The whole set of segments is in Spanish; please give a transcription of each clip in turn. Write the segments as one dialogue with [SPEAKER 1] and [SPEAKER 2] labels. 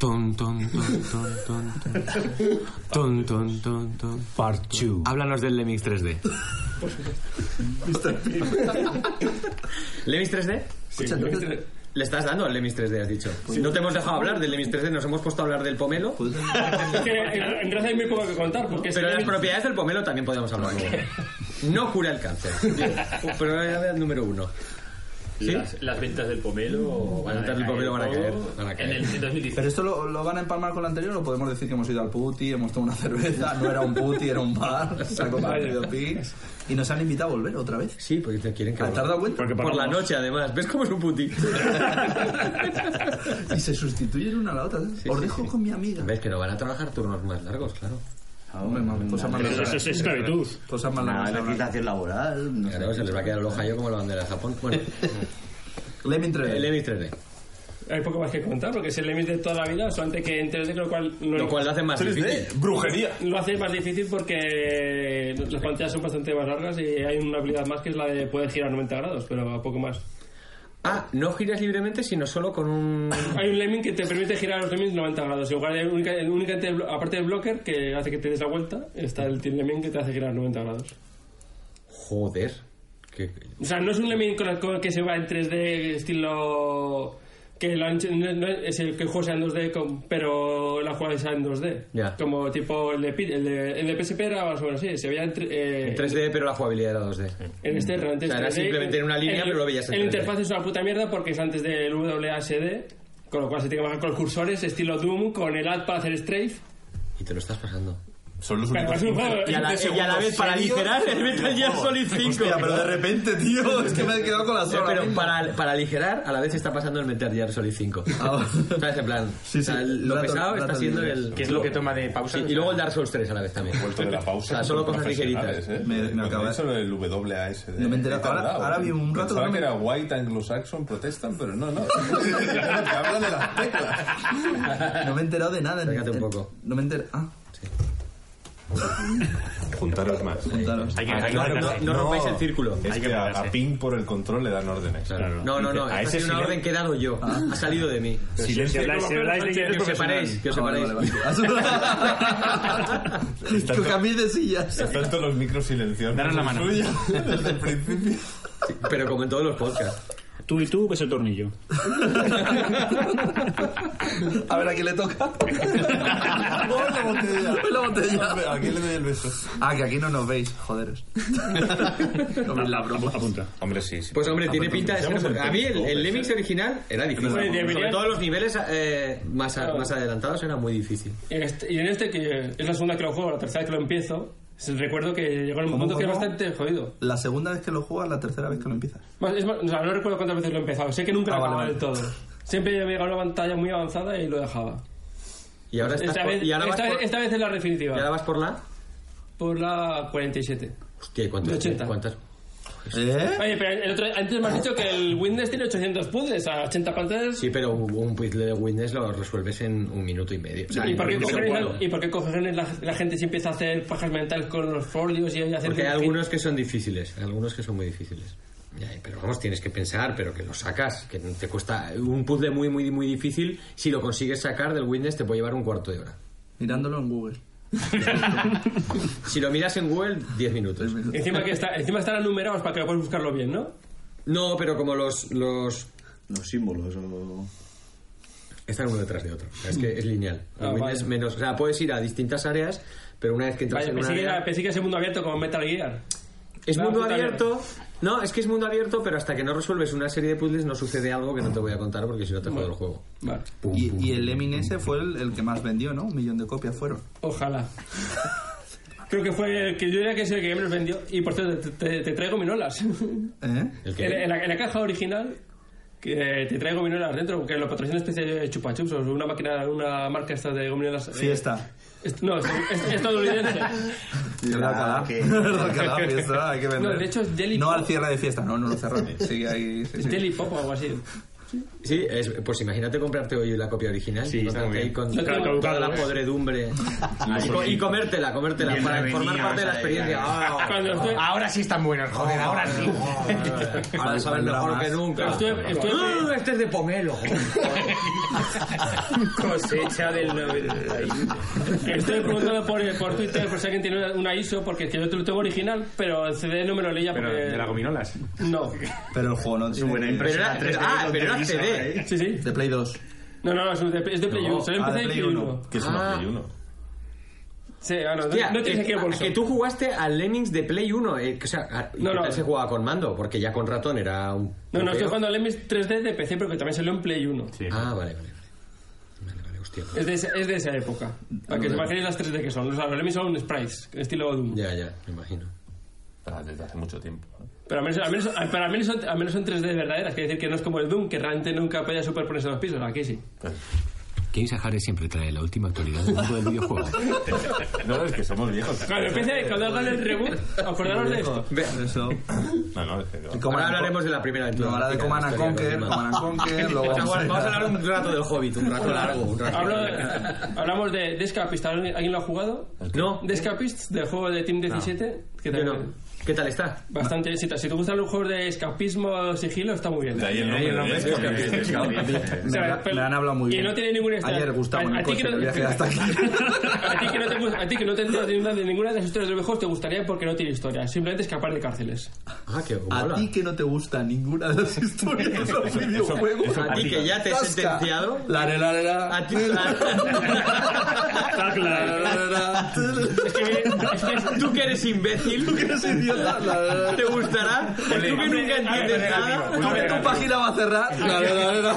[SPEAKER 1] Ton, ton, ton, ton, ton, ton. Ton, ton, ton, ton.
[SPEAKER 2] Part 2.
[SPEAKER 1] Háblanos del Lemix 3D. ¿Lemix 3D?
[SPEAKER 3] Escucha, yo creo que-
[SPEAKER 1] Le estás dando al Lemix 3D, has dicho. No te hemos dejado hablar del Lemix 3D, nos hemos puesto a hablar del pomelo.
[SPEAKER 4] Es que en en raza hay muy poco que contar porque
[SPEAKER 1] Pero
[SPEAKER 4] es
[SPEAKER 1] las propiedades del pomelo también podemos hablar luego. No cura el cáncer. Prioridad número uno. ¿Sí?
[SPEAKER 5] Las, las ventas del pomelo van a
[SPEAKER 1] ventas
[SPEAKER 5] decaer
[SPEAKER 1] del pomelo van a
[SPEAKER 5] todo
[SPEAKER 1] caer, van a caer.
[SPEAKER 5] En el 2017.
[SPEAKER 3] Pero esto lo, lo van a empalmar con lo anterior o podemos decir que hemos ido al puti, hemos tomado una cerveza, no era un puti, era un bar, se ha compartido pis y nos han invitado a volver otra vez.
[SPEAKER 1] Sí, porque te quieren
[SPEAKER 3] ¿Te has
[SPEAKER 1] cagar.
[SPEAKER 3] dado cuenta?
[SPEAKER 4] Porque
[SPEAKER 1] Por la
[SPEAKER 4] pagamos.
[SPEAKER 1] noche, además. ¿Ves cómo es un puti?
[SPEAKER 3] Y se sustituyen una a la otra. ¿eh? Os
[SPEAKER 1] sí,
[SPEAKER 3] dejo
[SPEAKER 1] sí.
[SPEAKER 3] con mi amiga. Ah,
[SPEAKER 1] ¿Ves que no van a trabajar turnos más largos, claro?
[SPEAKER 3] Hombre, pues mam, cosas más
[SPEAKER 4] Eso, eso
[SPEAKER 3] raras.
[SPEAKER 4] es esclavitud.
[SPEAKER 3] Cosas más
[SPEAKER 2] Una
[SPEAKER 3] raras.
[SPEAKER 2] legislación laboral. No
[SPEAKER 1] Claro, se les va a quedar el ojo yo como la bandera de Japón. Bueno,
[SPEAKER 3] Lemme entre-
[SPEAKER 1] el Lemix 3D.
[SPEAKER 4] Hay poco más que contar porque es el límite de toda la vida, solamente que en 3D, con lo cual no-
[SPEAKER 1] Lo cual lo hace más difícil.
[SPEAKER 6] Brujería.
[SPEAKER 4] lo hace más difícil porque las pantallas son bastante más largas y hay una habilidad más que es la de poder girar 90 grados, pero poco más.
[SPEAKER 1] Ah, no giras libremente, sino solo con un...
[SPEAKER 4] Hay un lemming que te permite girar los lemmings 90 grados. Y lugar de única- el única- aparte del blocker que hace que te des la vuelta, está el team lemming que te hace girar 90 grados.
[SPEAKER 1] Joder. Que...
[SPEAKER 4] O sea, no es un lemming con el, con el que se va en 3D estilo... Que lo han hecho- no- no es el que juega en 2D, con- pero la jugada sea en 2D.
[SPEAKER 1] Ya.
[SPEAKER 4] Como tipo el de, Pi- el de- el de PSP era más o menos así. Se veía en, tre- eh,
[SPEAKER 1] En 3D, pero la jugabilidad era 2D.
[SPEAKER 4] En este realmente
[SPEAKER 1] O sea,
[SPEAKER 4] es
[SPEAKER 1] era
[SPEAKER 4] 3D.
[SPEAKER 1] simplemente en una línea,
[SPEAKER 4] El-
[SPEAKER 1] pero lo veías en
[SPEAKER 4] El
[SPEAKER 1] 3D.
[SPEAKER 4] interfaz es una puta mierda porque es antes del WASD, con lo cual se tiene que bajar con los cursores, estilo Doom, con el ad para hacer strafe.
[SPEAKER 1] Y te lo estás pasando.
[SPEAKER 6] Son los
[SPEAKER 4] Pero
[SPEAKER 6] únicos.
[SPEAKER 4] es un juego
[SPEAKER 1] Y a la,
[SPEAKER 4] de
[SPEAKER 1] y a la vez para aligerar el Metal Gear Solid 5.
[SPEAKER 3] Hostia, pero de repente, tío, es que me he quedado con la
[SPEAKER 1] Sí,
[SPEAKER 3] sola.
[SPEAKER 1] pero
[SPEAKER 3] misma.
[SPEAKER 1] para, para aligerar, a la vez está pasando el Metal Gear Solid 5.
[SPEAKER 3] Ah.
[SPEAKER 1] ¿Sabes? En plan,
[SPEAKER 3] Sí,
[SPEAKER 1] o sea,
[SPEAKER 3] sí.
[SPEAKER 1] lo
[SPEAKER 3] Datos-
[SPEAKER 1] pesado está
[SPEAKER 3] datos
[SPEAKER 1] siendo
[SPEAKER 3] libres.
[SPEAKER 1] el...
[SPEAKER 5] Que es lo que toma de pausa.
[SPEAKER 1] Sí, y luego el Dark Souls 3 a la vez también.
[SPEAKER 6] Vuelto de la pausa.
[SPEAKER 1] O sea, solo cosas ligeritas.
[SPEAKER 6] profesionales, ¿eh?
[SPEAKER 3] Me- me
[SPEAKER 6] Cuando
[SPEAKER 3] acaba-
[SPEAKER 6] hizo el WASD.
[SPEAKER 3] No me he enterado.
[SPEAKER 6] He tardado,
[SPEAKER 3] Ahora- ahora
[SPEAKER 6] ¿eh?
[SPEAKER 3] vi un
[SPEAKER 6] Pensaba
[SPEAKER 3] rato que
[SPEAKER 6] que
[SPEAKER 3] no me-
[SPEAKER 6] era white anglo-saxon, protestan, pero no, no. Te hablan de las teclas.
[SPEAKER 3] No me he enterado de nada. en-
[SPEAKER 1] Acércate un
[SPEAKER 3] en-
[SPEAKER 1] poco.
[SPEAKER 3] No me he enterado. Ah,
[SPEAKER 6] Juntaros más.
[SPEAKER 3] juntaros.
[SPEAKER 5] Hay que, hay que
[SPEAKER 1] Claro,
[SPEAKER 5] ordenarse.
[SPEAKER 1] no, no rompáis el círculo.
[SPEAKER 6] Es que a, a Ping por el control le dan órdenes.
[SPEAKER 1] Claro. No, no, no.
[SPEAKER 5] A ese
[SPEAKER 1] esta ha sido una
[SPEAKER 5] silencio-
[SPEAKER 1] orden que he dado yo.
[SPEAKER 4] Ah.
[SPEAKER 1] Ha salido de mí.
[SPEAKER 5] Si habláis, si habláis de que
[SPEAKER 1] Que
[SPEAKER 5] eres
[SPEAKER 1] os separéis, que os
[SPEAKER 3] Ah, vale,
[SPEAKER 1] separéis.
[SPEAKER 3] vale, vale.
[SPEAKER 6] Está
[SPEAKER 3] que
[SPEAKER 6] to-
[SPEAKER 3] cambiéis de sillas.
[SPEAKER 6] Están todos los micros silenciosos.
[SPEAKER 5] Daros la mano.
[SPEAKER 6] Suya, Desde el principio.
[SPEAKER 1] Sí, Pero como en todos los podcasts.
[SPEAKER 5] Tú y tú, beso el tornillo.
[SPEAKER 3] A ver, ¿a quién le toca? Voy la botella. Voy la botella.
[SPEAKER 6] ¿A quién le doy el beso?
[SPEAKER 3] Ah, que aquí no nos veis, joderos. No veis la broma.
[SPEAKER 5] Ah, Apunta.
[SPEAKER 2] Hombre, sí. sí.
[SPEAKER 1] Pues
[SPEAKER 4] Ah,
[SPEAKER 1] hombre, tiene pinta de
[SPEAKER 6] Empezamos
[SPEAKER 1] ser...
[SPEAKER 6] el
[SPEAKER 1] A mí el,
[SPEAKER 6] tiempo,
[SPEAKER 1] el Lemix original era difícil.
[SPEAKER 4] Hombre,
[SPEAKER 1] Sobre
[SPEAKER 4] debería-
[SPEAKER 1] todo los niveles eh, más, a- más adelantados era muy difícil.
[SPEAKER 4] Y en este, que es la segunda que lo juego, la tercera que lo empiezo, se- recuerdo que llegó en un punto que es
[SPEAKER 3] cómo?
[SPEAKER 4] bastante jodido.
[SPEAKER 3] La segunda vez que lo juegas, la tercera vez que lo empiezas.
[SPEAKER 4] Más- es más- o sea, no recuerdo cuántas veces lo he empezado, sé que nunca
[SPEAKER 3] Ah,
[SPEAKER 4] lo
[SPEAKER 3] vale,
[SPEAKER 4] acababa
[SPEAKER 3] vale.
[SPEAKER 4] del todo. Siempre me llegaba una pantalla muy avanzada y lo dejaba.
[SPEAKER 1] Y ahora, estás
[SPEAKER 4] Esta
[SPEAKER 1] por-
[SPEAKER 4] vez,
[SPEAKER 1] y ahora vas
[SPEAKER 4] esta, vez-
[SPEAKER 1] por-
[SPEAKER 4] esta vez es la definitiva.
[SPEAKER 1] y ahora vas por la...
[SPEAKER 4] Por la 47.
[SPEAKER 1] Hostia, ¿y cuántas?
[SPEAKER 4] De 80.
[SPEAKER 1] ¿Cuántas?
[SPEAKER 3] ¿Eh?
[SPEAKER 4] Oye, pero el otro, antes me has dicho que el Windows tiene 800 puzzles a 80 pantallas.
[SPEAKER 1] Sí, pero un, un puzzle de Windows lo resuelves en un minuto y medio. O sea,
[SPEAKER 4] ¿Y por, qué
[SPEAKER 1] no sé
[SPEAKER 4] cojones,
[SPEAKER 1] cuándo.
[SPEAKER 4] y por qué cojones la, la gente se empieza a hacer pajas mentales con los folios y hacer...
[SPEAKER 1] Porque hay algunos que son difíciles, hay algunos que son muy difíciles. Ya, Pero vamos, tienes que pensar, pero que lo sacas, que te cuesta un puzzle muy, muy, muy difícil. Si lo consigues sacar del Windows te puede llevar un cuarto de hora.
[SPEAKER 3] Mirándolo en Google.
[SPEAKER 1] Si lo miras en Google, 10 minutos.
[SPEAKER 4] Encima, que está, encima están enumerados para que lo puedas buscarlo bien, ¿no?
[SPEAKER 1] No, pero como los... los
[SPEAKER 2] Los símbolos o...
[SPEAKER 1] están uno detrás de otro. O sea, Es que es lineal. El
[SPEAKER 4] Ah,
[SPEAKER 1] Windows
[SPEAKER 4] vale.
[SPEAKER 1] menos... O sea, puedes ir a distintas áreas, pero una vez que entras
[SPEAKER 4] Vaya,
[SPEAKER 1] en una
[SPEAKER 4] pensé, que
[SPEAKER 1] área...
[SPEAKER 4] era, pensé que era ese mundo abierto como Metal Gear.
[SPEAKER 1] Es
[SPEAKER 4] La
[SPEAKER 1] mundo
[SPEAKER 4] puta
[SPEAKER 1] abierto. No, es que es mundo abierto, pero hasta que no resuelves una serie de puzzles no sucede algo que no te voy a contar porque si no te juego el juego.
[SPEAKER 4] Vale.
[SPEAKER 3] Y, y el Emin ese fue el, el que más vendió, ¿no? Un millón de copias fueron.
[SPEAKER 4] Ojalá. Creo que fue el que yo diría que es el que menos vendió. Y por cierto, te, te- te traigo minolas.
[SPEAKER 3] ¿Eh?
[SPEAKER 1] ¿El
[SPEAKER 4] En,
[SPEAKER 1] qué?
[SPEAKER 4] en la, en la caja original que te trae gominolas dentro, porque lo patrocina especial de Chupa Chups, o una máquina, una marca esta de gominolas. eh,
[SPEAKER 3] Fiesta.
[SPEAKER 4] est- no, es, es- es estadounidense.
[SPEAKER 3] Y el Alcalá.
[SPEAKER 2] que-
[SPEAKER 3] El Alcalá, fiesta, hay que vender.
[SPEAKER 4] No, de hecho, es Jelly
[SPEAKER 3] No
[SPEAKER 4] Pop.
[SPEAKER 3] al cierre de fiesta, no, no lo cerraron. Sigue ahí. sí, sí.
[SPEAKER 4] Jelly Pop o algo así.
[SPEAKER 1] Sí, es- pues imagínate comprarte hoy la copia original
[SPEAKER 5] Sí,
[SPEAKER 1] y
[SPEAKER 5] está
[SPEAKER 1] encontrarte
[SPEAKER 5] muy
[SPEAKER 1] ahí
[SPEAKER 5] bien.
[SPEAKER 1] con
[SPEAKER 4] Lo tengo
[SPEAKER 1] toda, toda
[SPEAKER 4] caducado,
[SPEAKER 1] la
[SPEAKER 4] ¿eh?
[SPEAKER 1] podredumbre Ah, y, co- y comértela, comértela
[SPEAKER 2] Bien
[SPEAKER 1] para formar
[SPEAKER 2] revenidos,
[SPEAKER 1] parte de la
[SPEAKER 2] ahí,
[SPEAKER 1] experiencia.
[SPEAKER 2] ahí.
[SPEAKER 1] Ah,
[SPEAKER 4] Cuando estoy-
[SPEAKER 1] ahora sí están buenos, joder, ahora sí. Ahora saben mejor que nunca.
[SPEAKER 4] Estoy- estoy-
[SPEAKER 1] ¡Ah, este es de pomelo.
[SPEAKER 5] Cosecha del 91.
[SPEAKER 4] Estoy preguntando por, por Twitter por si alguien tiene una- una ISO, porque es que yo te lo tengo original, pero el CD no me lo leía
[SPEAKER 5] Pero
[SPEAKER 4] porque...
[SPEAKER 5] de las gominolas.
[SPEAKER 4] No.
[SPEAKER 3] Pero el juego no tiene.
[SPEAKER 2] buena
[SPEAKER 3] que-
[SPEAKER 1] Pero
[SPEAKER 2] impresión.
[SPEAKER 1] era, pero- ah, pero era CD.
[SPEAKER 4] Sí, sí.
[SPEAKER 3] De Play 2.
[SPEAKER 4] No, no, no, es de, es de Play
[SPEAKER 3] No,
[SPEAKER 4] 1. Solo
[SPEAKER 3] ah, de
[SPEAKER 4] empecé en
[SPEAKER 3] Play
[SPEAKER 4] Play 1.
[SPEAKER 3] uno.
[SPEAKER 6] Que es una
[SPEAKER 1] Ah.
[SPEAKER 6] Play uno.
[SPEAKER 4] Sí, bueno,
[SPEAKER 1] Hostia,
[SPEAKER 4] no, no tiene
[SPEAKER 1] que,
[SPEAKER 4] que bolso.
[SPEAKER 1] que tú jugaste al Lemmings de Play 1. eh, que, o sea, a- ¿y
[SPEAKER 4] No,
[SPEAKER 1] qué
[SPEAKER 4] no.
[SPEAKER 1] tal se jugaba con mando? Porque ya con ratón era un...
[SPEAKER 4] No,
[SPEAKER 1] un
[SPEAKER 4] no,
[SPEAKER 1] peo.
[SPEAKER 4] estoy jugando al MS 3D de PC, pero que también salió en Play 1.
[SPEAKER 5] Sí.
[SPEAKER 1] Ah, vale, vale. Vale, vale, vale hostia.
[SPEAKER 4] Es de, esa, es de esa época. Para que os imaginéis las 3D que son. O sea, los Lemmings son sprites, estilo Doom.
[SPEAKER 1] Ya, ya, me imagino.
[SPEAKER 6] Ah, Desde hace mucho tiempo. ¿eh?
[SPEAKER 4] Pero, al menos, al, menos, al- pero al, menos son, al menos son 3D verdaderas. Quiere decir que no es como el Doom, que realmente nunca podía superponerse los pisos. Aquí sí.
[SPEAKER 7] Kevin Sahare siempre trae la última actualidad del mundo del videojuego.
[SPEAKER 6] No, es que somos viejos.
[SPEAKER 4] Cuando empecé, cuando hagan el reboot, acordaros de esto.
[SPEAKER 3] Eso.
[SPEAKER 6] No, no, es que no.
[SPEAKER 3] Y Command
[SPEAKER 1] Ahora
[SPEAKER 3] and
[SPEAKER 1] hablaremos de la primera
[SPEAKER 3] Co- Luego
[SPEAKER 1] aventura.
[SPEAKER 3] habla de Command and Conquer, Command and Conquer, luego
[SPEAKER 1] Vamos a
[SPEAKER 3] vamos a-
[SPEAKER 1] hablar un rato del Hobbit, un rato largo, un rato
[SPEAKER 4] Hablo-
[SPEAKER 1] largo.
[SPEAKER 4] hablamos de, de Escapist. ¿Alguien, alguien lo ha jugado?
[SPEAKER 1] No,
[SPEAKER 4] De Escapist, del juego de Team 17. que
[SPEAKER 1] yo
[SPEAKER 4] también-
[SPEAKER 1] no. ¿Qué tal está?
[SPEAKER 4] Bastante, si te, si te gustan los juegos de escapismo, sigilo, está muy bien.
[SPEAKER 6] De ahí el nombre.
[SPEAKER 1] nombre,
[SPEAKER 6] ¿eh?
[SPEAKER 1] es que-
[SPEAKER 6] Es que- es que-
[SPEAKER 4] O
[SPEAKER 3] Me,
[SPEAKER 4] sea,
[SPEAKER 3] habla-
[SPEAKER 4] pero-
[SPEAKER 3] me han hablado muy
[SPEAKER 4] y
[SPEAKER 3] bien.
[SPEAKER 4] no tiene ningún extra.
[SPEAKER 3] Ayer Gustavo en
[SPEAKER 4] A- a
[SPEAKER 3] el
[SPEAKER 4] ti
[SPEAKER 3] coche,
[SPEAKER 4] que no-
[SPEAKER 3] el viaje hasta aquí.
[SPEAKER 4] A ti que no te gusta- a ti que no te enteras de ninguna de, ninguna de las historias de los viejos te gustaría porque no tiene historia. Simplemente escapar de cárceles.
[SPEAKER 1] Ah, qué
[SPEAKER 3] A
[SPEAKER 1] mola.
[SPEAKER 3] ti que no te gusta ninguna de las historias de los videojuegos.
[SPEAKER 1] A ti que ya te he
[SPEAKER 3] Tasca.
[SPEAKER 1] sentenciado.
[SPEAKER 3] La re, la re, la.
[SPEAKER 1] A ti a-
[SPEAKER 3] La re, la re, la.
[SPEAKER 4] Es que viene- es que es-
[SPEAKER 1] tú que eres imbécil,
[SPEAKER 3] Tú que eres idiota. La re, la re.
[SPEAKER 1] te gustará. Tú que nunca entiendes nada.
[SPEAKER 3] A ver, tu página va a cerrar. La re, la re, la.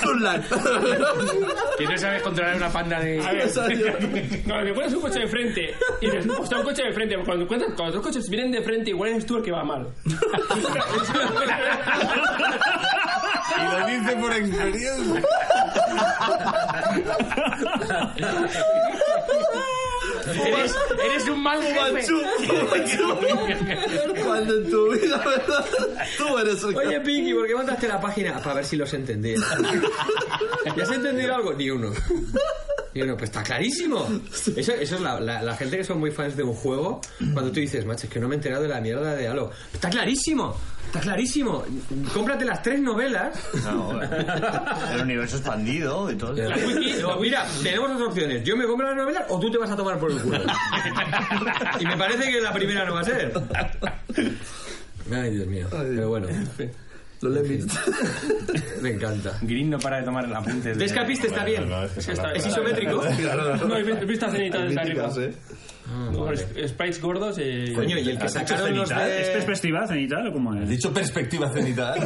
[SPEAKER 3] Sunlight.
[SPEAKER 7] Que no sabes controlar una panda de...
[SPEAKER 4] A ver, cuando te pones un coche de frente y dices, pues está un coche de frente, cuando encuentras cuando los coches vienen de frente, igual eres tú el que va mal.
[SPEAKER 6] Y lo dice por experiencia.
[SPEAKER 7] Eres, eres un mal jefe.
[SPEAKER 3] Cuando en tu vida, ¿verdad? Tú eres el
[SPEAKER 1] Oye, Pinky, ¿por qué mandaste la página? Para ver si los entendía. ¿Ya has entendido algo? Ni uno. Ni uno, pues está clarísimo. Eso, eso es la, la- la gente que son muy fans de un juego. Cuando tú dices, macho, es que no me he enterado de la mierda de Halo. Está clarísimo, está clarísimo. Cómprate las tres novelas.
[SPEAKER 2] No, el universo expandido y todo.
[SPEAKER 1] La wiki, digo, mira, tenemos dos opciones. Yo me compro las novelas o tú te vas a tomar por el culo. Y me parece que la primera no va a ser. Ay, Dios mío. Pero bueno,
[SPEAKER 3] Los Lemmings.
[SPEAKER 1] me encanta.
[SPEAKER 5] Green no para de tomar apuntes. de-
[SPEAKER 1] Descapiste está bien.
[SPEAKER 6] No, no, es que
[SPEAKER 4] Está-
[SPEAKER 6] es
[SPEAKER 1] Es
[SPEAKER 4] está-
[SPEAKER 1] isométrico.
[SPEAKER 4] No, hay vi- vista cenita
[SPEAKER 3] Hay
[SPEAKER 4] desde arriba.
[SPEAKER 3] míticas, ¿eh?
[SPEAKER 4] Con sp- Sprites gordos eh, y...
[SPEAKER 1] Coño, y el que sacaron los
[SPEAKER 5] ¿Cenital? este ¿Es
[SPEAKER 1] de...
[SPEAKER 5] perspectiva cenital o cómo es?
[SPEAKER 6] Dicho perspectiva cenital.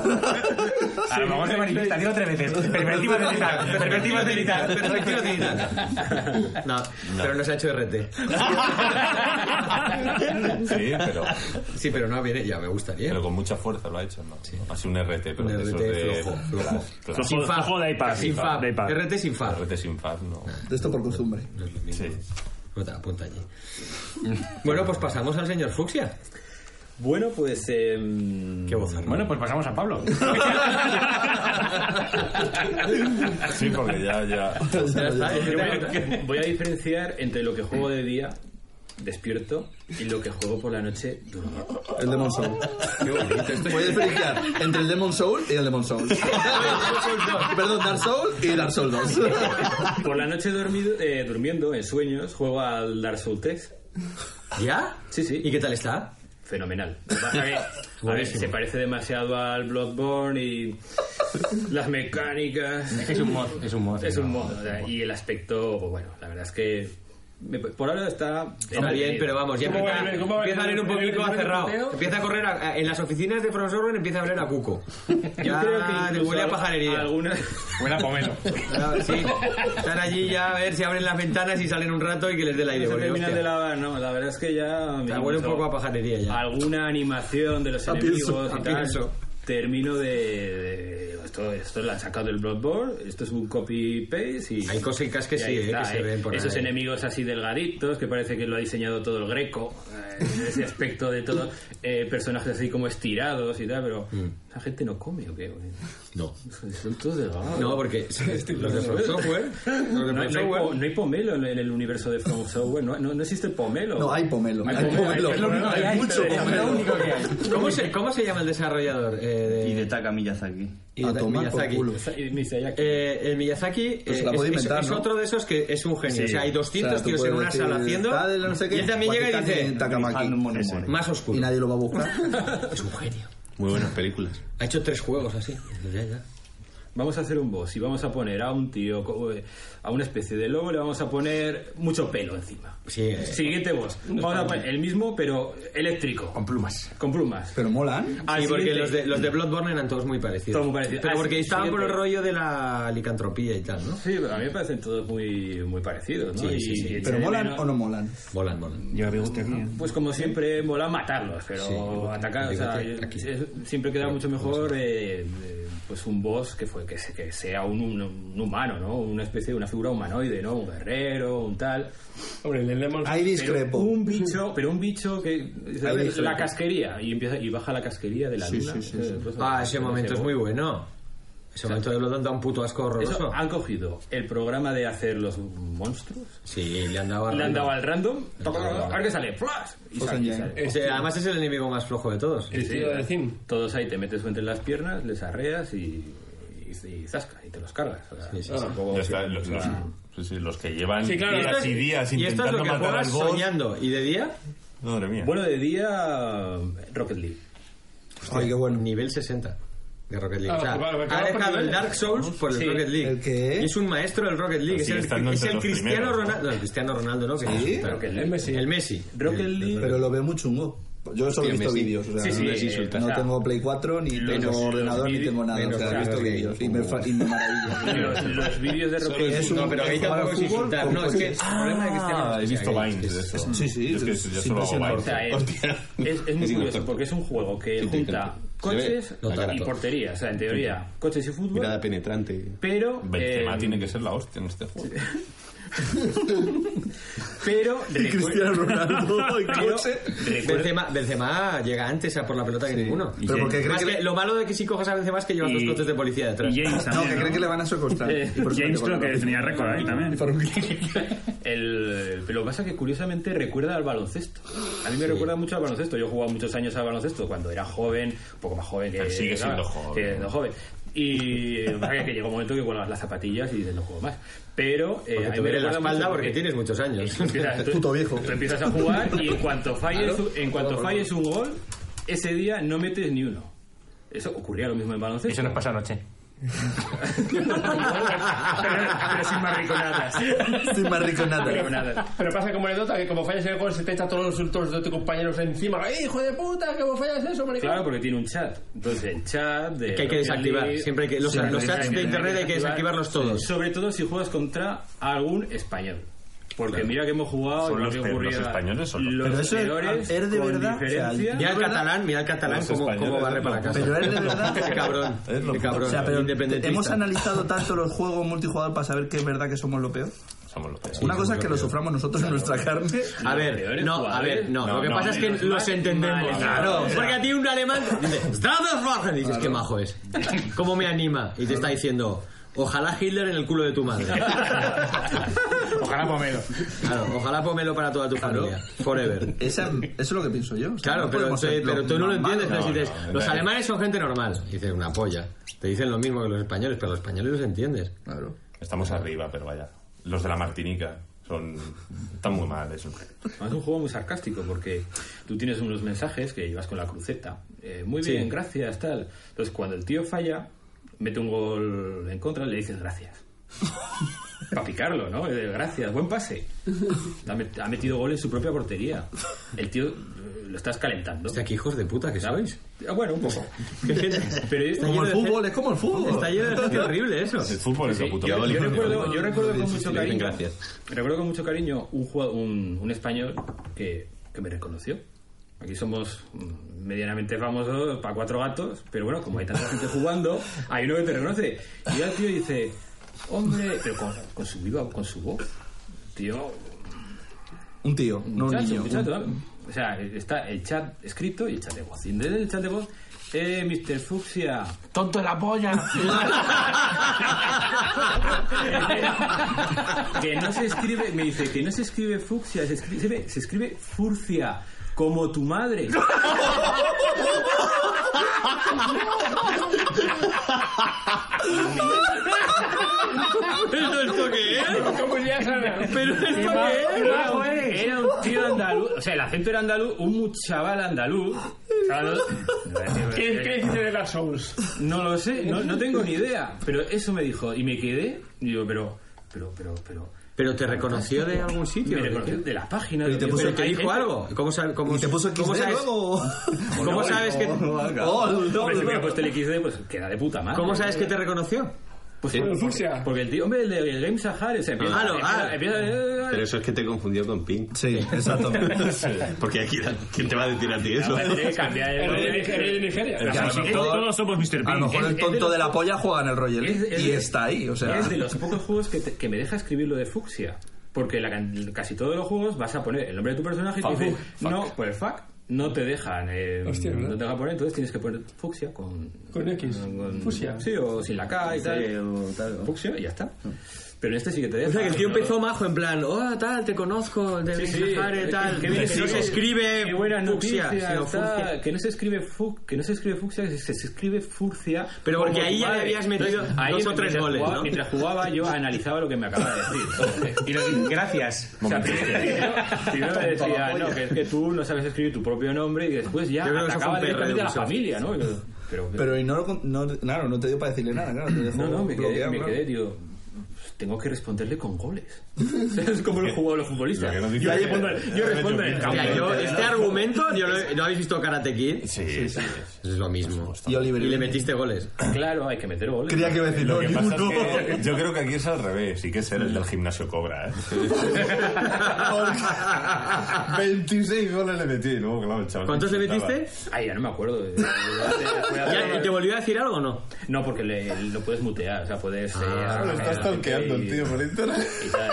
[SPEAKER 5] A lo mejor se manifiesta, digo tres veces. Perspectiva cenital, perspectiva cenital.
[SPEAKER 1] Perspectiva cenital. No, pero no se ha hecho RT.
[SPEAKER 6] Sí, pero,
[SPEAKER 1] Sí, pero no viene, ya me gustaría.
[SPEAKER 6] pero con mucha fuerza lo ha hecho. ¿no? Ha sido un RT, pero
[SPEAKER 1] Un
[SPEAKER 6] de esos
[SPEAKER 1] RT
[SPEAKER 6] de.
[SPEAKER 1] flojo, flojo.
[SPEAKER 6] Claro,
[SPEAKER 5] Flojo. Ojo de iPad.
[SPEAKER 1] Sin fab.
[SPEAKER 5] De iPad.
[SPEAKER 1] RT sin fab.
[SPEAKER 6] RT sin fab, no.
[SPEAKER 3] De esto por costumbre.
[SPEAKER 1] No es lo mismo.
[SPEAKER 6] Sí.
[SPEAKER 1] Apunta, apunta allí. Bueno, pues pasamos al señor Fuxia.
[SPEAKER 8] Bueno, pues. em,
[SPEAKER 1] Qué voz,
[SPEAKER 5] Bueno, pues pasamos a Pablo.
[SPEAKER 6] Sí, porque ya, ya.
[SPEAKER 1] Ya está, ya está.
[SPEAKER 8] Voy a diferenciar entre lo que juego de día, despierto, y lo que juego por la noche, durmiendo.
[SPEAKER 3] El Demon Soul. Puedes diferenciar entre el Demon Soul y el Demon Soul. Perdón, Dark Soul y Dark Soul 2.
[SPEAKER 8] Por la noche dormido, eh, durmiendo, en sueños, juego al Dark Souls 3.
[SPEAKER 1] ¿Ya?
[SPEAKER 8] Sí, sí.
[SPEAKER 1] ¿Y qué tal está?
[SPEAKER 8] Fenomenal. Lo que pasa que, a ver,
[SPEAKER 1] Buenísimo.
[SPEAKER 8] se parece demasiado al Bloodborne y las mecánicas.
[SPEAKER 5] Es un mod, es un mod.
[SPEAKER 8] Es un mod. o sea, y el aspecto, pues bueno, la verdad es que me- por ahora está
[SPEAKER 1] Está bien, pero vamos, ya
[SPEAKER 4] ¿Cómo
[SPEAKER 1] empieza,
[SPEAKER 4] va el- cómo va el-
[SPEAKER 1] empieza a oler un
[SPEAKER 4] el- el-
[SPEAKER 1] poquito
[SPEAKER 4] el-
[SPEAKER 1] a
[SPEAKER 4] el-
[SPEAKER 1] cerrado.
[SPEAKER 4] el-
[SPEAKER 1] Empieza a correr a- a- en las oficinas de Profesor Orwell empieza a oler a cuco. Ya
[SPEAKER 8] creo que
[SPEAKER 1] te
[SPEAKER 8] incluso
[SPEAKER 1] huele a
[SPEAKER 8] al-
[SPEAKER 1] pajarería.
[SPEAKER 8] alguna-
[SPEAKER 5] Buena pomelo.
[SPEAKER 1] Ya, sí. Están allí ya a ver si abren las ventanas y salen un rato y que les dé el aire.
[SPEAKER 8] Ese
[SPEAKER 1] porque,
[SPEAKER 8] terminal
[SPEAKER 1] hostia,
[SPEAKER 8] de lavar, no, la verdad es que ya me
[SPEAKER 1] ya huele un
[SPEAKER 8] encuentro
[SPEAKER 1] poco a pajarería ya.
[SPEAKER 8] alguna animación de los
[SPEAKER 3] A
[SPEAKER 8] enemigos
[SPEAKER 3] pienso,
[SPEAKER 8] y
[SPEAKER 1] a
[SPEAKER 8] tal.
[SPEAKER 1] pienso.
[SPEAKER 8] Termino de, de- eh, esto, esto lo han sacado del Bloodborne, esto es un copy paste y
[SPEAKER 1] Hay cositas que
[SPEAKER 8] y ahí
[SPEAKER 1] sí, eh,
[SPEAKER 8] está,
[SPEAKER 1] que se
[SPEAKER 8] eh.
[SPEAKER 1] ven por
[SPEAKER 8] Esos
[SPEAKER 1] ahí.
[SPEAKER 8] enemigos así delgaditos, que parece que lo ha diseñado todo el greco, eh, ese aspecto de todo, eh, personajes así como estirados y tal, pero
[SPEAKER 1] Mm.
[SPEAKER 8] la gente no come o qué, güey?
[SPEAKER 7] No.
[SPEAKER 8] Son todos delgados.
[SPEAKER 1] No, porque los de From Software, los de
[SPEAKER 8] No,
[SPEAKER 1] From
[SPEAKER 8] no hay,
[SPEAKER 1] Software
[SPEAKER 8] po- no hay pomelo en en el universo de From Software, no, no, no existe pomelo.
[SPEAKER 3] No, hay pomelo. Hay
[SPEAKER 8] hay pomelo,
[SPEAKER 3] pomelo.
[SPEAKER 8] hay
[SPEAKER 3] Hay mucho
[SPEAKER 8] pomelo.
[SPEAKER 3] pomelo.
[SPEAKER 1] ¿Cómo se, ¿Cómo se llama el desarrollador?
[SPEAKER 2] Y
[SPEAKER 1] Eh,
[SPEAKER 2] de Taka Miyazaki.
[SPEAKER 1] de,
[SPEAKER 3] A tomar por
[SPEAKER 1] Miyazaki.
[SPEAKER 3] culo.
[SPEAKER 8] Y me dice, "Ya que-".
[SPEAKER 1] Eh, el Miyazaki
[SPEAKER 3] Pues
[SPEAKER 1] eh,
[SPEAKER 3] la
[SPEAKER 1] es,
[SPEAKER 3] puede
[SPEAKER 1] es-
[SPEAKER 3] inventar,
[SPEAKER 1] es
[SPEAKER 3] ¿no?
[SPEAKER 1] otro de esos que es un genio.
[SPEAKER 2] Sí.
[SPEAKER 1] O sea, hay
[SPEAKER 3] O
[SPEAKER 1] 200
[SPEAKER 3] sea, tú
[SPEAKER 1] tíos en
[SPEAKER 3] puedes
[SPEAKER 1] una
[SPEAKER 3] decir,
[SPEAKER 1] sala haciendo.
[SPEAKER 3] "Dale, no sé qué,
[SPEAKER 1] y él también llega y
[SPEAKER 3] Watatani
[SPEAKER 1] dice:
[SPEAKER 3] Takamaki".
[SPEAKER 2] Fan Mono Mono.
[SPEAKER 1] Más oscuro.
[SPEAKER 3] Y nadie lo va a buscar.
[SPEAKER 1] Es un genio.
[SPEAKER 9] Muy buenas películas.
[SPEAKER 1] Ha hecho tres juegos así. Ya, ya.
[SPEAKER 8] Vamos a hacer un boss y vamos a poner a un tío, co- eh, a una especie de lobo, le vamos a poner mucho pelo encima.
[SPEAKER 1] Sí, eh.
[SPEAKER 8] Siguiente boss. Vamos a poner el mismo, pero eléctrico. Con plumas. Con plumas.
[SPEAKER 3] Pero molan.
[SPEAKER 8] Al
[SPEAKER 1] Sí, porque
[SPEAKER 8] siguiente.
[SPEAKER 1] los de, los de Bloodborne eran todos muy parecidos.
[SPEAKER 8] Todos muy parecidos.
[SPEAKER 1] Pero
[SPEAKER 8] Ah,
[SPEAKER 1] porque
[SPEAKER 8] sí,
[SPEAKER 1] estaban por el
[SPEAKER 8] siguiente.
[SPEAKER 1] rollo de la licantropía y tal, ¿no?
[SPEAKER 8] Sí, pero a mí me parecen todos muy, muy parecidos, ¿no?
[SPEAKER 1] Sí, sí, sí.
[SPEAKER 8] echaré
[SPEAKER 3] Pero molan
[SPEAKER 8] menos-
[SPEAKER 3] o no molan.
[SPEAKER 1] Volan, volan.
[SPEAKER 5] Yo veo usted,
[SPEAKER 8] Pues como siempre, mola matarlos, pero atacar, o sea,
[SPEAKER 1] bigote, aquí.
[SPEAKER 8] es- siempre queda mucho mejor eh, eh, pues un boss que fue que, se- que sea un, un- un humano, ¿no? Una especie de una figura humanoide, ¿no? Un guerrero, un tal.
[SPEAKER 4] Hombre, el Lemon
[SPEAKER 3] Ahí
[SPEAKER 8] Pero
[SPEAKER 3] discrepo.
[SPEAKER 8] un bicho, pero un bicho que
[SPEAKER 3] Ahí
[SPEAKER 8] la,
[SPEAKER 3] dice.
[SPEAKER 8] casquería y empieza y baja la casquería de la luna. Eh, pues,
[SPEAKER 1] Ah, ese momento es muy bueno. Ese momento de Bloodborne da un puto asco
[SPEAKER 8] Eso,
[SPEAKER 1] horroroso.
[SPEAKER 8] han cogido el programa de hacer los monstruos,
[SPEAKER 1] Sí, le han dado a
[SPEAKER 8] le han dado al random,
[SPEAKER 1] dado al random.
[SPEAKER 8] a ver qué sale, ¡flash! y
[SPEAKER 3] Pues
[SPEAKER 8] sale, y
[SPEAKER 3] ya.
[SPEAKER 8] sale.
[SPEAKER 1] O sea, además es el enemigo más flojo de todos.
[SPEAKER 4] El
[SPEAKER 6] eh.
[SPEAKER 4] tío de Zim.
[SPEAKER 8] Todos ahí te metes entre las piernas, les arreas y, y, y zasca, y te los cargas. O sea, Ah.
[SPEAKER 1] Sí, sí, sí.
[SPEAKER 8] tampoco-
[SPEAKER 9] Ya está, los, los- sí, sí, los que llevan
[SPEAKER 4] Sí, claro.
[SPEAKER 9] días y días
[SPEAKER 1] Y esto es
[SPEAKER 9] intentando
[SPEAKER 1] lo que
[SPEAKER 9] matar al
[SPEAKER 1] juegas
[SPEAKER 9] boss.
[SPEAKER 1] soñando. ¿Y de día?
[SPEAKER 9] Madre mía.
[SPEAKER 8] Bueno, de día, Rocket League.
[SPEAKER 3] Ay, qué bueno.
[SPEAKER 1] Nivel 60 de Rocket League.
[SPEAKER 4] Ah,
[SPEAKER 1] o sea,
[SPEAKER 4] vale, vale,
[SPEAKER 1] ha
[SPEAKER 4] claro,
[SPEAKER 1] dejado
[SPEAKER 4] porque-
[SPEAKER 1] el Dark Souls por el
[SPEAKER 8] Sí.
[SPEAKER 1] Rocket League.
[SPEAKER 3] ¿El qué?
[SPEAKER 1] Y es un maestro del Rocket League.
[SPEAKER 9] Pero
[SPEAKER 1] Es
[SPEAKER 9] sigue
[SPEAKER 1] el,
[SPEAKER 9] estando
[SPEAKER 1] es
[SPEAKER 9] entre
[SPEAKER 1] el
[SPEAKER 9] los
[SPEAKER 1] Cristiano
[SPEAKER 9] primeros, ¿no?
[SPEAKER 1] Ronaldo. No, el Cristiano Ronaldo, ¿no? Que
[SPEAKER 3] ¿Sí?
[SPEAKER 1] es- claro.
[SPEAKER 8] Rocket
[SPEAKER 1] El
[SPEAKER 8] League.
[SPEAKER 1] Messi. El Messi.
[SPEAKER 8] Rocket League.
[SPEAKER 3] Pero lo veo muy chungo. Yo solo he visto
[SPEAKER 9] Messi.
[SPEAKER 3] vídeos. O sea,
[SPEAKER 8] Sí, sí,
[SPEAKER 3] no-
[SPEAKER 8] sí, sí,
[SPEAKER 3] no
[SPEAKER 8] o sea,
[SPEAKER 3] tengo Play 4, ni
[SPEAKER 8] los-
[SPEAKER 3] tengo
[SPEAKER 8] los
[SPEAKER 3] ordenador, ni
[SPEAKER 8] vídeos-
[SPEAKER 3] tengo nada. O sea, he
[SPEAKER 1] menos,
[SPEAKER 3] visto
[SPEAKER 1] claro,
[SPEAKER 3] vídeos y me, fa- y me maravilla.
[SPEAKER 8] Los, los vídeos de Rocket League.
[SPEAKER 3] Es un-
[SPEAKER 1] No, pero ahí
[SPEAKER 3] es jugar
[SPEAKER 1] tampoco es
[SPEAKER 3] al fútbol
[SPEAKER 1] insultar.
[SPEAKER 3] con
[SPEAKER 1] No, es que el
[SPEAKER 3] coches.
[SPEAKER 1] problema de Cristiano
[SPEAKER 9] Ah,
[SPEAKER 1] Ronaldo
[SPEAKER 9] he
[SPEAKER 1] es
[SPEAKER 9] visto
[SPEAKER 1] que-
[SPEAKER 9] Vines de eso.
[SPEAKER 3] Sí, sí,
[SPEAKER 9] Yo es que
[SPEAKER 3] es
[SPEAKER 9] yo solo hago
[SPEAKER 3] impresionante.
[SPEAKER 9] Vines.
[SPEAKER 8] O sea, es,
[SPEAKER 9] Hostia.
[SPEAKER 8] es- es muy curioso
[SPEAKER 9] inocente.
[SPEAKER 8] porque es un juego que junta
[SPEAKER 9] inteligente.
[SPEAKER 8] coches
[SPEAKER 9] Se ve la cara.
[SPEAKER 8] y portería, o sea, en teoría, coches y fútbol,
[SPEAKER 9] Mirada
[SPEAKER 8] Eh,
[SPEAKER 9] penetrante.
[SPEAKER 8] pero,
[SPEAKER 9] Benzema
[SPEAKER 8] eh,
[SPEAKER 9] tiene que ser la hostia en este juego.
[SPEAKER 8] pero
[SPEAKER 3] Cristiano
[SPEAKER 8] recuer-
[SPEAKER 3] Ronaldo y
[SPEAKER 8] pero
[SPEAKER 3] coche.
[SPEAKER 8] recuer-
[SPEAKER 1] Benzema, Benzema llega antes a por la pelota que ninguno.
[SPEAKER 3] Pero porque cree
[SPEAKER 1] Más
[SPEAKER 3] que,
[SPEAKER 1] que,
[SPEAKER 3] le-
[SPEAKER 1] lo malo de que si cojas a Benzema es que llevas
[SPEAKER 5] Y-
[SPEAKER 1] dos coches de policía detrás.
[SPEAKER 5] Y James
[SPEAKER 3] no,
[SPEAKER 5] también.
[SPEAKER 3] que
[SPEAKER 5] ¿no?
[SPEAKER 3] cree que le van a secuestrar.
[SPEAKER 8] Eh,
[SPEAKER 3] Y por eso
[SPEAKER 5] James
[SPEAKER 3] te
[SPEAKER 5] creo
[SPEAKER 3] cobran.
[SPEAKER 5] que tenía récord ahí también.
[SPEAKER 8] el, pero lo que pasa es que curiosamente recuerda al baloncesto. A mí me recuerda mucho al baloncesto. Yo jugaba muchos años al baloncesto cuando era joven, un poco más joven que.
[SPEAKER 9] Pero sigue siendo
[SPEAKER 8] claro,
[SPEAKER 9] joven.
[SPEAKER 8] sigue siendo joven. Y lo que pasa es que llega un momento que cuelgas las zapatillas y dices no juego más. Pero eh,
[SPEAKER 1] Porque
[SPEAKER 8] a
[SPEAKER 1] te
[SPEAKER 8] mí me
[SPEAKER 1] duele la
[SPEAKER 8] recuerda
[SPEAKER 1] espalda
[SPEAKER 8] mucho
[SPEAKER 1] porque tienes muchos años.
[SPEAKER 8] Tú empiezas- tú-
[SPEAKER 3] Puto viejo.
[SPEAKER 8] Tú empiezas a jugar y en cuanto falles, en cuanto falles un gol, ese día no metes ni uno. Eso ocurría lo mismo en baloncesto.
[SPEAKER 5] Eso nos pasa anoche.
[SPEAKER 8] pero, pero sin marriconadas.
[SPEAKER 3] Sin marriconadas.
[SPEAKER 8] Marriconadas.
[SPEAKER 4] Pero pasa como anécdota que como fallas el gol se te echa todos los insultos de tus compañeros encima. ¡Eh, hijo de puta! ¿Cómo fallas eso, maricón?
[SPEAKER 8] Claro, porque tiene un chat. Entonces, el chat de
[SPEAKER 1] Que hay que
[SPEAKER 8] Rocket
[SPEAKER 1] desactivar.
[SPEAKER 8] League-
[SPEAKER 1] Siempre hay que- los- los chats
[SPEAKER 8] hay que-
[SPEAKER 1] de internet hay que desactivarlos todos.
[SPEAKER 8] Sobre todo si juegas contra algún español. Porque mira que hemos jugado
[SPEAKER 9] Son
[SPEAKER 8] y lo
[SPEAKER 9] los
[SPEAKER 8] que
[SPEAKER 9] pe-
[SPEAKER 8] ocurría.
[SPEAKER 9] los españoles son los
[SPEAKER 8] Los
[SPEAKER 3] Pero eso es-
[SPEAKER 8] peores,
[SPEAKER 3] es de
[SPEAKER 8] con
[SPEAKER 3] verdad, o sea,
[SPEAKER 8] diferencia.
[SPEAKER 1] Mira el catalán, mira el catalán
[SPEAKER 9] Los
[SPEAKER 1] cómo, cómo
[SPEAKER 9] españoles,
[SPEAKER 1] barre para
[SPEAKER 9] ¿no?
[SPEAKER 1] casa.
[SPEAKER 3] Pero es de verdad.
[SPEAKER 1] Qué cabrón.
[SPEAKER 9] Es lo
[SPEAKER 1] Qué cabrón.
[SPEAKER 3] O sea, pero
[SPEAKER 1] Independentista.
[SPEAKER 3] hemos analizado tanto los juegos multijugador para saber que es verdad que somos lo peor.
[SPEAKER 9] Somos los peores.
[SPEAKER 3] Una cosa es que lo suframos nosotros en nuestra carne.
[SPEAKER 1] A ver,
[SPEAKER 8] peores
[SPEAKER 1] no, a
[SPEAKER 8] jugadores.
[SPEAKER 1] ver, no.
[SPEAKER 9] No,
[SPEAKER 1] lo que
[SPEAKER 9] no,
[SPEAKER 1] pasa es que
[SPEAKER 8] menos
[SPEAKER 1] los
[SPEAKER 8] mal-
[SPEAKER 1] entendemos.
[SPEAKER 8] mal,
[SPEAKER 1] Claro.
[SPEAKER 8] claro.
[SPEAKER 1] Porque a ti un alemán dice, "Strafwagen", y dices, qué majo es. ¿Cómo me anima? Y te está diciendo, ojalá Hitler en el culo de tu madre.
[SPEAKER 5] Ojalá pomelo.
[SPEAKER 1] Claro, ojalá pomelo para toda tu familia. Forever.
[SPEAKER 3] Esa- eso es lo que pienso yo. O sea,
[SPEAKER 1] Claro,
[SPEAKER 3] no
[SPEAKER 1] pero,
[SPEAKER 3] podemos
[SPEAKER 1] tú-
[SPEAKER 3] ser
[SPEAKER 1] pero tú no lo
[SPEAKER 3] más
[SPEAKER 1] entiendes.
[SPEAKER 3] malos.
[SPEAKER 1] entonces dices,
[SPEAKER 9] no, no,
[SPEAKER 1] los
[SPEAKER 9] no.
[SPEAKER 1] alemanes son gente normal. Dices, una polla. Te dicen lo mismo que los españoles, pero los españoles los entiendes.
[SPEAKER 3] Claro.
[SPEAKER 9] Estamos arriba, pero vaya. Los de la Martinica son están muy mal eso.
[SPEAKER 8] Además, Es un juego muy sarcástico porque tú tienes unos mensajes que llevas con la cruceta. Eh, muy
[SPEAKER 1] Sí.
[SPEAKER 8] bien, gracias, tal. Entonces, cuando el tío falla, mete un gol en contra, le dices gracias. para picarlo, ¿no? Eh, Gracias, buen pase. Ha met- ha metido gol en su propia portería. El tío eh, lo estás calentando.
[SPEAKER 1] Hostia, qué hijos de puta que sois.
[SPEAKER 8] Ah, Bueno, un poco. Pero está
[SPEAKER 3] Como
[SPEAKER 8] lleno
[SPEAKER 3] el
[SPEAKER 8] de
[SPEAKER 3] fútbol, es como el fútbol.
[SPEAKER 1] Está lleno de gente horrible eso.
[SPEAKER 9] El fútbol es la puta
[SPEAKER 8] yo,
[SPEAKER 9] mierda.
[SPEAKER 8] yo recuerdo, yo recuerdo
[SPEAKER 3] Sí,
[SPEAKER 8] con
[SPEAKER 3] sí,
[SPEAKER 8] mucho
[SPEAKER 3] sí, le dicen
[SPEAKER 8] cariño.
[SPEAKER 3] gracias.
[SPEAKER 8] Recuerdo con mucho cariño un, jugado- un, un español que, que me reconoció. Aquí somos mm, medianamente famosos para cuatro gatos, pero bueno, como hay tanta gente jugando, hay uno que te reconoce. Y el tío dice, hombre, pero con, con su viva, con su voz. Tío,
[SPEAKER 3] Un tío, no un
[SPEAKER 8] muchacho,
[SPEAKER 3] niño.
[SPEAKER 8] muchacho, ¿vale? O sea, está el chat escrito y el chat de voz. Y desde el chat de voz, eh, Mr. Fuxia.
[SPEAKER 4] ¡Tonto de la polla!
[SPEAKER 8] que no se escribe, me dice que no se escribe fucsia, se escribe, se escribe furcia, como tu madre.
[SPEAKER 1] ¿Pero esto qué es?
[SPEAKER 8] Pero esto
[SPEAKER 4] ma-
[SPEAKER 8] qué
[SPEAKER 4] qué
[SPEAKER 8] era,
[SPEAKER 4] majo
[SPEAKER 8] un-
[SPEAKER 4] eres.
[SPEAKER 8] era un tío andaluz, o sea, el acento era andaluz, un mu- chaval andaluz. Chaval-
[SPEAKER 4] ¿Qué, ¿Qué dice de las Souls?
[SPEAKER 8] No lo sé, no, no tengo ni idea, pero eso me dijo y me quedé, y digo, pero pero pero pero
[SPEAKER 1] ¿Pero te reconoció de algún sitio?
[SPEAKER 8] me
[SPEAKER 1] ¿De
[SPEAKER 8] reconoció
[SPEAKER 1] qué?
[SPEAKER 8] de las páginas.
[SPEAKER 3] Pero y te
[SPEAKER 8] de-
[SPEAKER 3] puso
[SPEAKER 1] ¿Pero
[SPEAKER 3] el
[SPEAKER 8] pero
[SPEAKER 1] te
[SPEAKER 8] hay
[SPEAKER 1] dijo
[SPEAKER 8] gente-
[SPEAKER 1] algo? ¿Cómo, sab- cómo-
[SPEAKER 3] ¿Y te puso
[SPEAKER 1] cómo
[SPEAKER 3] XD
[SPEAKER 1] sabes,
[SPEAKER 3] luego?
[SPEAKER 1] ¿Cómo sabes que
[SPEAKER 3] ¡Gol!
[SPEAKER 8] Hombre, si
[SPEAKER 3] doble.
[SPEAKER 8] hubiera puesto el XD, pues queda de puta madre.
[SPEAKER 1] cómo sabes que te reconoció?
[SPEAKER 8] Pues
[SPEAKER 4] Bueno,
[SPEAKER 8] porque-
[SPEAKER 4] Fuxia.
[SPEAKER 8] Porque el tío, hombre, el, de- el Game Sahara, o sea, empieza,
[SPEAKER 1] Claro,
[SPEAKER 8] empieza-
[SPEAKER 1] ah.
[SPEAKER 8] empieza-
[SPEAKER 5] Pero eso es que te confundió con Pink.
[SPEAKER 3] Sí, exacto.
[SPEAKER 5] Porque aquí, ¿quién te va a decir a ti eso?
[SPEAKER 8] Ahora tiene que cambiar el-
[SPEAKER 4] de Nigeria.
[SPEAKER 9] Pero
[SPEAKER 3] a
[SPEAKER 9] si
[SPEAKER 3] lo
[SPEAKER 9] to-
[SPEAKER 3] mejor-
[SPEAKER 9] todos somos Mr.
[SPEAKER 3] A lo
[SPEAKER 9] Pink.
[SPEAKER 3] mejor el tonto de la polla juega en el Royal
[SPEAKER 8] Es-
[SPEAKER 3] League
[SPEAKER 8] es-
[SPEAKER 3] y está ahí, o sea.
[SPEAKER 8] Es de los pocos juegos que, te- que me deja escribir lo de fucsia. Porque la can- casi todos los juegos vas a poner el nombre de tu personaje y te
[SPEAKER 4] Fuck,
[SPEAKER 8] dicen,
[SPEAKER 4] fuck.
[SPEAKER 8] no, pues fuck, no te dejan, eh,
[SPEAKER 4] Hostia, ¿verdad?
[SPEAKER 8] no te dejan poner, entonces tienes que poner fucsia con...
[SPEAKER 4] Con X.
[SPEAKER 8] con-
[SPEAKER 4] Fucsia.
[SPEAKER 8] Sí, o sin la K y tal. Fucsia y ya está. Pero en este sí que te deja.
[SPEAKER 1] O sea, que el tío empezó majo en plan, oh, tal, te conozco, de
[SPEAKER 8] Sí,
[SPEAKER 1] sí,
[SPEAKER 8] sí, eh,
[SPEAKER 1] tal.
[SPEAKER 8] qué bien
[SPEAKER 1] no
[SPEAKER 8] escribe.
[SPEAKER 1] se escribe
[SPEAKER 8] Qué buena
[SPEAKER 1] fucsia,
[SPEAKER 8] noticia,
[SPEAKER 1] sino
[SPEAKER 8] está-
[SPEAKER 1] furcia.
[SPEAKER 8] que no se escribe fu- que no se escribe fucsia, que se, se escribe furcia.
[SPEAKER 1] Pero porque
[SPEAKER 8] como
[SPEAKER 1] ahí
[SPEAKER 8] tu
[SPEAKER 1] ya le
[SPEAKER 8] madre.
[SPEAKER 1] habías metido
[SPEAKER 8] ahí
[SPEAKER 1] dos o
[SPEAKER 8] mientras
[SPEAKER 1] tres goles,
[SPEAKER 8] jugaba-
[SPEAKER 1] ¿no?
[SPEAKER 8] Mientras jugaba yo analizaba lo que me acababa de decir.
[SPEAKER 5] Y lo- gracias.
[SPEAKER 8] O sea, primero, primero me decía, no, que es que tú no sabes escribir tu propio nombre y después ya
[SPEAKER 1] Yo creo que eso fue
[SPEAKER 8] atacaba
[SPEAKER 1] un perreo
[SPEAKER 8] directamente a la
[SPEAKER 1] Ubisoft.
[SPEAKER 8] familia, ¿no? Y yo, Pero,
[SPEAKER 3] Pero y no, lo con- no, claro, no te dio para decirle nada, claro. Te dejó
[SPEAKER 8] no, no, me quedé,
[SPEAKER 3] bloqueado,
[SPEAKER 8] me
[SPEAKER 3] claro.
[SPEAKER 8] quedé, digo, tengo que responderle con goles. O sea, es como los jugadores, los futbolistas.
[SPEAKER 9] Lo que nos dice
[SPEAKER 8] Yo, ahí
[SPEAKER 9] es-
[SPEAKER 8] respondo, yo respondo en el campo.
[SPEAKER 1] Mira, yo, este argumento, yo lo, he- ¿no habéis visto Karate Kid?
[SPEAKER 9] Sí, sí.
[SPEAKER 1] Es lo mismo.
[SPEAKER 3] Y Oliver.
[SPEAKER 1] Y le metiste goles.
[SPEAKER 8] Claro, hay que meter goles.
[SPEAKER 3] Creía que iba a decir,
[SPEAKER 9] Lo
[SPEAKER 3] no,
[SPEAKER 9] que
[SPEAKER 3] ni
[SPEAKER 9] pasa es
[SPEAKER 3] uno.
[SPEAKER 9] que yo creo que aquí es al revés y que es el del gimnasio cobra, ¿eh? 26 goles le metí, ¿no? Claro, el chaval
[SPEAKER 1] ¿Cuántos le
[SPEAKER 9] disfrutaba.
[SPEAKER 1] metiste?
[SPEAKER 8] Ay, ya no me acuerdo. Eh, fue hace-
[SPEAKER 1] Ya, ¿Y te volvió a decir algo o no?
[SPEAKER 8] No, porque le- lo puedes mutear, o sea, puedes... eh,
[SPEAKER 9] Ah, lo estás stalkeando el tío por internet.
[SPEAKER 8] y tal.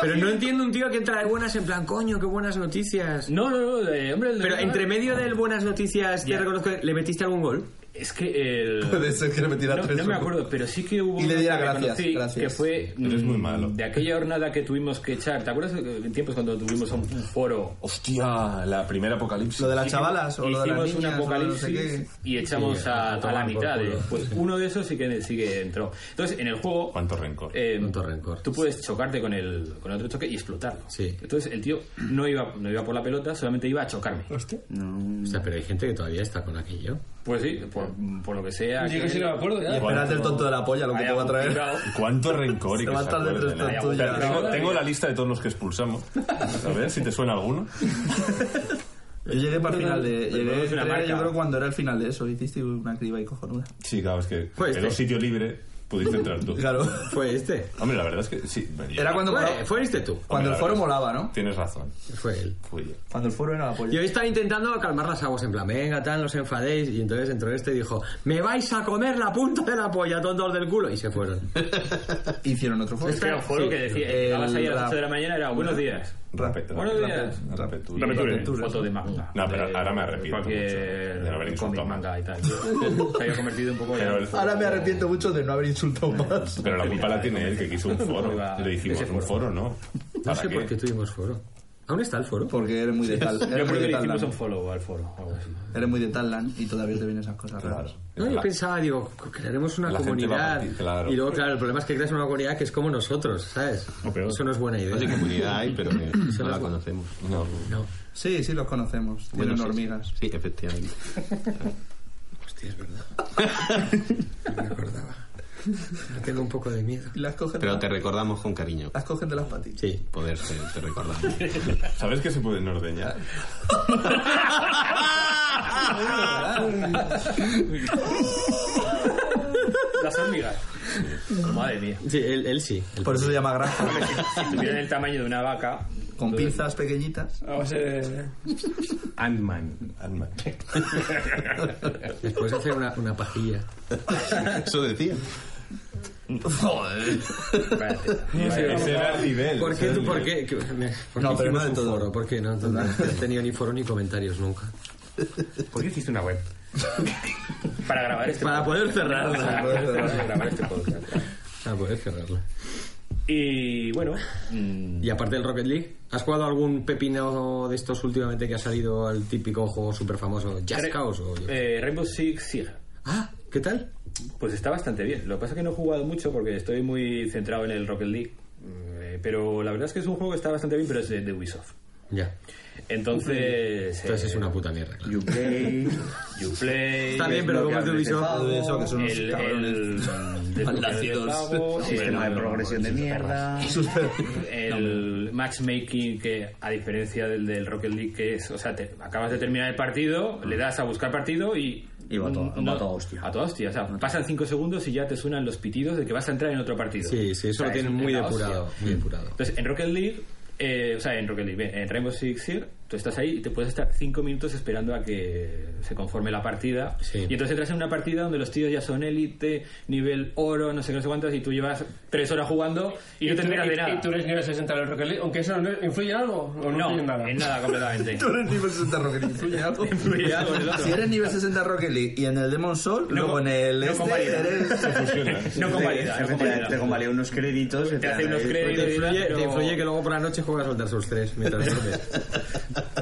[SPEAKER 1] Pero no entiendo un tío que trae buenas en plan, coño, qué buenas noticias.
[SPEAKER 8] No, no, no, eh, hombre... el de-
[SPEAKER 1] Pero entre medio del buenas noticias, te
[SPEAKER 8] Ya.
[SPEAKER 1] reconozco, ¿le metiste algún gol?
[SPEAKER 8] Es que el...
[SPEAKER 3] Puede ser que le metiera
[SPEAKER 8] No,
[SPEAKER 3] tres.
[SPEAKER 8] no me acuerdo, pero sí que hubo
[SPEAKER 3] Y le
[SPEAKER 8] uno
[SPEAKER 3] diera
[SPEAKER 8] que
[SPEAKER 3] gracias,
[SPEAKER 8] reconocí,
[SPEAKER 3] gracias.
[SPEAKER 8] que fue
[SPEAKER 9] Pero es muy
[SPEAKER 8] mm,
[SPEAKER 9] malo.
[SPEAKER 8] de aquella jornada que tuvimos que echar. ¿Te acuerdas de- en tiempos cuando tuvimos un, un foro?
[SPEAKER 9] Hostia, la primera apocalipsis.
[SPEAKER 3] Lo de las chavalas o lo de las
[SPEAKER 8] Hicimos
[SPEAKER 3] niñas.
[SPEAKER 8] un
[SPEAKER 3] o lo de no
[SPEAKER 8] apocalipsis
[SPEAKER 3] sé qué.
[SPEAKER 8] y echamos
[SPEAKER 1] Sí, a
[SPEAKER 8] a, a la
[SPEAKER 1] tomar por
[SPEAKER 8] mitad.
[SPEAKER 1] culo.
[SPEAKER 8] eh. Pues uno de esos sí que, sí que entró. Entonces, en el juego...
[SPEAKER 9] Cuánto rencor.
[SPEAKER 8] eh,
[SPEAKER 1] Cuánto rencor.
[SPEAKER 8] Tú puedes chocarte con el, con otro choque y explotarlo.
[SPEAKER 1] Sí.
[SPEAKER 8] Entonces el tío no iba, no iba por la pelota, solamente iba a chocarme.
[SPEAKER 4] Hostia.
[SPEAKER 1] O sea, pero hay gente que todavía está con aquello.
[SPEAKER 8] Pues sí, por, por lo que sea.
[SPEAKER 4] Yo
[SPEAKER 8] que-
[SPEAKER 4] casi no me acuerdo ya.
[SPEAKER 3] Espérate el tonto de la polla, lo que
[SPEAKER 8] haya
[SPEAKER 3] te va a traer.
[SPEAKER 8] tirado.
[SPEAKER 9] Cuánto rencor y
[SPEAKER 3] Se
[SPEAKER 9] que
[SPEAKER 3] va a
[SPEAKER 9] se
[SPEAKER 3] estar dentro de
[SPEAKER 9] acuerden,
[SPEAKER 3] esta
[SPEAKER 9] ¿eh?
[SPEAKER 3] tuya.
[SPEAKER 9] Tengo, tengo la lista de todos los que expulsamos. A ver si te suena alguno.
[SPEAKER 3] Yo llegué para el final de. Llegué,
[SPEAKER 8] es una
[SPEAKER 3] entré,
[SPEAKER 8] marca.
[SPEAKER 3] yo creo cuando era el final de eso, hiciste una criba y cojonuda.
[SPEAKER 9] Sí, claro, es que
[SPEAKER 1] Pues
[SPEAKER 9] en
[SPEAKER 1] este.
[SPEAKER 9] un sitio libre pudiste entrar
[SPEAKER 8] Pues
[SPEAKER 9] tú.
[SPEAKER 3] Claro.
[SPEAKER 1] Fue este.
[SPEAKER 9] Hombre, la verdad es que sí.
[SPEAKER 3] Era cuando,
[SPEAKER 1] Fue, fue este tú.
[SPEAKER 3] cuando el
[SPEAKER 9] la
[SPEAKER 3] foro
[SPEAKER 9] verdad.
[SPEAKER 3] molaba, ¿no?
[SPEAKER 9] Tienes razón.
[SPEAKER 1] Fue él.
[SPEAKER 9] Fui yo.
[SPEAKER 3] Cuando el foro era la polla.
[SPEAKER 1] Yo estaba intentando calmar las aguas en plan, venga, tal, no os enfadéis. Y entonces entró este y dijo, me vais a comer la punta de la polla, tontos del culo. Y se fueron.
[SPEAKER 3] Hicieron otro foro.
[SPEAKER 8] Era un juego que decía,
[SPEAKER 3] El
[SPEAKER 8] llegabas ahí a las
[SPEAKER 3] rap.
[SPEAKER 8] 8 de la mañana era buenos días.
[SPEAKER 9] Rapet.
[SPEAKER 8] Buenos días.
[SPEAKER 9] Rapet- Rapetur.
[SPEAKER 3] Rapetur.
[SPEAKER 8] Foto de manga.
[SPEAKER 9] No, pero ahora me arrepiento
[SPEAKER 8] Cualquier
[SPEAKER 9] mucho de no haber
[SPEAKER 8] cómic,
[SPEAKER 9] insultado
[SPEAKER 8] manga y tal. Yo se había convertido un poco en...
[SPEAKER 9] Pero el-
[SPEAKER 3] Ahora me arrepiento mucho de no haber insultado más.
[SPEAKER 9] Pero la culpa la tiene él, que quiso un foro. Le dijimos,
[SPEAKER 8] Ese
[SPEAKER 9] un foro no.
[SPEAKER 1] No
[SPEAKER 9] ¿Para
[SPEAKER 1] sé por qué tuvimos foro. ¿Aún está el foro?
[SPEAKER 3] Porque eres muy de tal.
[SPEAKER 8] Yo
[SPEAKER 3] Eres muy
[SPEAKER 8] creo que
[SPEAKER 3] de
[SPEAKER 8] le
[SPEAKER 3] tal
[SPEAKER 8] hicimos
[SPEAKER 3] land.
[SPEAKER 8] un follow al foro. algo así.
[SPEAKER 3] Eres muy de tal land y todavía te vienen esas cosas
[SPEAKER 9] Claro.
[SPEAKER 3] raras.
[SPEAKER 1] No, yo
[SPEAKER 9] La-
[SPEAKER 1] pensaba, digo, crearemos una
[SPEAKER 9] la gente va a
[SPEAKER 1] comunidad.
[SPEAKER 9] partir, claro.
[SPEAKER 1] Y luego, claro, el problema es que creas una comunidad que es como nosotros, ¿sabes? Eso no es buena idea.
[SPEAKER 5] Oye, comunidad hay, pero que no la conocemos.
[SPEAKER 9] No.
[SPEAKER 1] No.
[SPEAKER 3] Sí, sí, los conocemos. Tienen
[SPEAKER 5] Bueno, sí,
[SPEAKER 3] hormigas.
[SPEAKER 5] Sí, efectivamente.
[SPEAKER 1] Hostia, es verdad. No me acordaba. Tengo un poco de miedo.
[SPEAKER 3] Las cogen,
[SPEAKER 10] Pero te recordamos con cariño.
[SPEAKER 3] las cogen de las patillas.
[SPEAKER 10] Sí, poder ser, te recordamos.
[SPEAKER 9] ¿Sabes que se pueden ordeñar?
[SPEAKER 8] Las hormigas. Madre mía.
[SPEAKER 1] Sí, él, él sí.
[SPEAKER 3] Por eso se llama granja.
[SPEAKER 8] Si tuvieran el tamaño de una vaca.
[SPEAKER 3] Con pinzas pequeñitas.
[SPEAKER 4] A base de-
[SPEAKER 8] Ant-Man.
[SPEAKER 9] Ant-Man.
[SPEAKER 1] Les puedes hacer una, una pajilla.
[SPEAKER 10] Eso decía.
[SPEAKER 3] Joder.
[SPEAKER 9] Ese, ese era el nivel.
[SPEAKER 1] ¿Por
[SPEAKER 9] ese
[SPEAKER 1] qué
[SPEAKER 9] era el
[SPEAKER 1] tú? ¿Por
[SPEAKER 9] nivel.
[SPEAKER 1] qué? ¿Por
[SPEAKER 3] No, pero no
[SPEAKER 1] hicimos
[SPEAKER 3] de
[SPEAKER 1] un
[SPEAKER 3] todo.
[SPEAKER 1] Foro? ¿Por qué no? No he tenido ni foro ni comentarios nunca.
[SPEAKER 8] ¿Por qué hiciste una web? Para grabar este
[SPEAKER 1] Para poder cerrarla.
[SPEAKER 8] Para grabar este podcast.
[SPEAKER 1] Para poder cerrarla.
[SPEAKER 8] Y bueno, mm,
[SPEAKER 1] Y aparte del Rocket League, ¿has jugado algún pepino de estos últimamente que ha salido el típico juego súper famoso? ¿Just
[SPEAKER 8] Re-
[SPEAKER 1] Cause? O yo-
[SPEAKER 8] eh, Rainbow Six Siege.
[SPEAKER 1] Ah, ¿qué tal?
[SPEAKER 8] Pues está bastante bien. Lo que pasa es que no he jugado mucho porque estoy muy centrado en el Rocket League. Mm, eh, Pero la verdad es que es un juego que está bastante bien, pero es de, de Ubisoft.
[SPEAKER 1] Ya.
[SPEAKER 8] Entonces.
[SPEAKER 1] Entonces
[SPEAKER 8] eh,
[SPEAKER 1] es una puta mierda, claro.
[SPEAKER 8] You play. You play.
[SPEAKER 1] Está bien, pero como es de Ubisoft.
[SPEAKER 3] Eso, que son unos
[SPEAKER 8] El,
[SPEAKER 3] cabrones.
[SPEAKER 8] el,
[SPEAKER 3] Malnacidos.
[SPEAKER 8] el
[SPEAKER 2] Sistema de progresión de mierda. Este
[SPEAKER 8] el matchmaking que a diferencia del del Rocket League que es o sea te- acabas de terminar el partido
[SPEAKER 1] Mm.
[SPEAKER 8] le das a buscar partido y
[SPEAKER 2] Y va a to- va a toda hostia.
[SPEAKER 8] a toda hostia o
[SPEAKER 1] Mm.
[SPEAKER 8] sea pasan 5 segundos y ya te suenan los pitidos de que vas a entrar en otro partido
[SPEAKER 1] Sí, sí, eso
[SPEAKER 8] O sea,
[SPEAKER 1] lo tienen
[SPEAKER 8] es
[SPEAKER 1] muy
[SPEAKER 8] la
[SPEAKER 1] depurado.
[SPEAKER 8] hostia.
[SPEAKER 1] Muy depurado.
[SPEAKER 8] entonces en Rocket League eh, o sea en Rocket League en Rainbow Six Siege tú estás ahí y te puedes estar 5 minutos esperando a que se conforme la partida
[SPEAKER 1] Sí.
[SPEAKER 8] y entonces entras en una partida donde los tíos ya son élite nivel oro no sé qué no sé cuántas y tú llevas 3 horas jugando y, no te
[SPEAKER 4] tú-
[SPEAKER 8] enteras de nada
[SPEAKER 4] Y tú eres nivel 60 del Rocket League, aunque eso no influye en algo o no,
[SPEAKER 8] no,
[SPEAKER 4] influye en nada.
[SPEAKER 8] en nada completamente.
[SPEAKER 3] Tú eres nivel 60 Rocket League. Influye algo.
[SPEAKER 8] Influye algo en el otro.
[SPEAKER 3] Si eres nivel 60 Rocket League y en el Demon Soul, luego en el
[SPEAKER 8] no
[SPEAKER 3] este
[SPEAKER 8] convalida.
[SPEAKER 3] eres...
[SPEAKER 8] No convalida, no
[SPEAKER 2] Te, te
[SPEAKER 8] convalida.
[SPEAKER 2] convalía unos créditos.
[SPEAKER 8] Te hace unos créditos.
[SPEAKER 1] Te influye,
[SPEAKER 8] pero-
[SPEAKER 1] te influye que luego por la noche juegas al Dark Souls 3 mientras duermes.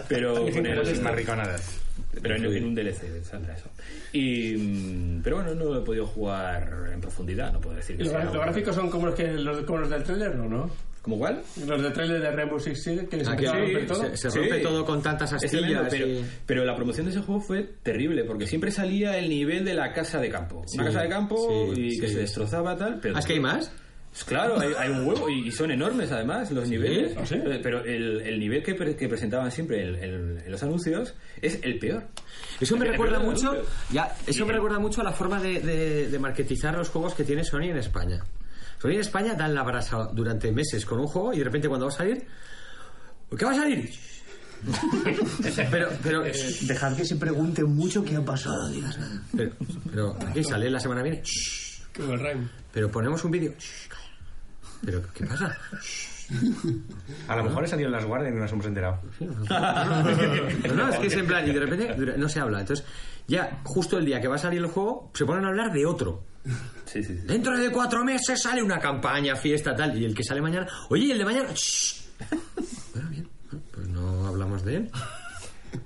[SPEAKER 8] Pero con el-
[SPEAKER 4] Influye.
[SPEAKER 9] Marriconadas.
[SPEAKER 8] pero en, en un DLC saldrá eso. Y, mm, pero bueno, no lo he podido jugar en profundidad, no puedo decir
[SPEAKER 4] Y
[SPEAKER 8] que
[SPEAKER 4] Los,
[SPEAKER 8] sea
[SPEAKER 4] gra- los
[SPEAKER 8] un-
[SPEAKER 4] gráficos son como los, que, los, como los del trailer, ¿no? ¿no?
[SPEAKER 8] ¿Cómo cuál?
[SPEAKER 4] Los del trailer de Rainbow Six Siege, que les
[SPEAKER 1] Aquí
[SPEAKER 4] empezaron a
[SPEAKER 1] se-
[SPEAKER 4] romper todo.
[SPEAKER 1] se, se rompe
[SPEAKER 8] Sí.
[SPEAKER 1] todo con tantas
[SPEAKER 8] Es tremendo,
[SPEAKER 1] astillas.
[SPEAKER 8] pero,
[SPEAKER 1] y-
[SPEAKER 8] pero la promoción de ese juego fue terrible porque siempre salía el nivel de la casa de campo.
[SPEAKER 1] Sí,
[SPEAKER 8] una casa de campo
[SPEAKER 1] sí,
[SPEAKER 8] y que
[SPEAKER 1] sí.
[SPEAKER 8] se destrozaba tal. Pero
[SPEAKER 1] ¿Ah, es que hay más?
[SPEAKER 8] Pues Claro, hay, hay un huevo y, y son enormes además los niveles.
[SPEAKER 4] ¿Ah, sí?
[SPEAKER 8] Eh, Pero el, el nivel que, pre- que presentaban siempre en, en- en los anuncios es el peor.
[SPEAKER 1] Eso me
[SPEAKER 8] El
[SPEAKER 1] recuerda
[SPEAKER 8] peor de los
[SPEAKER 1] mucho,
[SPEAKER 8] anuncios.
[SPEAKER 1] ya, eso me recuerda mucho a la forma de, de, de marketizar los juegos que tiene Sony en España. Sony en España dan la brasa durante meses con un juego y de repente cuando va a salir, ¿qué va a salir? pero, pero, eh,
[SPEAKER 2] Dejad que se pregunte mucho qué ha pasado, digas.
[SPEAKER 1] pero, pero, ¿qué sale la semana que viene?
[SPEAKER 4] Como el Rainbow.
[SPEAKER 1] Pero ponemos un vídeo. Shh, calla. Pero, ¿qué pasa?
[SPEAKER 5] A lo mejor he salido en las guardias y no nos hemos enterado.
[SPEAKER 1] No, no, es que es en plan, y de repente dura- no se habla. Entonces, ya justo el día que va a salir el juego, se ponen a hablar de otro.
[SPEAKER 8] Sí, sí, sí.
[SPEAKER 1] Dentro de cuatro meses sale una campaña, fiesta, tal. Y el que sale mañana, oye, ¿y el de mañana. Shh. Bueno, bien, pues no hablamos de él.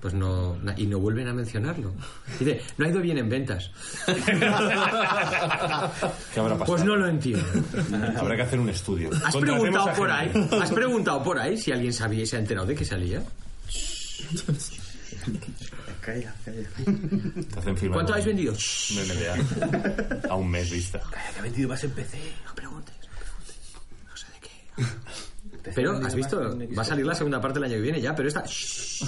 [SPEAKER 1] Pues no, na- y no vuelven a mencionarlo. Dice, no ha ido bien en ventas.
[SPEAKER 9] ¿Qué habrá pasado?
[SPEAKER 1] Pues no lo entiendo.
[SPEAKER 9] Habrá que hacer un estudio.
[SPEAKER 1] ¿Has
[SPEAKER 9] Contratemos
[SPEAKER 1] preguntado
[SPEAKER 9] a
[SPEAKER 1] por ahí?
[SPEAKER 9] gente.
[SPEAKER 1] ¿Has preguntado por ahí si alguien sabía y se ha enterado de que salía?
[SPEAKER 2] Calla, calla.
[SPEAKER 9] Te hacen firmar
[SPEAKER 1] ¿Cuánto
[SPEAKER 9] un-
[SPEAKER 1] habéis vendido?
[SPEAKER 9] un NDA. A un mes vista.
[SPEAKER 8] Ha vendido más en PC.
[SPEAKER 1] No preguntes, no preguntes. No sé de qué. Pero, ¿has visto? Va a salir la segunda parte el año que viene ya, pero esta... Shh.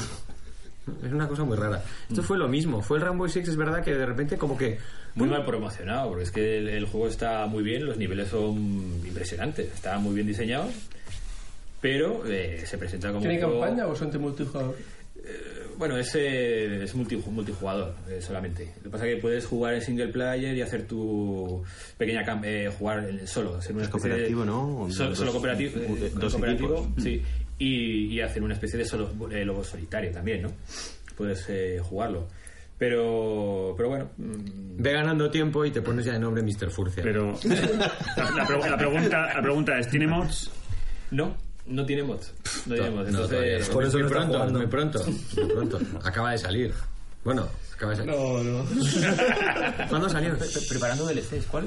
[SPEAKER 1] Es una cosa muy rara.
[SPEAKER 3] Mm.
[SPEAKER 1] Esto fue lo mismo. Fue el Rainbow Six, es verdad que de repente como que...
[SPEAKER 8] Muy mal promocionado, porque es que el, el juego está muy bien, los niveles son impresionantes, está muy bien diseñado, pero eh, se presenta como
[SPEAKER 4] ¿Tiene
[SPEAKER 8] un juego-
[SPEAKER 4] campaña o son de multijugador?
[SPEAKER 8] Bueno, es, eh, es multi- multijugador eh, solamente. Lo que pasa es que puedes jugar en single player y hacer tu pequeña cam- eh, jugar en- solo. Ser una
[SPEAKER 10] Es
[SPEAKER 8] especie de-
[SPEAKER 10] cooperativo, ¿no? O
[SPEAKER 8] Solo,
[SPEAKER 10] dos-
[SPEAKER 8] solo cooperativo. eh,
[SPEAKER 10] de- dos
[SPEAKER 8] cooperativo,
[SPEAKER 10] equipos.
[SPEAKER 8] sí. Y, y hacer una especie de solo, eh, lobo solitario también, ¿no? Puedes eh, jugarlo. Pero, pero bueno. mm,
[SPEAKER 1] Ve ganando tiempo y te pones ya de nombre Mr. Furcia.
[SPEAKER 11] Pero la, la pregu- la pregunta, la pregunta es, ¿tiene mods?
[SPEAKER 8] No, no tiene mods. No tiene mods.
[SPEAKER 1] No, todavía
[SPEAKER 8] Entonces,
[SPEAKER 1] no.
[SPEAKER 3] Por eso
[SPEAKER 1] eh, muy
[SPEAKER 3] no está
[SPEAKER 1] pronto,
[SPEAKER 3] jugando.
[SPEAKER 1] muy pronto, muy pronto. Acaba de salir. Bueno, acabas de
[SPEAKER 4] No, no.
[SPEAKER 1] ¿Cuándo salió?
[SPEAKER 8] Preparando DLCs, ¿cuál?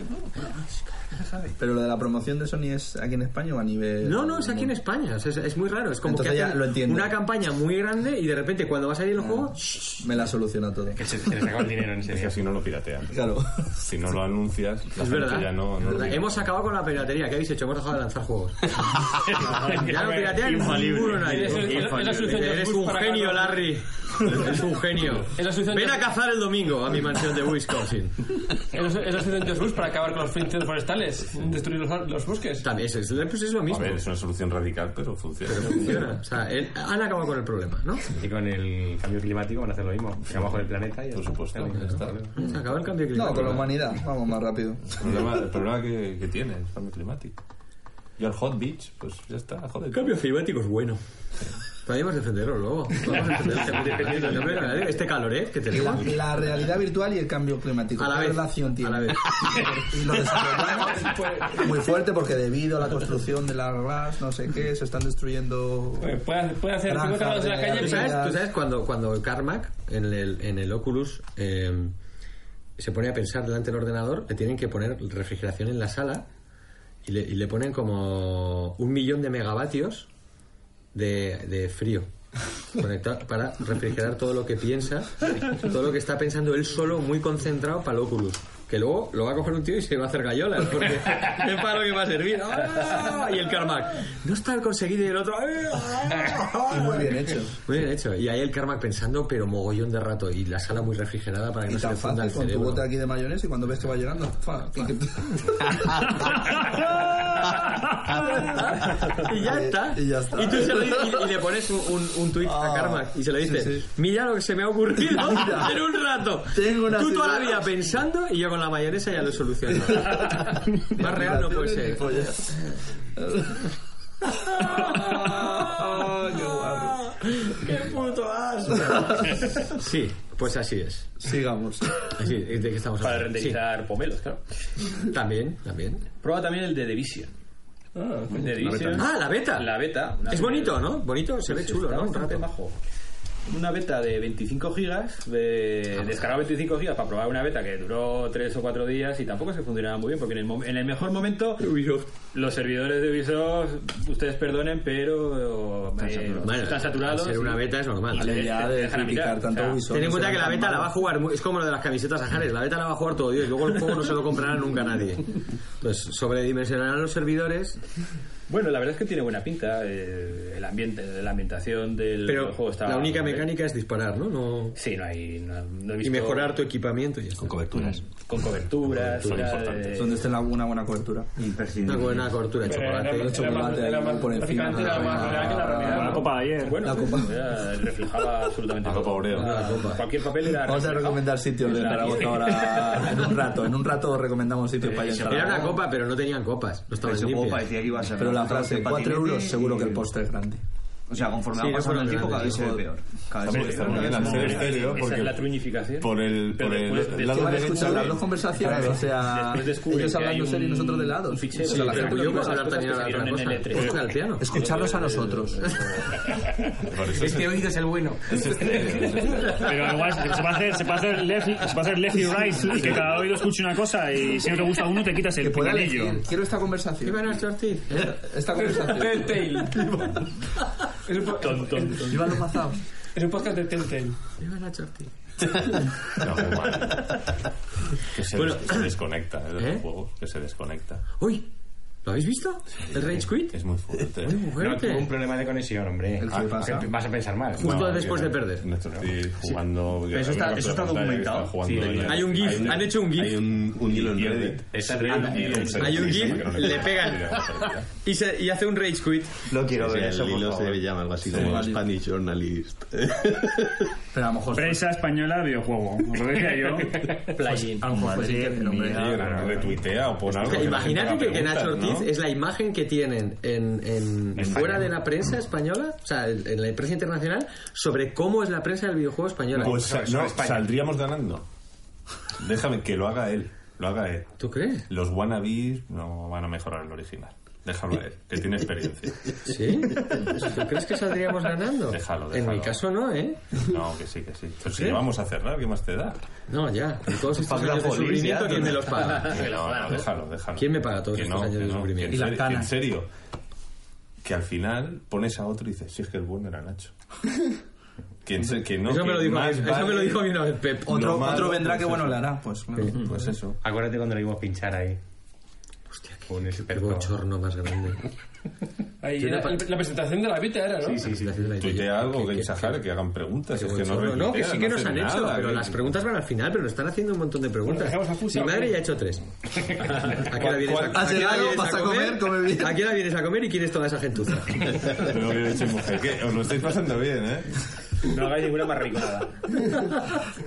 [SPEAKER 3] Pero lo de la promoción de Sony es aquí en España o a nivel.
[SPEAKER 1] No, no, es aquí en España. o sea, es, es muy raro. Es como
[SPEAKER 3] Entonces
[SPEAKER 1] que
[SPEAKER 3] ya
[SPEAKER 1] hacen
[SPEAKER 3] lo entiendo.
[SPEAKER 1] una campaña muy grande y de repente cuando va a salir el juego.
[SPEAKER 3] Me la soluciona todo.
[SPEAKER 9] Que se, le saca el dinero en serio. Si no lo piratean.
[SPEAKER 3] Claro.
[SPEAKER 9] Si no lo anuncias, la
[SPEAKER 1] Es
[SPEAKER 9] gente
[SPEAKER 1] verdad.
[SPEAKER 9] ya no.
[SPEAKER 1] es
[SPEAKER 9] no lo
[SPEAKER 1] verdad.
[SPEAKER 9] pide.
[SPEAKER 1] Hemos acabado con la piratería. ¿Qué habéis hecho? Hemos dejado de lanzar juegos. ya no piratean
[SPEAKER 8] Infalible.
[SPEAKER 1] ninguno nadie.
[SPEAKER 8] Es el- es la solución de
[SPEAKER 1] Eres
[SPEAKER 8] Bush
[SPEAKER 1] un
[SPEAKER 8] para
[SPEAKER 1] genio,
[SPEAKER 8] ganar.
[SPEAKER 1] Larry. Eres un genio.
[SPEAKER 4] Es la solución
[SPEAKER 1] Ven
[SPEAKER 4] de-
[SPEAKER 1] a cazar el domingo a mi mansión de Wisconsin.
[SPEAKER 4] Es es la solución de Jesús para acabar con los frentes forestales, destruir los, los bosques.
[SPEAKER 1] También es, es- pues es lo mismo.
[SPEAKER 9] A ver, es una solución radical, pero funciona.
[SPEAKER 1] Pero funciona. O sea, él- han acabado con el problema, ¿no?
[SPEAKER 5] Y con el cambio climático van a hacer lo mismo. Se abajo del planeta y...
[SPEAKER 9] Por supuesto.
[SPEAKER 5] Ya está.
[SPEAKER 1] Se acabó el cambio climático.
[SPEAKER 3] No, con la humanidad. Vamos más rápido.
[SPEAKER 9] El problema, el problema que, que tiene el cambio climático. Y el hot beach, pues ya está, joder.
[SPEAKER 1] El cambio climático es bueno. Podríamos defenderlo luego. Podemos defenderlo. El cambio climático, Este calor, ¿eh? Que
[SPEAKER 3] La,
[SPEAKER 1] tenemos.
[SPEAKER 3] la realidad virtual y el cambio climático.
[SPEAKER 1] A la
[SPEAKER 3] ¿Qué
[SPEAKER 1] vez.
[SPEAKER 3] relación tiene?
[SPEAKER 1] A la vez.
[SPEAKER 3] Y lo desarrollamos muy fuerte porque debido a la construcción de las RAS, no sé qué, se están destruyendo.
[SPEAKER 4] Puede, puede hacer
[SPEAKER 3] Granjas
[SPEAKER 4] 50 grados en la
[SPEAKER 3] de
[SPEAKER 4] calle,
[SPEAKER 1] ¿Tú
[SPEAKER 4] pero
[SPEAKER 1] sabes, tú sabes cuando, cuando el Carmack en el, en el Oculus eh, se pone a pensar delante del ordenador, le tienen que poner refrigeración en la sala y le, y le ponen como un millón de megavatios de, de frío conectado para refrigerar todo lo que piensa, todo lo que está pensando él solo, muy concentrado para el Oculus. Que luego lo va a coger un tío y se va a hacer gallolas, porque es para lo que va a servir. ¡Ah! Y el Carmack, no está el conseguido y el otro... ¡ah!
[SPEAKER 3] Muy bien hecho.
[SPEAKER 1] Muy bien Pues, hecho. Y ahí el Carmack pensando, pero mogollón de rato. Y la sala muy refrigerada para que
[SPEAKER 3] Y
[SPEAKER 1] no se le
[SPEAKER 3] tan
[SPEAKER 1] funda el
[SPEAKER 3] fácil con tu
[SPEAKER 1] cerebro.
[SPEAKER 3] bote aquí de mayonesa y cuando ves que va llegando. fa, fa.
[SPEAKER 1] y ya está.
[SPEAKER 3] Y ya está.
[SPEAKER 1] Y tú se lo dices- y- y le pones un, un, un tuit a
[SPEAKER 3] Ah,
[SPEAKER 1] Carmack y se le dices,
[SPEAKER 3] sí, sí.
[SPEAKER 1] mira lo que se me ha ocurrido
[SPEAKER 3] Mira.
[SPEAKER 1] en un rato.
[SPEAKER 3] Tengo una
[SPEAKER 1] tú toda la
[SPEAKER 3] ciudad-
[SPEAKER 1] vida pensando y yo con la mayonesa ya lo he solucionado. Más real no puede ser.
[SPEAKER 3] Ah, qué guapo.
[SPEAKER 1] ¡Qué puto asco! Sí, pues así es.
[SPEAKER 3] Sigamos.
[SPEAKER 1] Así, ¿De qué estamos
[SPEAKER 8] Para
[SPEAKER 1] hablando? Sí,
[SPEAKER 8] renderizar pomelos, claro.
[SPEAKER 1] también, también.
[SPEAKER 8] Prueba también el de Division. El de Division.
[SPEAKER 1] Ah, la beta.
[SPEAKER 8] La beta. una
[SPEAKER 1] Es
[SPEAKER 8] beta-
[SPEAKER 1] bonito, ¿no? Bonito, se ve
[SPEAKER 8] Sí,
[SPEAKER 1] chulo,
[SPEAKER 8] está
[SPEAKER 1] ¿no? Un
[SPEAKER 8] bastante
[SPEAKER 1] rato.
[SPEAKER 8] majo. Una beta de 25 gigas, de... descargado 25 gigas para probar una beta que duró 3 o 4 días y tampoco se funcionaba muy bien porque en el, mom- en el mejor momento los servidores de Ubisoft, ustedes perdonen, pero eh,
[SPEAKER 1] Bueno,
[SPEAKER 8] están saturados.
[SPEAKER 1] al ser una
[SPEAKER 8] y-
[SPEAKER 1] beta es normal.
[SPEAKER 8] y te-
[SPEAKER 3] Ya
[SPEAKER 8] te
[SPEAKER 3] de
[SPEAKER 8] dejan a mitad,
[SPEAKER 3] criticar tanto
[SPEAKER 8] o sea,
[SPEAKER 3] Ubisoft.
[SPEAKER 1] Ten en
[SPEAKER 3] no
[SPEAKER 1] cuenta que
[SPEAKER 3] será
[SPEAKER 1] la
[SPEAKER 3] tan
[SPEAKER 1] beta la
[SPEAKER 3] malo.
[SPEAKER 1] va a jugar, mu- es como lo de las camisetas a Jares, la beta la va a jugar todo Dios, luego el juego no se lo comprará nunca nadie. Entonces sobredimensionarán los servidores,
[SPEAKER 8] Bueno, la verdad es que tiene buena pinta. eh, el ambiente, la ambientación del
[SPEAKER 1] pero
[SPEAKER 8] juego está.
[SPEAKER 1] la única mecánica es disparar, ¿no? No-
[SPEAKER 8] Sí, no hay. no- no he
[SPEAKER 1] y
[SPEAKER 8] visto-
[SPEAKER 1] mejorar tu equipamiento y ya está.
[SPEAKER 10] Con coberturas.
[SPEAKER 8] Con coberturas.
[SPEAKER 9] Son
[SPEAKER 1] eh,
[SPEAKER 8] era
[SPEAKER 9] importantes.
[SPEAKER 8] de-
[SPEAKER 3] Donde esté la- una buena cobertura.
[SPEAKER 1] Una
[SPEAKER 11] Imprescindible.
[SPEAKER 1] buena cobertura de chocolate.
[SPEAKER 3] chocolate ahí por encima.
[SPEAKER 4] era más real que la
[SPEAKER 11] Como la
[SPEAKER 4] realidad.
[SPEAKER 11] copa de ayer.
[SPEAKER 8] Bueno, era- reflejaba absolutamente
[SPEAKER 9] La
[SPEAKER 8] todo.
[SPEAKER 9] copa Oreo.
[SPEAKER 8] Era-
[SPEAKER 1] Ah,
[SPEAKER 8] Cualquier papel era.
[SPEAKER 3] Vamos a
[SPEAKER 8] reflejado.
[SPEAKER 3] recomendar sitios de
[SPEAKER 8] Era-
[SPEAKER 3] Zaragoza ahora en un rato. En un rato recomendamos sitios para ir a
[SPEAKER 1] Era una
[SPEAKER 3] Zaragoza.
[SPEAKER 1] copa, pero no tenían copas, no estaban
[SPEAKER 2] Ese juego
[SPEAKER 1] limpias.
[SPEAKER 2] parecía que iba a ser.
[SPEAKER 3] Pero la
[SPEAKER 2] nosotros
[SPEAKER 3] frase,
[SPEAKER 2] en
[SPEAKER 3] 4
[SPEAKER 2] patinete
[SPEAKER 3] euros,
[SPEAKER 2] y-
[SPEAKER 3] seguro que el postre es grande.
[SPEAKER 2] O sea, conforme
[SPEAKER 1] Sí,
[SPEAKER 2] va
[SPEAKER 1] no
[SPEAKER 2] pasando
[SPEAKER 1] fueron
[SPEAKER 2] el tiempo, cada vez se
[SPEAKER 1] grandes,
[SPEAKER 2] ve
[SPEAKER 1] hijo.
[SPEAKER 2] peor. Cada vez se
[SPEAKER 9] Hombre,
[SPEAKER 2] ve
[SPEAKER 9] está
[SPEAKER 2] peor.
[SPEAKER 9] muy bien hacer estéreo
[SPEAKER 8] Esa
[SPEAKER 9] porque
[SPEAKER 8] es la truñificación.
[SPEAKER 9] por el-
[SPEAKER 8] Pero
[SPEAKER 9] por el
[SPEAKER 1] pues,
[SPEAKER 8] después-
[SPEAKER 9] lado
[SPEAKER 3] Que van a
[SPEAKER 8] después
[SPEAKER 3] escuchar las dos
[SPEAKER 8] descubren-
[SPEAKER 3] conversaciones, o sea,
[SPEAKER 8] Después descubren
[SPEAKER 3] ellos
[SPEAKER 8] que hay
[SPEAKER 3] hablando
[SPEAKER 8] un-
[SPEAKER 3] serio y nosotros de lado.
[SPEAKER 8] un fichero.
[SPEAKER 3] Eso es la
[SPEAKER 8] Sí,
[SPEAKER 1] Pero
[SPEAKER 3] gente
[SPEAKER 8] pero
[SPEAKER 1] yo
[SPEAKER 3] lo que
[SPEAKER 1] puedo
[SPEAKER 3] pasa.
[SPEAKER 1] hablar también ahora de otra cosa.
[SPEAKER 8] Salieron en
[SPEAKER 1] Puedo tocar el piano.
[SPEAKER 3] Escucharlos a nosotros.
[SPEAKER 9] Por eso es-
[SPEAKER 5] Este oído es el bueno.
[SPEAKER 9] es estéreo, es este. estéreo.
[SPEAKER 11] Pero igual se se va a hacer, se va a hacer left, se va a hacer left y right y que cada oído escuche una cosa y si no te gusta uno te quitas
[SPEAKER 3] Que
[SPEAKER 11] el
[SPEAKER 3] puedan
[SPEAKER 11] pinganillo.
[SPEAKER 3] elegir. Quiero esta
[SPEAKER 1] ¿Qué
[SPEAKER 3] conversación.
[SPEAKER 1] van a hacer, Ortiz?
[SPEAKER 3] Esta conversación.
[SPEAKER 4] Telltale. Es un po-
[SPEAKER 3] Viva los mazaos.
[SPEAKER 4] Es un podcast de Telltale.
[SPEAKER 1] ¿Qué van a hacer, Ortiz?
[SPEAKER 9] No, mal. Que se,
[SPEAKER 1] Bueno.
[SPEAKER 9] des- se desconecta ¿eh? de los
[SPEAKER 1] ¿Eh?
[SPEAKER 9] juegos, que se desconecta.
[SPEAKER 1] ¡Uy! ¿Lo habéis visto? ¿El Rage Quit?
[SPEAKER 9] Es muy fuerte.
[SPEAKER 1] Muy
[SPEAKER 5] No, tuvo un
[SPEAKER 1] fuerte.
[SPEAKER 5] problema de conexión, hombre.
[SPEAKER 3] ¿El qué
[SPEAKER 5] Ah,
[SPEAKER 3] pasa?
[SPEAKER 5] que Vas a pensar mal.
[SPEAKER 1] Justo después de perder.
[SPEAKER 9] Néstor, estoy jugando.
[SPEAKER 2] Eso está- eso está documentado.
[SPEAKER 1] Hay un GIF, han hecho un GIF.
[SPEAKER 10] Hay un, un hilo en Reddit.
[SPEAKER 9] Es el
[SPEAKER 1] Hay un GIF, le pegan. Y, se- y hace un rage quit.
[SPEAKER 2] No quiero
[SPEAKER 10] O
[SPEAKER 2] ver
[SPEAKER 10] sea,
[SPEAKER 2] eso,
[SPEAKER 10] el
[SPEAKER 2] por
[SPEAKER 10] hilo
[SPEAKER 2] favor.
[SPEAKER 10] se llama algo así como Spanish Journalist.
[SPEAKER 3] Pero a lo mejor.
[SPEAKER 11] Prensa española videojuego, os lo decía yo.
[SPEAKER 8] plugin.
[SPEAKER 3] A lo mejor fue sin querer, hombre.
[SPEAKER 9] Retuitea o pon
[SPEAKER 1] O
[SPEAKER 9] algo.
[SPEAKER 1] sea,
[SPEAKER 9] que la gente
[SPEAKER 1] imagínate
[SPEAKER 9] haga
[SPEAKER 1] que, que Nacho
[SPEAKER 9] preguntas,
[SPEAKER 1] Ortiz
[SPEAKER 9] ¿no?
[SPEAKER 1] es la imagen que tienen en, en- fuera de la prensa española, o sea, en en la prensa internacional, sobre cómo es la prensa del videojuego española.
[SPEAKER 9] Pues
[SPEAKER 5] Eso, eso
[SPEAKER 9] no,
[SPEAKER 5] es España.
[SPEAKER 9] saldríamos ganando. Déjame que lo haga él. Lo haga él.
[SPEAKER 1] ¿Tú crees?
[SPEAKER 9] Los wannabes no van a mejorar el original. Déjalo a él, que tiene experiencia.
[SPEAKER 1] ¿Sí? ¿Tú crees que saldríamos ganando?
[SPEAKER 9] Déjalo,
[SPEAKER 1] En
[SPEAKER 9] déjalo.
[SPEAKER 1] mi caso no, ¿eh?
[SPEAKER 9] No, que sí, que sí. Pero si
[SPEAKER 1] ¿Sí?
[SPEAKER 9] vamos a cerrar, ¿qué más te da?
[SPEAKER 1] No, ya. Con todos estos
[SPEAKER 9] Paga
[SPEAKER 1] años de
[SPEAKER 9] Folis,
[SPEAKER 1] sufrimiento,
[SPEAKER 9] ya,
[SPEAKER 1] ¿quién
[SPEAKER 9] no.
[SPEAKER 1] me los Ah, paga?
[SPEAKER 9] Que no, no, déjalo, déjalo.
[SPEAKER 1] ¿Quién me paga todos
[SPEAKER 9] Que
[SPEAKER 1] estos
[SPEAKER 9] no,
[SPEAKER 1] años
[SPEAKER 9] que
[SPEAKER 1] de
[SPEAKER 9] no, que en
[SPEAKER 1] sufrimiento?
[SPEAKER 9] serio- que en serio. Que al final pones a otro y dices, si es que el bueno era Nacho. Que, en se- que no,
[SPEAKER 1] Eso me
[SPEAKER 9] que
[SPEAKER 1] lo dijo a
[SPEAKER 9] más
[SPEAKER 1] mí- eso me lo
[SPEAKER 9] vale-
[SPEAKER 1] dijo a mí una vez Pep.
[SPEAKER 9] Otro-
[SPEAKER 1] Lo
[SPEAKER 9] otro
[SPEAKER 1] malo,
[SPEAKER 9] vendrá que
[SPEAKER 1] pues
[SPEAKER 9] bueno
[SPEAKER 1] eso.
[SPEAKER 9] le hará, pues, claro.
[SPEAKER 1] Sí.
[SPEAKER 9] Pues eso.
[SPEAKER 5] Acuérdate cuando lo vimos pinchar ahí. Hostia, qué, un experto.
[SPEAKER 1] bochorno más grande.
[SPEAKER 4] Ahí era- la, presentación de la Vita era, ¿no?
[SPEAKER 9] Tuitea algo, Game Sahara, que hagan preguntas. Es que no,
[SPEAKER 1] No, no, que sí que nos
[SPEAKER 9] hacen
[SPEAKER 1] han hecho,
[SPEAKER 9] nada, ¿eh?
[SPEAKER 1] pero
[SPEAKER 9] que-
[SPEAKER 1] las preguntas van al final, pero nos están haciendo un montón de preguntas.
[SPEAKER 4] dejamos a Fusi,
[SPEAKER 1] Mi
[SPEAKER 4] ¿o qué?
[SPEAKER 1] madre ya ha hecho tres. ¿A qué la
[SPEAKER 9] ¿Cuál-
[SPEAKER 1] vienes
[SPEAKER 9] cuál?
[SPEAKER 1] a, a
[SPEAKER 9] ¿Has
[SPEAKER 1] qué la
[SPEAKER 9] llegado?
[SPEAKER 1] vienes
[SPEAKER 9] ¿Vas a comer? Come bien.
[SPEAKER 1] ¿A qué la vienes a comer y quién es toda esa gentuza?
[SPEAKER 9] Pero bien hecho, mujer, que os lo estáis pasando bien, ¿eh?
[SPEAKER 8] No hagáis ninguna marriconada.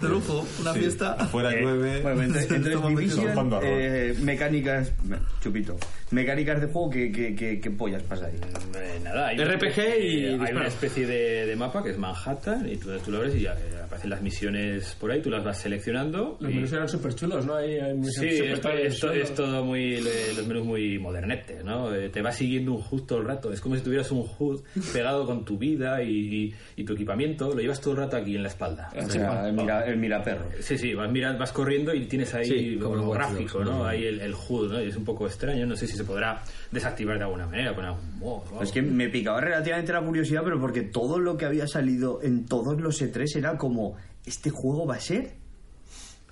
[SPEAKER 3] De lujo, una
[SPEAKER 9] Sí,
[SPEAKER 3] fiesta.
[SPEAKER 9] Afuera llueve.
[SPEAKER 12] Bueno, pues, entonces, entonces
[SPEAKER 9] Estamos
[SPEAKER 12] Division,
[SPEAKER 9] jugando a rol.
[SPEAKER 12] eh, mecánicas, chupito, mecánicas de juego, ¿qué, qué, qué, qué pollas pasa ahí?
[SPEAKER 8] Eh, nada, hay
[SPEAKER 12] RPG y
[SPEAKER 8] hay
[SPEAKER 12] disparo.
[SPEAKER 8] una especie de, de mapa que es Manhattan y tú, tú lo abres y ya, eh, aparecen las misiones por ahí, tú las vas seleccionando.
[SPEAKER 4] Los
[SPEAKER 8] y-
[SPEAKER 4] menús eran súper chulos, ¿no? Ahí, eh, hay
[SPEAKER 8] Sí, esto, esto- es todo muy. le- los menús muy modernetes, ¿no? Eh, Te va siguiendo un HUD todo el rato. Es como si tuvieras un HUD pegado con tu vida y, y- y tu equipamiento. Lo llevas todo el rato aquí en la espalda.
[SPEAKER 12] O sea, el, mira, el miraperro.
[SPEAKER 8] Sí, sí, vas, mira, vas corriendo y tienes ahí
[SPEAKER 12] Sí, como
[SPEAKER 8] como
[SPEAKER 12] Watch Dogs,
[SPEAKER 8] gráfico,
[SPEAKER 12] ¿no?
[SPEAKER 8] ¿no? Ahí el, el HUD, ¿no? Y es un poco extraño. No sé si se podrá desactivar de alguna manera, con algún mod. o algo.
[SPEAKER 12] Es que me picaba relativamente la curiosidad, pero porque todo lo que había salido en todos los E3 era como, este juego va a ser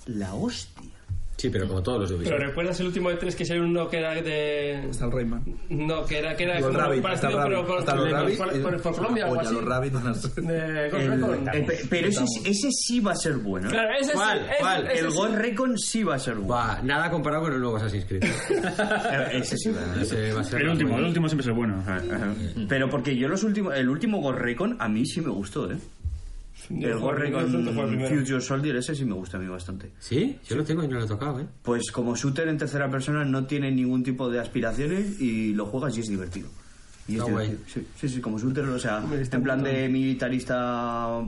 [SPEAKER 12] la hostia.
[SPEAKER 1] Sí, pero como todos los de
[SPEAKER 4] Pero
[SPEAKER 1] Ubisoft.
[SPEAKER 4] recuerdas el último de tres que salió uno que era de.
[SPEAKER 3] Está el Rayman.
[SPEAKER 4] No, que era que era
[SPEAKER 3] Digo, el
[SPEAKER 4] como
[SPEAKER 3] Rabbit,
[SPEAKER 4] parecido,
[SPEAKER 3] está el
[SPEAKER 4] pero
[SPEAKER 3] Rabbit,
[SPEAKER 4] por,
[SPEAKER 3] está el
[SPEAKER 4] por-
[SPEAKER 3] Rabbit,
[SPEAKER 4] por-
[SPEAKER 3] eh,
[SPEAKER 4] por- por Colombia o
[SPEAKER 3] Oye,
[SPEAKER 4] algo así.
[SPEAKER 3] los Rabbit
[SPEAKER 4] De Ghost
[SPEAKER 12] El-
[SPEAKER 4] Recon.
[SPEAKER 12] eh, pe- pero ese, ese sí va a ser bueno. ¿eh?
[SPEAKER 4] Claro, ese sí,
[SPEAKER 1] ¿Cuál?
[SPEAKER 4] ese-
[SPEAKER 1] ¿Cuál?
[SPEAKER 4] ese
[SPEAKER 1] El
[SPEAKER 4] sí.
[SPEAKER 1] Ghost
[SPEAKER 12] Recon sí va a ser bueno.
[SPEAKER 1] Va, nada comparado con el nuevo Assassin's Creed.
[SPEAKER 12] Ese sí va a
[SPEAKER 1] Ese va a ser
[SPEAKER 12] ser
[SPEAKER 1] más
[SPEAKER 12] último,
[SPEAKER 1] bueno.
[SPEAKER 12] el
[SPEAKER 11] último siempre es el bueno.
[SPEAKER 12] Pero porque yo los últimos, el último Ghost Recon a mí sí me gustó, ¿eh? El Ghost Recon Future Soldier, ese sí me gusta a mí bastante.
[SPEAKER 1] ¿Sí? Yo lo tengo y no lo he tocado, ¿eh?
[SPEAKER 12] Pues como shooter en tercera persona no tiene ningún tipo de aspiraciones y lo juegas y es divertido. Y es
[SPEAKER 1] Está guay.
[SPEAKER 12] divertido. Sí, sí, sí, como shooter, o sea, en plan de militarista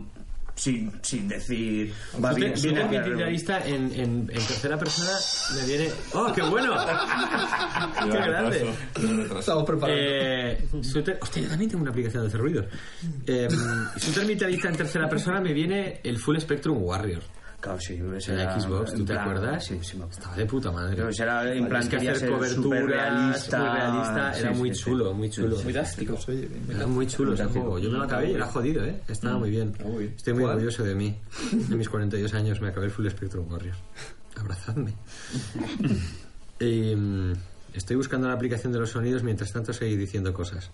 [SPEAKER 12] sin, sin decir... va
[SPEAKER 1] Usted
[SPEAKER 12] bien,
[SPEAKER 1] viene
[SPEAKER 12] solo,
[SPEAKER 1] el
[SPEAKER 12] claro.
[SPEAKER 1] militarista en, en, en tercera persona, me viene... ¡Oh, qué bueno! ¡Qué grande!
[SPEAKER 3] Estamos preparados.
[SPEAKER 1] Eh, Shooter- hostia, yo también tengo una aplicación de hacer ruidos. Eh, Shooter militarista en tercera persona me viene el Full Spectrum Warrior.
[SPEAKER 12] Claro, sí, ese
[SPEAKER 1] en
[SPEAKER 12] era-
[SPEAKER 1] la Xbox, ¿tú
[SPEAKER 12] en
[SPEAKER 1] te
[SPEAKER 12] plan-
[SPEAKER 1] acuerdas?
[SPEAKER 12] Sí, sí, me acuerdo.
[SPEAKER 1] Estaba de puta madre.
[SPEAKER 12] Pero ese era en
[SPEAKER 1] Tenías
[SPEAKER 12] plan
[SPEAKER 1] que
[SPEAKER 12] quería
[SPEAKER 1] hacer
[SPEAKER 12] ser
[SPEAKER 1] coberturas,
[SPEAKER 12] superrealista.
[SPEAKER 1] muy realista,
[SPEAKER 12] Sí,
[SPEAKER 1] era
[SPEAKER 12] sí,
[SPEAKER 1] muy
[SPEAKER 12] sí.
[SPEAKER 1] chulo, muy chulo.
[SPEAKER 8] Muy drástico.
[SPEAKER 1] Era muy chulo ese juego. Yo me lo acabé y era jodido, ¿eh? Estaba muy bien. Estoy muy orgulloso de mí. En mis 42 años me acabé el Full Spectrum Warrior. Abrazadme. Y, mm, estoy buscando la aplicación de los sonidos, mientras tanto seguí diciendo cosas.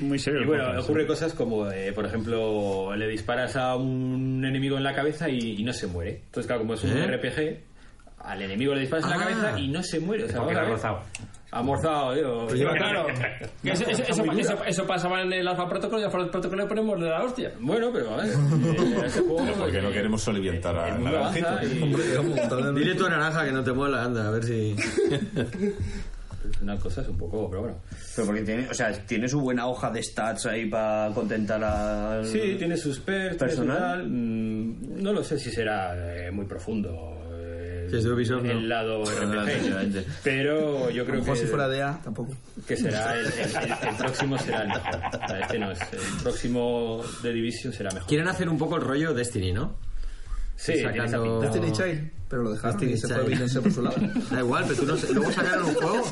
[SPEAKER 11] Muy serio.
[SPEAKER 8] Y
[SPEAKER 11] el
[SPEAKER 8] bueno,
[SPEAKER 11] podcast.
[SPEAKER 8] ocurre cosas como, eh, por ejemplo, le disparas a un enemigo en la cabeza y, y no se muere. Entonces, claro, como es un
[SPEAKER 11] ¿Eh?
[SPEAKER 8] RPG, al enemigo le disparas en
[SPEAKER 11] Ah.
[SPEAKER 8] la cabeza y no se muere. O sea,
[SPEAKER 11] Porque
[SPEAKER 8] vamos
[SPEAKER 11] lo
[SPEAKER 8] a
[SPEAKER 11] ha
[SPEAKER 8] ver. Ha Pues morzado, digo.
[SPEAKER 4] Pero lleva- claro. Que Eso, eso, eso, eso- eso pasaba en el Alpha Protocol y al Alpha Protocol le ponemos de la hostia.
[SPEAKER 8] Bueno, pero a ver. eh, ese juego,
[SPEAKER 9] Pero porque no queremos soliviantar a
[SPEAKER 8] el mundo
[SPEAKER 9] Naranjito.
[SPEAKER 8] avanza y-
[SPEAKER 1] Dile tu naranja que no te mola, anda, a ver si.
[SPEAKER 8] Una cosa es un poco, pero bueno.
[SPEAKER 12] Pero porque tiene, o sea, tiene su buena hoja de stats ahí para contentar al...
[SPEAKER 8] Sí, tiene sus perks, tiene su
[SPEAKER 12] Personal.
[SPEAKER 8] tal. Mm, no lo sé si será eh, muy profundo. eh,
[SPEAKER 1] Si es de Ubisoft, no.
[SPEAKER 8] El lado
[SPEAKER 12] efectivamente.
[SPEAKER 8] RPG. pero yo creo
[SPEAKER 3] Ojo,
[SPEAKER 8] que.
[SPEAKER 3] si fuera de A, tampoco.
[SPEAKER 8] que será el, el- el- el próximo será el mejor. O sea, este no es. El próximo de Division será mejor.
[SPEAKER 1] Quieren hacer un poco el rollo Destiny, ¿no?
[SPEAKER 8] Sí, tiene esa
[SPEAKER 1] sacando...
[SPEAKER 8] pinta.
[SPEAKER 3] Destiny Child, pero lo dejaron
[SPEAKER 1] Destiny
[SPEAKER 3] y se fue
[SPEAKER 1] Child.
[SPEAKER 3] Beyoncé por su lado.
[SPEAKER 1] Da igual, pero tú no sé- luego sacaron un juego.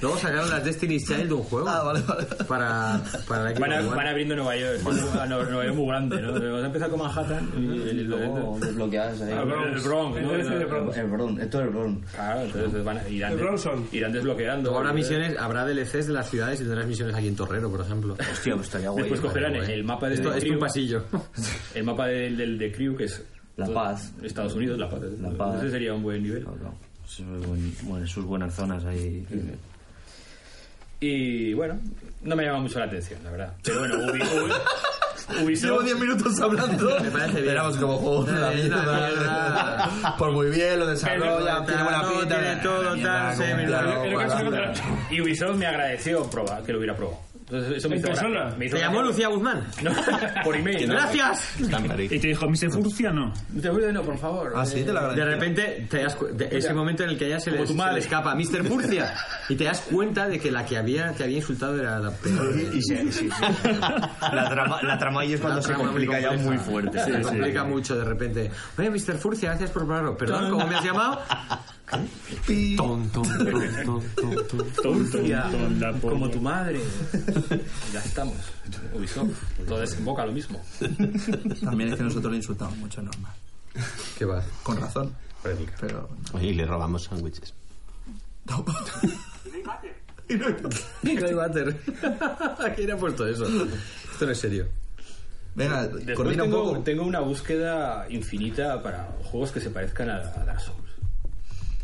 [SPEAKER 1] Luego sacaron las Destiny's Child de un juego. Ah, vale, vale. Para, para la Xbox
[SPEAKER 8] Van, a-
[SPEAKER 1] One.
[SPEAKER 8] van abriendo Nueva York. Ah, no, Nueva York muy grande, ¿no? Vamos a empezar con Manhattan y, y luego.
[SPEAKER 12] desbloqueas ahí.
[SPEAKER 8] El Bronx. Ah, El Bronx, ¿no?
[SPEAKER 12] El- el Bronx. El Bronx, esto es el Bronx.
[SPEAKER 8] Claro, entonces van a, irán,
[SPEAKER 4] El Bronson.
[SPEAKER 8] irán desbloqueando.
[SPEAKER 1] Habrá misiones, habrá DLCs de las ciudades y tendrás misiones aquí en Torrero, por ejemplo.
[SPEAKER 12] Hostia, pues estaría guay.
[SPEAKER 8] Después
[SPEAKER 1] eh.
[SPEAKER 8] cogerán el mapa de
[SPEAKER 1] Esto esto es un pasillo.
[SPEAKER 8] El mapa del, del de Crew, que es.
[SPEAKER 12] La Paz.
[SPEAKER 8] Estados Unidos, La Paz.
[SPEAKER 12] La Paz.
[SPEAKER 8] Ese sería un buen nivel.
[SPEAKER 12] Sí, buen- bueno, sus buenas zonas ahí.
[SPEAKER 8] Y bueno, no me llama mucho la atención, la verdad. Pero bueno, Ubi- Ubi- Ubisoft.
[SPEAKER 3] Llevo 10 minutos hablando.
[SPEAKER 1] Me parece bien.
[SPEAKER 3] Éramos como juego una
[SPEAKER 1] Es una mierda.
[SPEAKER 3] mierda. Por muy bien, lo desarrolla,
[SPEAKER 1] Pero
[SPEAKER 3] tiene buena
[SPEAKER 1] no,
[SPEAKER 3] pinta.
[SPEAKER 1] tiene todo,
[SPEAKER 3] Mierda,
[SPEAKER 1] tal, se
[SPEAKER 3] como
[SPEAKER 1] me
[SPEAKER 3] claro,
[SPEAKER 1] lo-
[SPEAKER 8] Pero
[SPEAKER 3] para
[SPEAKER 8] que-
[SPEAKER 3] adelante.
[SPEAKER 8] Y Ubisoft me agradeció probar, que lo hubiera probado. Entonces, eso me
[SPEAKER 4] ¿En
[SPEAKER 8] hizo
[SPEAKER 4] persona?
[SPEAKER 8] gracia. Me hizo
[SPEAKER 1] ¿Te llamó
[SPEAKER 8] gracia.
[SPEAKER 1] Lucía Guzmán?
[SPEAKER 8] No, por email.
[SPEAKER 1] ¡Gracias!
[SPEAKER 11] Y te dijo, Mr. Furcia, no.
[SPEAKER 8] Te voy no, por favor.
[SPEAKER 1] De repente, te das cu- de- ese momento en el que a ella se,
[SPEAKER 8] Como
[SPEAKER 1] le,
[SPEAKER 8] tu
[SPEAKER 1] se
[SPEAKER 8] madre.
[SPEAKER 1] le escapa Mr. Murcia y te das cuenta de que la que había te había insultado era la peor.
[SPEAKER 2] La trama, la trama ahí es cuando
[SPEAKER 1] La
[SPEAKER 2] se
[SPEAKER 1] trama muy
[SPEAKER 2] complica ya
[SPEAKER 1] compleja.
[SPEAKER 2] muy fuerte.
[SPEAKER 1] Se complica mucho de repente. Oye, Mr. Furcia, gracias por probarlo. Perdón, ¿cómo me has llamado? Ton, ton, ton, ton, ton, ton.
[SPEAKER 8] Hostia, como tu madre. Ya estamos. Ubisoft. Todo desemboca lo mismo.
[SPEAKER 3] También es que nosotros le insultamos mucho, normal.
[SPEAKER 1] ¿Qué va?
[SPEAKER 3] Con razón. Pero
[SPEAKER 10] Oye, y le robamos sándwiches.
[SPEAKER 1] Y no hay váter. ¿Quién ha puesto eso? Esto no es serio.
[SPEAKER 3] Venga,
[SPEAKER 8] Después tengo, tengo una búsqueda infinita para juegos que se parezcan a, a Dark Souls.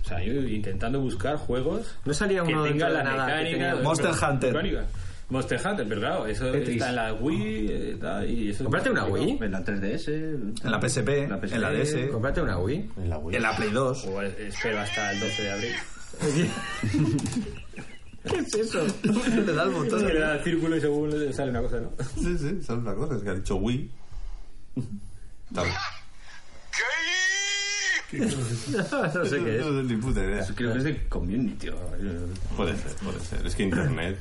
[SPEAKER 8] O sea, yo intentando buscar juegos
[SPEAKER 1] No salía
[SPEAKER 8] que
[SPEAKER 1] uno dentro
[SPEAKER 8] tengan
[SPEAKER 1] de
[SPEAKER 8] la
[SPEAKER 1] nada que
[SPEAKER 8] mecánica...
[SPEAKER 1] tenía-
[SPEAKER 8] de-
[SPEAKER 1] Monster
[SPEAKER 8] pero-
[SPEAKER 1] Hunter.
[SPEAKER 8] mecánica. Monster Hunter, pero claro, eso
[SPEAKER 1] Tetris.
[SPEAKER 8] está en la Wii eh, tal, y eso...
[SPEAKER 1] ¿Compraste una Wii?
[SPEAKER 2] En la 3DS.
[SPEAKER 3] En la PSP, en la DS.
[SPEAKER 1] Comprate una Wii.
[SPEAKER 10] En la Wii.
[SPEAKER 3] En la Play 2.
[SPEAKER 8] O eh, espero hasta el 12 de abril.
[SPEAKER 1] ¿Qué es eso?
[SPEAKER 3] Le da el botón.
[SPEAKER 8] Le da el círculo y según le sale una cosa, ¿no?
[SPEAKER 9] Sí, sí, son las cosas que ha dicho Wii. Tal.
[SPEAKER 1] no sé qué es.
[SPEAKER 9] No tengo ni puta idea.
[SPEAKER 8] Creo que es de Community. o-
[SPEAKER 9] Puede ser, puede ser. Es que internet.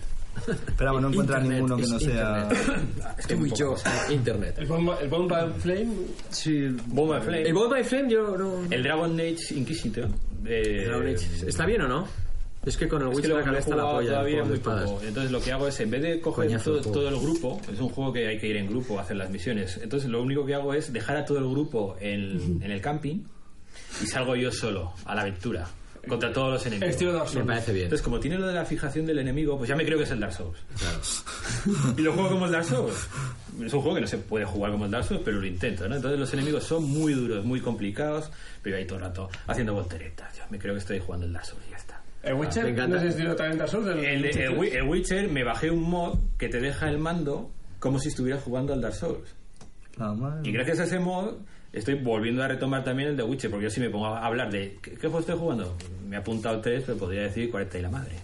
[SPEAKER 3] Pero bueno, no encuentras ninguno que no sea.
[SPEAKER 1] Es que muy yo, internet.
[SPEAKER 4] El bomba, el bomba flame.
[SPEAKER 8] Sí, Bomba Flame.
[SPEAKER 1] El Bolt by Flame yo no...
[SPEAKER 8] El Dragon Age Inquisitor. eh,
[SPEAKER 1] Dragon Age. ¿Está bien o no? Es que con el
[SPEAKER 8] Es que
[SPEAKER 1] Witcher
[SPEAKER 8] lo
[SPEAKER 1] la
[SPEAKER 8] lo he
[SPEAKER 1] cabeza la
[SPEAKER 8] jugado
[SPEAKER 1] polla, el
[SPEAKER 8] todavía
[SPEAKER 1] juego de
[SPEAKER 8] muy
[SPEAKER 1] espadas.
[SPEAKER 8] poco. Entonces lo que hago es, en vez de coger
[SPEAKER 1] Coñazo
[SPEAKER 8] todo,
[SPEAKER 1] el juego.
[SPEAKER 8] todo el grupo, es un juego que hay que ir en grupo a hacer las misiones. Entonces lo único que hago es dejar a todo el grupo en, en el camping y salgo yo solo a la aventura contra todos los enemigos.
[SPEAKER 4] Estilo Dark Souls.
[SPEAKER 1] Me parece bien.
[SPEAKER 8] Entonces como tiene lo de la fijación del enemigo, pues ya me creo que es el Dark Souls. Y lo juego como el Dark Souls. Es un juego que no se puede jugar como el Dark Souls, pero lo intento, ¿no? Entonces los enemigos son muy duros, muy complicados, pero ahí todo el rato haciendo volteretas. Yo me creo que estoy jugando el Dark Souls y ya está.
[SPEAKER 4] El Witcher.
[SPEAKER 1] me encanta.
[SPEAKER 4] No es estilo también Dark Souls. El,
[SPEAKER 8] El, de- el Wi- el Witcher me bajé un mod que te deja el mando como si estuvieras jugando al Dark Souls.
[SPEAKER 3] Nada más.
[SPEAKER 8] Y gracias a ese mod estoy volviendo a retomar también el de Witcher, porque yo si me pongo a hablar de qué, qué juego estoy jugando, me he apuntado tres, pero podría decir 40 y la madre.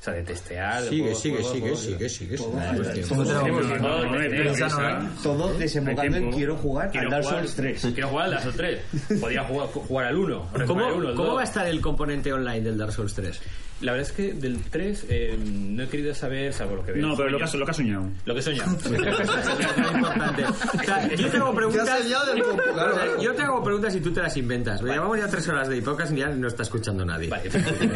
[SPEAKER 8] O sea, de testear. de
[SPEAKER 1] Sigue,
[SPEAKER 8] juegos,
[SPEAKER 1] sigue,
[SPEAKER 8] juegos,
[SPEAKER 1] sigue,
[SPEAKER 8] juegos.
[SPEAKER 1] sigue, sigue, sigue.
[SPEAKER 8] Todo.
[SPEAKER 1] Pues que-
[SPEAKER 8] Todo tenemos tiempo,
[SPEAKER 11] no, no,
[SPEAKER 8] tenemos
[SPEAKER 11] no,
[SPEAKER 8] prisa.
[SPEAKER 11] no, no,
[SPEAKER 12] Todo desembocando en
[SPEAKER 11] tiempo.
[SPEAKER 12] quiero jugar
[SPEAKER 8] Quiero
[SPEAKER 12] al Dark
[SPEAKER 8] jugar-
[SPEAKER 12] Souls 3.
[SPEAKER 8] Quiero jugar al Dark Souls 3. Podría jugar, jugar al 1.
[SPEAKER 1] ¿Cómo,
[SPEAKER 8] al 1, al
[SPEAKER 1] cómo
[SPEAKER 8] 2.
[SPEAKER 1] va a estar el componente online del Dark Souls 3?
[SPEAKER 8] La verdad es que del 3 eh, no he querido saber, salvo lo que veo.
[SPEAKER 11] No, pero lo que, has- lo que has soñado.
[SPEAKER 8] Lo que he soñado.
[SPEAKER 1] Es importante. O sea, yo te hago
[SPEAKER 3] ¿Qué
[SPEAKER 1] preguntas.
[SPEAKER 3] has ya del compu? Claro, claro.
[SPEAKER 1] Yo te hago preguntas y tú te las inventas. Lo Llevamos ya tres horas de hipocas y ya no está escuchando nadie.
[SPEAKER 8] Vale,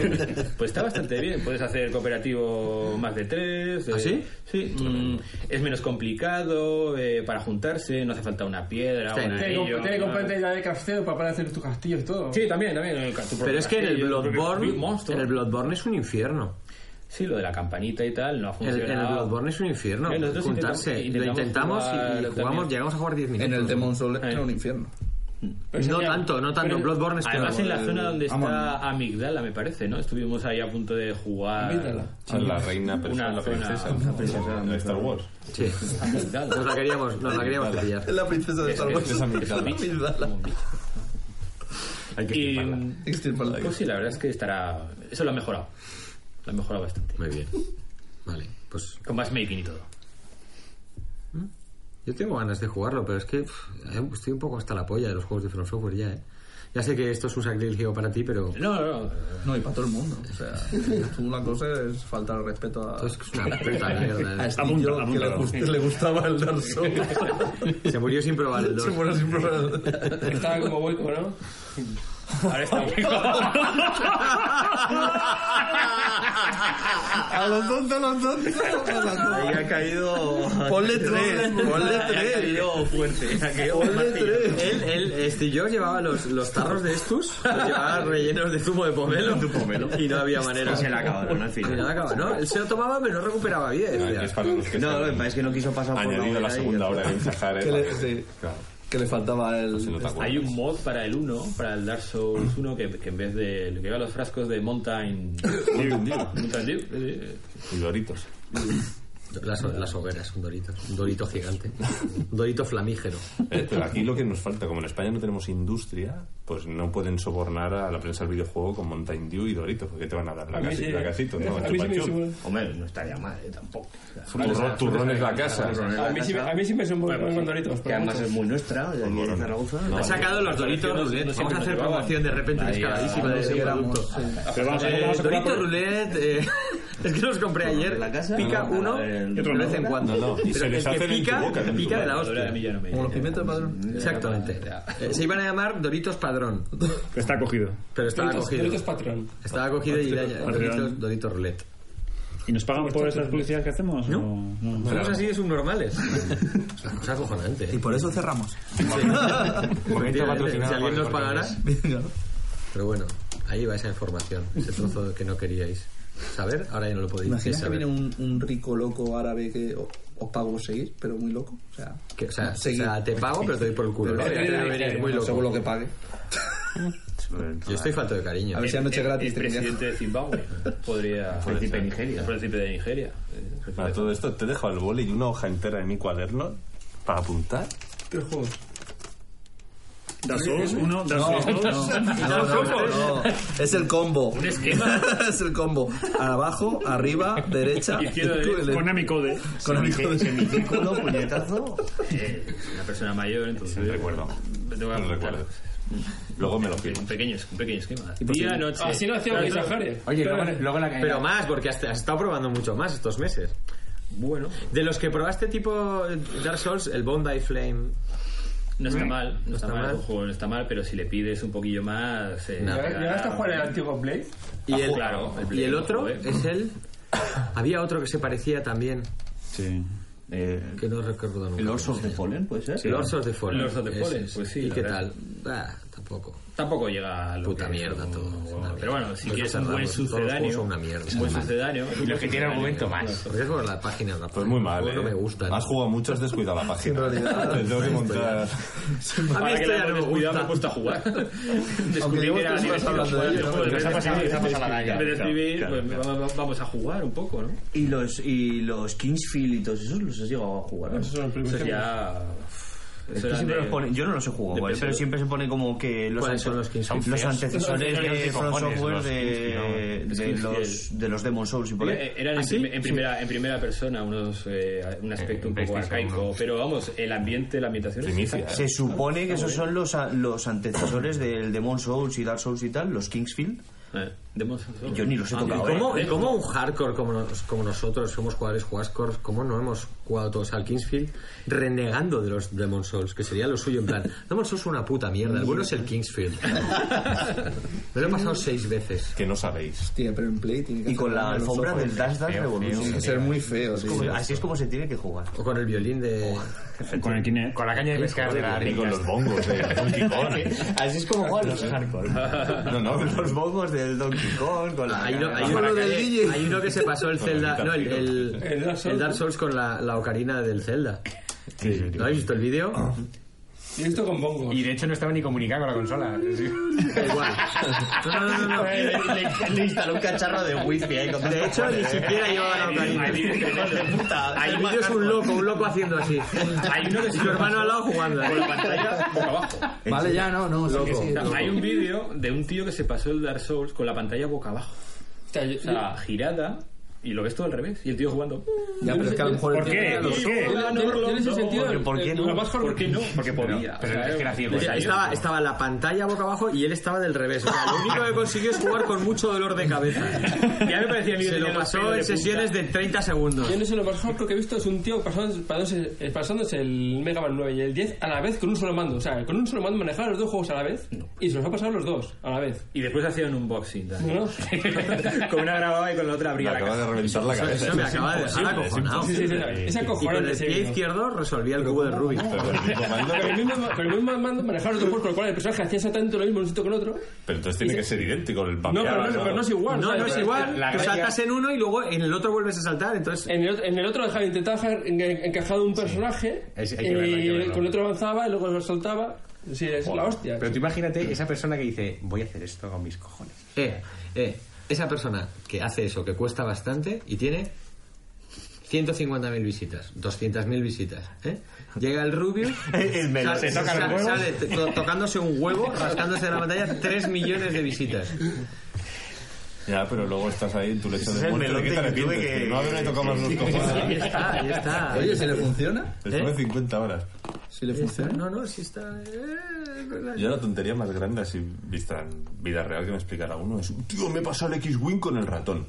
[SPEAKER 8] pues está bastante bien. Puedes hacer cooperativo más de tres. eh,
[SPEAKER 1] ¿Ah, sí?
[SPEAKER 8] Sí. mm, es menos complicado eh, para juntarse. No hace falta una piedra.
[SPEAKER 1] Está
[SPEAKER 8] un
[SPEAKER 1] bien.
[SPEAKER 4] Tiene
[SPEAKER 8] anillo,
[SPEAKER 4] comp- tiene
[SPEAKER 8] nada.
[SPEAKER 4] componente ya de crafteo para poder hacer tus castillos y todo.
[SPEAKER 8] Sí, también, también. el- tu propio
[SPEAKER 1] Pero es que en el
[SPEAKER 8] castillo, tu propio
[SPEAKER 1] Bloodborne,
[SPEAKER 8] Big Monster.
[SPEAKER 1] en el Bloodborne es un infierno.
[SPEAKER 8] Sí, lo de la campanita y tal no ha
[SPEAKER 1] En el,
[SPEAKER 8] funcionado.
[SPEAKER 1] en el Bloodborne es un infierno.
[SPEAKER 8] Eh, nosotros
[SPEAKER 1] juntarse.
[SPEAKER 8] intentamos-
[SPEAKER 1] lo intentamos y- y
[SPEAKER 8] jugar
[SPEAKER 1] jugamos,
[SPEAKER 8] también.
[SPEAKER 1] llegamos a jugar 10 minutos.
[SPEAKER 3] En el Demon Soul
[SPEAKER 8] Eh.
[SPEAKER 3] era un infierno.
[SPEAKER 4] Pero
[SPEAKER 1] no
[SPEAKER 4] sería-
[SPEAKER 1] tanto, no tanto.
[SPEAKER 4] pero-
[SPEAKER 1] Bloodborne es
[SPEAKER 8] Además,
[SPEAKER 1] peor.
[SPEAKER 8] en la zona donde
[SPEAKER 3] Vamos.
[SPEAKER 8] está Amigdala, me parece, ¿no? Estuvimos ahí a punto de jugar.
[SPEAKER 4] Amígdala.
[SPEAKER 9] A la reina persona,
[SPEAKER 8] Una
[SPEAKER 9] la
[SPEAKER 8] zona-
[SPEAKER 9] princesa.
[SPEAKER 8] una
[SPEAKER 9] princesa. Star Wars.
[SPEAKER 1] Sí.
[SPEAKER 8] Amigdala.
[SPEAKER 1] Nos la queríamos, nos la queríamos pillar.
[SPEAKER 3] Es la princesa de Star Wars.
[SPEAKER 9] Es amigdala.
[SPEAKER 3] Amigdala.
[SPEAKER 9] Hay que
[SPEAKER 8] Y-
[SPEAKER 9] quemarla.
[SPEAKER 3] Extirparla.
[SPEAKER 8] Pues sí, la verdad es que estará. Eso lo ha mejorado. Lo ha mejorado bastante.
[SPEAKER 1] Muy bien. Vale, pues
[SPEAKER 8] Con más making y todo.
[SPEAKER 1] Yo tengo ganas de jugarlo, pero es que pff, estoy un poco hasta la polla de los juegos de From Software ya, ¿eh? Ya sé que esto es un sacrilegio para ti, pero...
[SPEAKER 8] No, no, no.
[SPEAKER 3] No, y para todo el mundo. O sea, una cosa es faltar al respeto a.
[SPEAKER 1] Es una puta mierda,
[SPEAKER 3] A
[SPEAKER 1] ¿eh?
[SPEAKER 3] Steve
[SPEAKER 11] Apunta,
[SPEAKER 3] Jobs, Este que le,
[SPEAKER 11] apunta.
[SPEAKER 3] gust- le gustaba el Dark Souls.
[SPEAKER 1] Se murió sin probar el 2.
[SPEAKER 3] Se fueron sin probar.
[SPEAKER 4] Estaba como hueco, ¿no?
[SPEAKER 8] Ahora está
[SPEAKER 3] A los dos, a los dos.
[SPEAKER 2] Ahí ha caído.
[SPEAKER 3] Ponle tres, ponle tres.
[SPEAKER 2] Yo fuerte. Ha caído
[SPEAKER 3] Ponle tres.
[SPEAKER 1] Él, él, este, yo llevaba los, los tarros de estos, los llevaba rellenos de zumo de pomelo, y no había manera.
[SPEAKER 2] Y se la acabaron al final.
[SPEAKER 1] Y nada, acaba- no, él se lo tomaba, pero no recuperaba bien.
[SPEAKER 9] Ah,
[SPEAKER 1] decía.
[SPEAKER 9] que es para los que
[SPEAKER 2] No,
[SPEAKER 9] están
[SPEAKER 2] no, es que no quiso pasar por
[SPEAKER 9] Añadido la
[SPEAKER 2] y-
[SPEAKER 9] segunda hora de Benzajar.
[SPEAKER 3] Que le- sí.
[SPEAKER 9] Claro.
[SPEAKER 3] Que le faltaba
[SPEAKER 9] Si no
[SPEAKER 3] el.
[SPEAKER 9] te acuerdas.
[SPEAKER 8] Hay un mod para el 1, para el Dark Souls 1, que, que en vez de. que lleva los frascos de Mountain.
[SPEAKER 9] Mountain Dew.
[SPEAKER 8] Mountain Dew. eh,
[SPEAKER 9] Y Doritos.
[SPEAKER 1] Las, las hogueras, un dorito. Un dorito gigante. Un dorito flamígero.
[SPEAKER 9] Eh, pero aquí lo que nos falta, como en España no tenemos industria, pues no pueden sobornar a la prensa del videojuego con Mountain Dew y Doritos, porque te van a dar la,
[SPEAKER 8] A mí
[SPEAKER 9] casi-
[SPEAKER 8] sí.
[SPEAKER 9] la casito, ¿no?
[SPEAKER 8] A mí
[SPEAKER 9] Chupa
[SPEAKER 8] sí me
[SPEAKER 9] chup.
[SPEAKER 8] suena.
[SPEAKER 9] Hombre, no estaría mal, eh, tampoco.
[SPEAKER 8] Vale, o
[SPEAKER 9] Turrón,
[SPEAKER 8] sea,
[SPEAKER 9] turrón es la casa.
[SPEAKER 8] A mí sí me- a mí sí me son buenos
[SPEAKER 9] Bueno, pues,
[SPEAKER 8] con Doritos.
[SPEAKER 9] que además es muy nuestra, de aquí de Zaragoza.
[SPEAKER 1] Ha sacado los Doritos Roulette. Vamos a hacer promoción de repente
[SPEAKER 9] Ahí,
[SPEAKER 1] descaradísima de
[SPEAKER 9] ahora
[SPEAKER 1] ese
[SPEAKER 9] sí éramos,
[SPEAKER 1] producto.
[SPEAKER 9] sí.
[SPEAKER 1] Pero vamos a-
[SPEAKER 9] Eh,
[SPEAKER 1] vamos a
[SPEAKER 9] Doritos
[SPEAKER 1] comprar- Roulette. eh, es que los compré ayer. Pica
[SPEAKER 9] No, no,
[SPEAKER 1] uno
[SPEAKER 9] el-
[SPEAKER 1] de vez en cuando.
[SPEAKER 9] No, no,
[SPEAKER 1] Pero
[SPEAKER 9] y se les
[SPEAKER 1] el que
[SPEAKER 9] hacen en tu
[SPEAKER 1] pica,
[SPEAKER 9] boca, en tu
[SPEAKER 1] pica de la
[SPEAKER 9] boca.
[SPEAKER 1] hostia.
[SPEAKER 9] A mí ya no me-
[SPEAKER 3] Como los pimientos, padrón.
[SPEAKER 1] Exactamente. Eh, se iban a llamar Doritos Padrón.
[SPEAKER 11] Está cogido.
[SPEAKER 1] Pero estaba
[SPEAKER 4] Doritos-
[SPEAKER 1] cogido.
[SPEAKER 4] Doritos Patrón.
[SPEAKER 1] Estaba cogido y
[SPEAKER 11] Doritos Patrón.
[SPEAKER 1] Doritos, Doritos Roulette.
[SPEAKER 11] ¿Y nos pagan por estas publicidades que hacemos? No. no.
[SPEAKER 1] Somos así de subnormales. Es una cosa acojonante. ¿eh?
[SPEAKER 3] Y por eso cerramos.
[SPEAKER 1] Efectivamente,
[SPEAKER 3] patrocinado
[SPEAKER 1] Si alguien
[SPEAKER 3] por
[SPEAKER 1] nos pagara.
[SPEAKER 3] Cortes.
[SPEAKER 1] Pero bueno, ahí va esa información, ese trozo que no queríais saber, ahora ya no lo podéis
[SPEAKER 3] Imaginas que
[SPEAKER 1] saber.
[SPEAKER 3] viene un, un rico loco árabe que o- os pago por seguir, pero muy loco. O sea,
[SPEAKER 1] Que, o, sea, o sea, te pago, pero te doy por el culo. ¿no?
[SPEAKER 3] Pero
[SPEAKER 1] Ya te va a venir muy loco.
[SPEAKER 3] Según lo que pague.
[SPEAKER 1] Yo estoy falto de cariño.
[SPEAKER 3] A ver si anoche
[SPEAKER 8] El-
[SPEAKER 3] gratis este
[SPEAKER 8] El
[SPEAKER 3] te
[SPEAKER 8] presidente de Zimbabue. Podría.
[SPEAKER 9] Príncipe de Nigeria.
[SPEAKER 8] El príncipe de Nigeria. eh,
[SPEAKER 9] Para todo esto, te dejo el boli y una hoja entera en mi cuaderno para apuntar.
[SPEAKER 4] ¿Qué juegos?
[SPEAKER 11] Dark Souls uno, Dark
[SPEAKER 3] No,
[SPEAKER 11] Souls dos.
[SPEAKER 3] no, no, no, no. Es el combo.
[SPEAKER 11] Un esquema.
[SPEAKER 3] es el combo. Abajo, arriba, derecha.
[SPEAKER 11] Izquierda,
[SPEAKER 3] y tú, el-
[SPEAKER 11] derecha. Konami Code.
[SPEAKER 3] Konami Code.
[SPEAKER 8] Semicírculo, puñetazo. Una persona mayor, entonces.
[SPEAKER 9] recuerdo.
[SPEAKER 8] Me tengo que apuntar.
[SPEAKER 9] Luego me lo
[SPEAKER 8] Un pequeño, un pequeño esquema.
[SPEAKER 1] Y pues,
[SPEAKER 8] Día, noche.
[SPEAKER 4] Así lo hacíamos
[SPEAKER 8] Claro,
[SPEAKER 4] en
[SPEAKER 8] todo.
[SPEAKER 4] Sahara.
[SPEAKER 1] Pero más, porque has, has estado probando mucho más estos meses.
[SPEAKER 8] Bueno.
[SPEAKER 1] De los que probaste tipo Dark Souls, el Bondi Flame.
[SPEAKER 8] No está mal, no
[SPEAKER 1] está
[SPEAKER 8] está, mal,
[SPEAKER 1] mal.
[SPEAKER 8] el juego no está mal, pero si le pides un poquillo más... Eh,
[SPEAKER 1] No.
[SPEAKER 8] te da-
[SPEAKER 4] ¿Llegaste a jugar el antiguo Play?
[SPEAKER 1] Y el,
[SPEAKER 8] claro, el Play
[SPEAKER 1] y el
[SPEAKER 8] lo
[SPEAKER 1] otro
[SPEAKER 8] jugué.
[SPEAKER 1] es el. Había otro que se parecía también,
[SPEAKER 11] Sí.
[SPEAKER 1] que no recuerdo nunca.
[SPEAKER 2] ¿El Orsos de Polen, puede ser?
[SPEAKER 1] Sí, Lords of the Fallen.
[SPEAKER 8] Lords of the
[SPEAKER 1] Ese
[SPEAKER 8] Fallen,
[SPEAKER 1] es.
[SPEAKER 8] pues sí,
[SPEAKER 1] ¿Y
[SPEAKER 8] la
[SPEAKER 1] qué
[SPEAKER 8] verdad.
[SPEAKER 1] tal? Ah, tampoco.
[SPEAKER 8] Tampoco llega a lo
[SPEAKER 1] Puta
[SPEAKER 8] que-
[SPEAKER 1] mierda todo.
[SPEAKER 8] no,
[SPEAKER 1] Es una
[SPEAKER 8] pero bueno,
[SPEAKER 1] mierda.
[SPEAKER 8] si
[SPEAKER 1] Pues
[SPEAKER 8] quieres
[SPEAKER 1] no
[SPEAKER 8] un buen
[SPEAKER 1] tardamos, todos los juegos
[SPEAKER 8] sucedáneo...
[SPEAKER 1] son una mierda.
[SPEAKER 8] Un buen sucedáneo.
[SPEAKER 9] Y los que tienen argumento más.
[SPEAKER 1] Pues es por la página. La
[SPEAKER 9] Pues muy mal,
[SPEAKER 1] Pues
[SPEAKER 9] ¿eh?
[SPEAKER 1] no me gusta.
[SPEAKER 9] Has jugado mucho, has descuidado la página.
[SPEAKER 3] En realidad,
[SPEAKER 9] Te tengo que montar.
[SPEAKER 1] A mí
[SPEAKER 8] Ahora que
[SPEAKER 1] esto
[SPEAKER 8] le
[SPEAKER 1] ya no me
[SPEAKER 8] hemos cuidado, me
[SPEAKER 1] gusta.
[SPEAKER 8] gusta jugar.
[SPEAKER 3] Aunque
[SPEAKER 8] Descubrí
[SPEAKER 3] llevo
[SPEAKER 8] que era
[SPEAKER 3] tres horas
[SPEAKER 8] divertido
[SPEAKER 3] hablando
[SPEAKER 8] jugar
[SPEAKER 3] de ello,
[SPEAKER 8] el juego.
[SPEAKER 3] ¿no?
[SPEAKER 8] En vez
[SPEAKER 3] Nos
[SPEAKER 8] de
[SPEAKER 3] ha pasado- nos
[SPEAKER 8] escribir-
[SPEAKER 3] ha pasado la
[SPEAKER 8] En vez de
[SPEAKER 9] galla.
[SPEAKER 8] escribir,
[SPEAKER 9] Claro,
[SPEAKER 8] pues
[SPEAKER 9] claro.
[SPEAKER 8] vamos- vamos a jugar un poco, ¿no?
[SPEAKER 12] Y los, y los Kingsfield y todos esos los has llegado a jugar. ¿no?
[SPEAKER 4] son los
[SPEAKER 8] Eso
[SPEAKER 4] primeros
[SPEAKER 8] ya...
[SPEAKER 12] Es
[SPEAKER 8] Eso
[SPEAKER 12] que
[SPEAKER 8] era
[SPEAKER 12] siempre
[SPEAKER 8] de-
[SPEAKER 12] los pone- yo no los he jugado,
[SPEAKER 8] de
[SPEAKER 12] ¿eh? pero
[SPEAKER 8] PC.
[SPEAKER 12] siempre se pone como que los,
[SPEAKER 1] ¿Cuáles
[SPEAKER 12] ante-
[SPEAKER 1] son los Kings?
[SPEAKER 12] los
[SPEAKER 1] Son feos.
[SPEAKER 12] antecesores
[SPEAKER 9] Son feos,
[SPEAKER 12] de
[SPEAKER 9] qué
[SPEAKER 12] From
[SPEAKER 9] cojones,
[SPEAKER 12] Software
[SPEAKER 9] los
[SPEAKER 12] de,
[SPEAKER 9] Kings,
[SPEAKER 8] no.
[SPEAKER 12] de
[SPEAKER 8] Es que
[SPEAKER 12] los,
[SPEAKER 8] fiel.
[SPEAKER 12] de los Demon Souls y por ahí.
[SPEAKER 8] Eh, Eran
[SPEAKER 1] ¿Ah,
[SPEAKER 8] en,
[SPEAKER 1] sí?
[SPEAKER 8] prim- en primera, en primera persona, unos, eh, un aspecto
[SPEAKER 9] En
[SPEAKER 8] un poco
[SPEAKER 9] PlayStation
[SPEAKER 8] arcaico.
[SPEAKER 9] uno.
[SPEAKER 8] Pero vamos, el ambiente, la ambientación. es
[SPEAKER 9] Primicia, ¿eh?
[SPEAKER 8] exacta.
[SPEAKER 12] Se supone que esos son los, a- los antecesores del Demon Souls y Dark Souls y tal, los Kingsfield.
[SPEAKER 8] Eh, Demon Souls.
[SPEAKER 12] Yo ni los he
[SPEAKER 8] Ah,
[SPEAKER 12] tocado,
[SPEAKER 8] ¿y
[SPEAKER 1] ¿Cómo,
[SPEAKER 8] eh?
[SPEAKER 1] y cómo un hardcore como, nos- como nosotros, somos jugadores jugascores, cómo no hemos jugado todos al Kingsfield renegando de los Demon Souls, que sería lo suyo en plan, Demon Souls es una puta mierda, el bueno es el Kingsfield. Me lo he pasado seis veces.
[SPEAKER 9] Que no sabéis.
[SPEAKER 3] Hostia, pero en Play tiene que
[SPEAKER 12] Y
[SPEAKER 3] hacer
[SPEAKER 12] con la
[SPEAKER 3] daño a los
[SPEAKER 12] alfombra
[SPEAKER 3] ojos.
[SPEAKER 12] del Dash Dance
[SPEAKER 3] Tiene
[SPEAKER 12] Revolution.
[SPEAKER 3] que ser muy feo, sí.
[SPEAKER 12] Como- Así es como se tiene que jugar.
[SPEAKER 1] O con el violín de...
[SPEAKER 11] Con el Kinect.
[SPEAKER 5] Con la caña de pescar de la
[SPEAKER 9] Y con los
[SPEAKER 5] Dreamcast.
[SPEAKER 9] bongos eh, de Donkey Kong.
[SPEAKER 12] Así es como juegan los hardcore.
[SPEAKER 9] No, no,
[SPEAKER 12] Con los bongos del Donkey Kong, con la.
[SPEAKER 1] Hay uno, hay
[SPEAKER 12] con
[SPEAKER 1] uno
[SPEAKER 12] la
[SPEAKER 1] Ah, que-
[SPEAKER 12] calle.
[SPEAKER 1] hay uno que se pasó el
[SPEAKER 9] Con la
[SPEAKER 1] Zelda,
[SPEAKER 9] guitarra,
[SPEAKER 1] no, el, el-
[SPEAKER 4] El Dark Souls.
[SPEAKER 1] el Dark Souls con la, la ocarina del Zelda. ¿No habéis visto el vídeo?
[SPEAKER 8] Ah.
[SPEAKER 4] Y esto con bongo.
[SPEAKER 5] Y de hecho no estaba ni comunicado con la consola.
[SPEAKER 1] Da Igual. No, no, no, no.
[SPEAKER 12] Le, le instaló un cacharro de wifi ahí con
[SPEAKER 1] De hecho, ni siquiera llevaba la ocarina.
[SPEAKER 12] puta.
[SPEAKER 1] El vídeo es un loco, un loco haciendo así.
[SPEAKER 8] Hay uno que
[SPEAKER 1] Y
[SPEAKER 8] se
[SPEAKER 1] su hermano al lado jugando. Pues
[SPEAKER 8] Con la pantalla boca abajo.
[SPEAKER 3] Vale, ya, no, no. sí,
[SPEAKER 1] Loco.
[SPEAKER 3] sí, loco.
[SPEAKER 8] Hay un vídeo de un tío que se pasó el Dark Souls con la pantalla boca abajo.
[SPEAKER 4] O sea, yo-
[SPEAKER 8] O sea, girada y lo ves todo al revés. Y el tío jugando.
[SPEAKER 3] Ya, pero es que a lo mejor el
[SPEAKER 11] ¿Por
[SPEAKER 3] tío
[SPEAKER 11] qué?
[SPEAKER 3] era
[SPEAKER 11] ¿Por qué?
[SPEAKER 4] yo- yo- yo en ese sentido,
[SPEAKER 12] porque ¿por qué
[SPEAKER 4] eh,
[SPEAKER 12] no?
[SPEAKER 4] lo más
[SPEAKER 8] ¿Por qué no? Porque podía.
[SPEAKER 5] Pero es que era ciego.
[SPEAKER 8] Pues
[SPEAKER 1] O sea,
[SPEAKER 5] era
[SPEAKER 1] estaba,
[SPEAKER 5] yo.
[SPEAKER 1] estaba la pantalla boca abajo y él estaba del revés. O sea, lo único que consiguió es jugar con mucho dolor de cabeza.
[SPEAKER 8] Ya me parecía a mí que
[SPEAKER 1] Se
[SPEAKER 8] tenía
[SPEAKER 1] lo
[SPEAKER 8] los
[SPEAKER 1] pasó
[SPEAKER 8] pelos de
[SPEAKER 1] en sesiones
[SPEAKER 8] punta.
[SPEAKER 1] de 30 segundos.
[SPEAKER 4] Yo no sé, lo más hardcore que he visto es un tío pasándose, pasándose, eh, pasándose el Mega Man 9 y el 10 a la vez con un solo mando. O sea, con un solo mando manejaba los dos juegos a la vez y se los ha pasado los dos a la vez.
[SPEAKER 8] Y después hacía un unboxing. Dani.
[SPEAKER 4] ¿No?
[SPEAKER 8] con una grababa y con la otra
[SPEAKER 9] Me
[SPEAKER 8] abría la
[SPEAKER 9] acaba
[SPEAKER 8] caja.
[SPEAKER 9] de reventar la cabeza.
[SPEAKER 1] Eso me acaba de dejar
[SPEAKER 9] imposible, es
[SPEAKER 1] acojonado.
[SPEAKER 4] Sí, sí, sí, es
[SPEAKER 1] Y con
[SPEAKER 4] acojonante
[SPEAKER 1] el
[SPEAKER 4] ese
[SPEAKER 1] pie
[SPEAKER 4] vídeo.
[SPEAKER 1] izquierdo resolvía el cubo de Rubik.
[SPEAKER 9] Pero con el comando-
[SPEAKER 4] Con el mismo, con el mismo mando manejaba los dos juegos, con lo cual el personaje hacía exactamente lo mismo en un sitio con otro.
[SPEAKER 9] Pero entonces tiene que ser idéntico el papel.
[SPEAKER 4] No, pero no, pero no es igual.
[SPEAKER 1] No,
[SPEAKER 4] ¿sabes?
[SPEAKER 1] no es igual. Tú saltas en uno y luego en el otro vuelves a saltar. Entonces,
[SPEAKER 4] En el, otro- en el otro dejaba, intentaba dejar en- encajado un personaje
[SPEAKER 5] Es- hay que verlo, hay que
[SPEAKER 4] y
[SPEAKER 5] verlo.
[SPEAKER 4] con el otro avanzaba y luego lo soltaba. Sí, es la hostia.
[SPEAKER 5] Pero tú imagínate esa persona que dice, voy a hacer esto con mis cojones.
[SPEAKER 1] eh, eh, esa persona que hace eso, que cuesta bastante y tiene 150.000 visitas, 200.000 visitas. ¿eh? Llega el Rubius,
[SPEAKER 2] El melón.
[SPEAKER 1] sale,
[SPEAKER 2] Se toca el
[SPEAKER 1] sale-
[SPEAKER 2] huevo.
[SPEAKER 1] sale to- tocándose un huevo, rascándose la pantalla, 3 millones de visitas.
[SPEAKER 9] Ya, pero luego estás ahí en tu lecho
[SPEAKER 1] Ese es
[SPEAKER 9] de
[SPEAKER 1] el
[SPEAKER 9] muerte.
[SPEAKER 1] melón
[SPEAKER 9] ¿De qué
[SPEAKER 1] de
[SPEAKER 9] te
[SPEAKER 1] YouTube
[SPEAKER 9] arrepientes?
[SPEAKER 1] que-
[SPEAKER 9] De no haberme tocado más los
[SPEAKER 1] Sí,
[SPEAKER 9] cojones.
[SPEAKER 1] ahí está, Ah, ahí está. Oye, ¿se le funciona?
[SPEAKER 9] Estuve 50 horas.
[SPEAKER 3] ¿Si le funciona?
[SPEAKER 1] No, no, sí está. eh,
[SPEAKER 9] Yo la tontería más grande, así vista en vida real, que me explicara uno es: Tío, me he pasado el X-Wing con el ratón.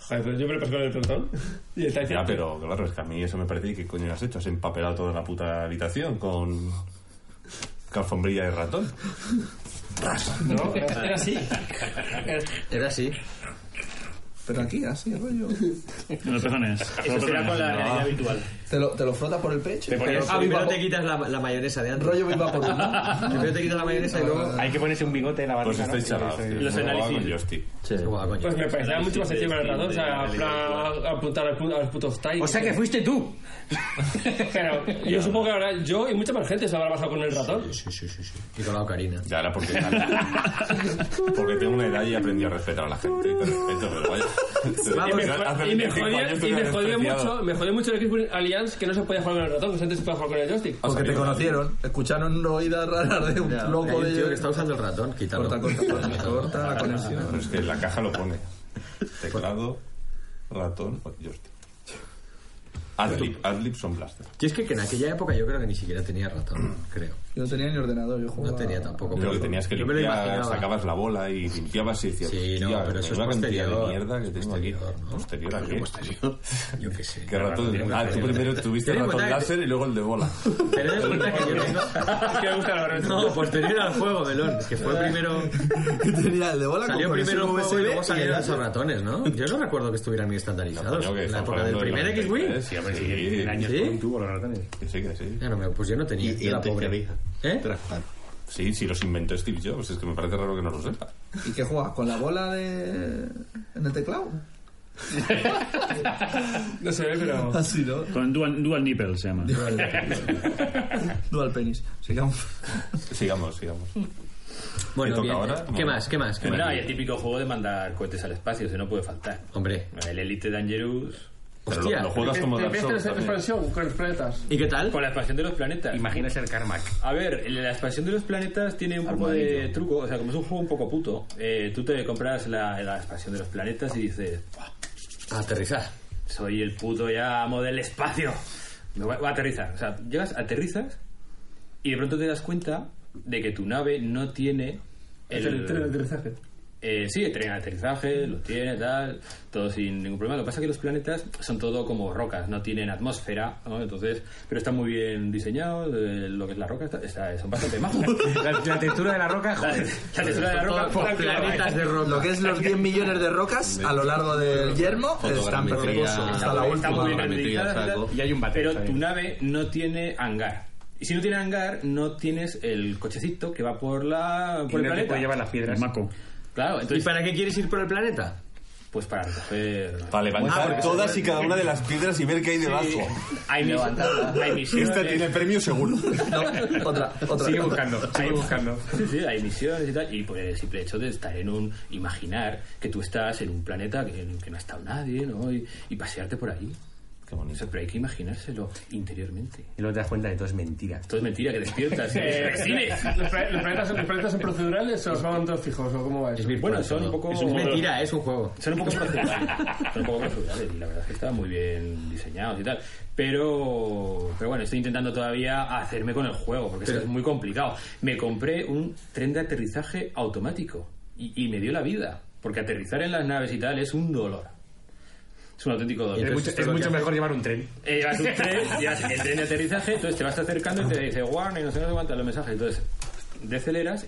[SPEAKER 4] Joder, pero yo me lo pasé con el pelotón. Y está
[SPEAKER 9] Ya, pero claro, es que a mí eso me parece que coño has hecho, has empapelado toda la puta habitación con calfombrilla de ratón.
[SPEAKER 4] No, era así.
[SPEAKER 1] Era así.
[SPEAKER 3] Pero aquí, así, rollo.
[SPEAKER 11] Los pezones.
[SPEAKER 3] Eso será con la realidad
[SPEAKER 8] habitual.
[SPEAKER 3] Te lo, te lo frotas por el pecho.
[SPEAKER 1] Pero
[SPEAKER 3] Ah,
[SPEAKER 1] primero
[SPEAKER 3] viva-
[SPEAKER 1] te quitas la, la mayonesa de antes.
[SPEAKER 3] Rollo viva por
[SPEAKER 1] Primero te quitas la mayonesa y luego.
[SPEAKER 5] Hay que ponerse un bigote en la barriga.
[SPEAKER 9] Pues estáis chalados, tío.
[SPEAKER 5] Los
[SPEAKER 9] Como hago
[SPEAKER 5] análisis.
[SPEAKER 9] con Joystick.
[SPEAKER 4] Pues me parecía mucho más encima del ratón, o sea, en plan, a- apuntar al pu- a los putos tiles. O sea que
[SPEAKER 5] fuiste tú.
[SPEAKER 4] Pero yo supongo que ahora yo y mucha más gente se habrá pasado con el ratón.
[SPEAKER 1] Sí, sí, sí. Y con la ocarina.
[SPEAKER 9] Ya era porque, porque tengo una edad y aprendí a respetar a la gente. Y te respeto, pero vaya.
[SPEAKER 4] Vamos,
[SPEAKER 9] Hace 25
[SPEAKER 4] y me jodía,
[SPEAKER 9] años
[SPEAKER 4] y
[SPEAKER 9] te
[SPEAKER 4] me
[SPEAKER 9] hubiera
[SPEAKER 4] jodía
[SPEAKER 9] despreciado.
[SPEAKER 4] mucho, me jodía mucho el Xbox Alliance que no se podía jugar con el ratón, que antes se podía jugar con el joystick.
[SPEAKER 3] Porque te conocieron, escucharon una oída rara de un
[SPEAKER 1] Hay
[SPEAKER 3] loco
[SPEAKER 1] un
[SPEAKER 3] de
[SPEAKER 1] tío que está usando el ratón, quítalo.
[SPEAKER 3] Corta, corta, corta, corta la conexión.
[SPEAKER 9] Pero Ah, es que en la caja lo pone. Teclado, ratón, oh, joystick. Adlib, Adlib son blaster.
[SPEAKER 1] Yo es que en aquella época yo creo que ni siquiera tenía ratón,
[SPEAKER 5] Mm.
[SPEAKER 1] creo.
[SPEAKER 3] Yo no tenía ni ordenador, yo jugaba.
[SPEAKER 1] No tenía tampoco.
[SPEAKER 9] Creo que tenías que
[SPEAKER 1] Yo me lo
[SPEAKER 9] limpiar,
[SPEAKER 1] imaginaba.
[SPEAKER 9] sacabas la bola y limpiabas y decías,
[SPEAKER 1] Sí, no,
[SPEAKER 9] "Hostia,
[SPEAKER 1] pero eso es
[SPEAKER 9] menuda cantidad
[SPEAKER 1] posterior.
[SPEAKER 9] de mierda que tengo aquí. Posterior a qué?
[SPEAKER 1] Yo qué sé.
[SPEAKER 9] ¿Qué ratón? Ah, tú primero tuviste el
[SPEAKER 1] Ten en
[SPEAKER 9] ratón
[SPEAKER 1] cuenta que-
[SPEAKER 9] láser y luego el de bola.
[SPEAKER 1] Tened en cuenta que yo tengo.
[SPEAKER 4] que me gusta la
[SPEAKER 1] No,
[SPEAKER 8] Pues
[SPEAKER 1] posterior al juego, Melón. Es que fue primero.
[SPEAKER 3] Tenía el de bola
[SPEAKER 1] Salió
[SPEAKER 3] con
[SPEAKER 1] primero el
[SPEAKER 3] conexión
[SPEAKER 1] juego y
[SPEAKER 3] USB
[SPEAKER 1] luego
[SPEAKER 3] el-
[SPEAKER 1] salieron esos ratones, ¿no? Yo no recuerdo que estuvieran muy estandarizados.
[SPEAKER 9] Coño, que
[SPEAKER 1] en la
[SPEAKER 9] estamos
[SPEAKER 1] época del
[SPEAKER 9] hablando de
[SPEAKER 1] primer
[SPEAKER 9] los
[SPEAKER 1] X-Wing.
[SPEAKER 9] 93, Sí, hombre, sí.
[SPEAKER 5] tuvo los ratones.
[SPEAKER 9] Que sí, que sí.
[SPEAKER 1] Ya no me- pues yo no tenía. yo la pobre. ¿Eh?
[SPEAKER 9] Sí, sí, los inventó Steve Jobs. Es que me parece raro que no lo sepa.
[SPEAKER 3] ¿Y qué jugabas? ¿Con la bola de... en el teclado?
[SPEAKER 4] No se ve, pero.
[SPEAKER 3] Así, ¿no?
[SPEAKER 11] Con dual, dual nipple se llama.
[SPEAKER 3] Dual penis. Sigamos.
[SPEAKER 9] Sigamos, sigamos.
[SPEAKER 1] Bueno,
[SPEAKER 9] toca
[SPEAKER 1] bien.
[SPEAKER 9] ahora?
[SPEAKER 1] ¿Qué más? ¿Qué más? ¿Qué
[SPEAKER 8] Bueno,
[SPEAKER 1] más?
[SPEAKER 8] y el típico juego de mandar cohetes al espacio, ese no puede faltar.
[SPEAKER 1] Hombre.
[SPEAKER 8] El Elite Dangerous.
[SPEAKER 9] Pero lo, lo juegas como Dark Souls. también.
[SPEAKER 4] con los planetas.
[SPEAKER 1] ¿Y qué tal?
[SPEAKER 8] Con la expansión de los planetas.
[SPEAKER 5] Imagina ser Carmack.
[SPEAKER 8] A ver, la expansión de los planetas tiene un poco de truco. O sea, como es un juego un poco puto, eh, tú te compras la, la expansión de los planetas y dices, "Buah,
[SPEAKER 1] Aterrizar.
[SPEAKER 8] soy el puto ya amo del espacio. Me voy, voy a aterrizar. O sea, llegas, aterrizas y de pronto te das cuenta de que tu nave no tiene
[SPEAKER 4] Es el tren de aterrizaje.
[SPEAKER 8] eh, sí, el tren de aterrizaje, lo tiene, tal, todo sin ningún problema. Lo que pasa es que los planetas son todo como rocas, no tienen atmósfera, ¿no? Entonces, pero están muy bien diseñados, eh, lo que es la roca, está, está- son bastante majos.
[SPEAKER 5] La, la textura de la roca,
[SPEAKER 8] La,
[SPEAKER 5] joder.
[SPEAKER 8] la textura de la roca,
[SPEAKER 1] Todas planitas de roca.
[SPEAKER 3] Lo que es los 10 millones de rocas a lo largo del yermo están perfectos. Hasta la
[SPEAKER 8] está muy bien
[SPEAKER 3] última.
[SPEAKER 8] renderizada, tal,
[SPEAKER 5] Y hay un bateo.
[SPEAKER 8] Pero
[SPEAKER 5] está
[SPEAKER 8] tu
[SPEAKER 5] bien.
[SPEAKER 8] nave no tiene hangar. Y si no tiene hangar, no tienes el cochecito que va por la
[SPEAKER 5] Y
[SPEAKER 8] por el
[SPEAKER 5] no te
[SPEAKER 8] planeta.
[SPEAKER 5] puede llevar las piedras.
[SPEAKER 11] Maco.
[SPEAKER 8] Claro,
[SPEAKER 1] ¿Y
[SPEAKER 8] entonces
[SPEAKER 1] para qué quieres ir por el planeta?
[SPEAKER 8] pues para recoger
[SPEAKER 9] Para
[SPEAKER 1] Ah,
[SPEAKER 9] levantar
[SPEAKER 1] porque se
[SPEAKER 9] todas y cada una de las piedras y ver qué hay debajo.
[SPEAKER 8] Sí, hay, mis- hay misiones.
[SPEAKER 12] Este
[SPEAKER 9] Esta tiene premio seguro.
[SPEAKER 3] No, otra, otra.
[SPEAKER 5] Sigue buscando, sigue buscando.
[SPEAKER 8] Sí, sí, hay misiones y tal. Y por el simple hecho de estar en un. Imaginar que tú estás en un planeta que, que no ha estado nadie, ¿no? Y, y pasearte por ahí.
[SPEAKER 9] Qué
[SPEAKER 8] O
[SPEAKER 9] bonito.
[SPEAKER 8] sea, pero hay que imaginárselo interiormente.
[SPEAKER 5] Y luego te das cuenta de que todo es mentira.
[SPEAKER 8] Todo es mentira, que despiertas. y
[SPEAKER 4] Eh,
[SPEAKER 8] recibes.
[SPEAKER 4] ¿Los pla- los planetas, ¿Los planetas son procedurales o son todos fijos? ¿O cómo va eso?
[SPEAKER 8] Bueno, son un poco.
[SPEAKER 1] Es mentira, es un juego.
[SPEAKER 8] Son un poco procedurales. Son un poco procedurales. Y la verdad es que estaban muy bien diseñados y tal. Pero. Pero bueno, estoy intentando todavía hacerme con el juego, porque eso es muy complicado. Me compré un tren de aterrizaje automático. Y, y me dio la vida. Porque aterrizar en las naves y tal es un dolor. Es un auténtico dolor.
[SPEAKER 5] Es mucho, es mucho mejor llevar un tren.
[SPEAKER 8] Eh, llevas un tren, llevas el tren de aterrizaje, entonces te vas acercando y te dice warning, no sé, no te aguantas los mensajes. Entonces, deceleras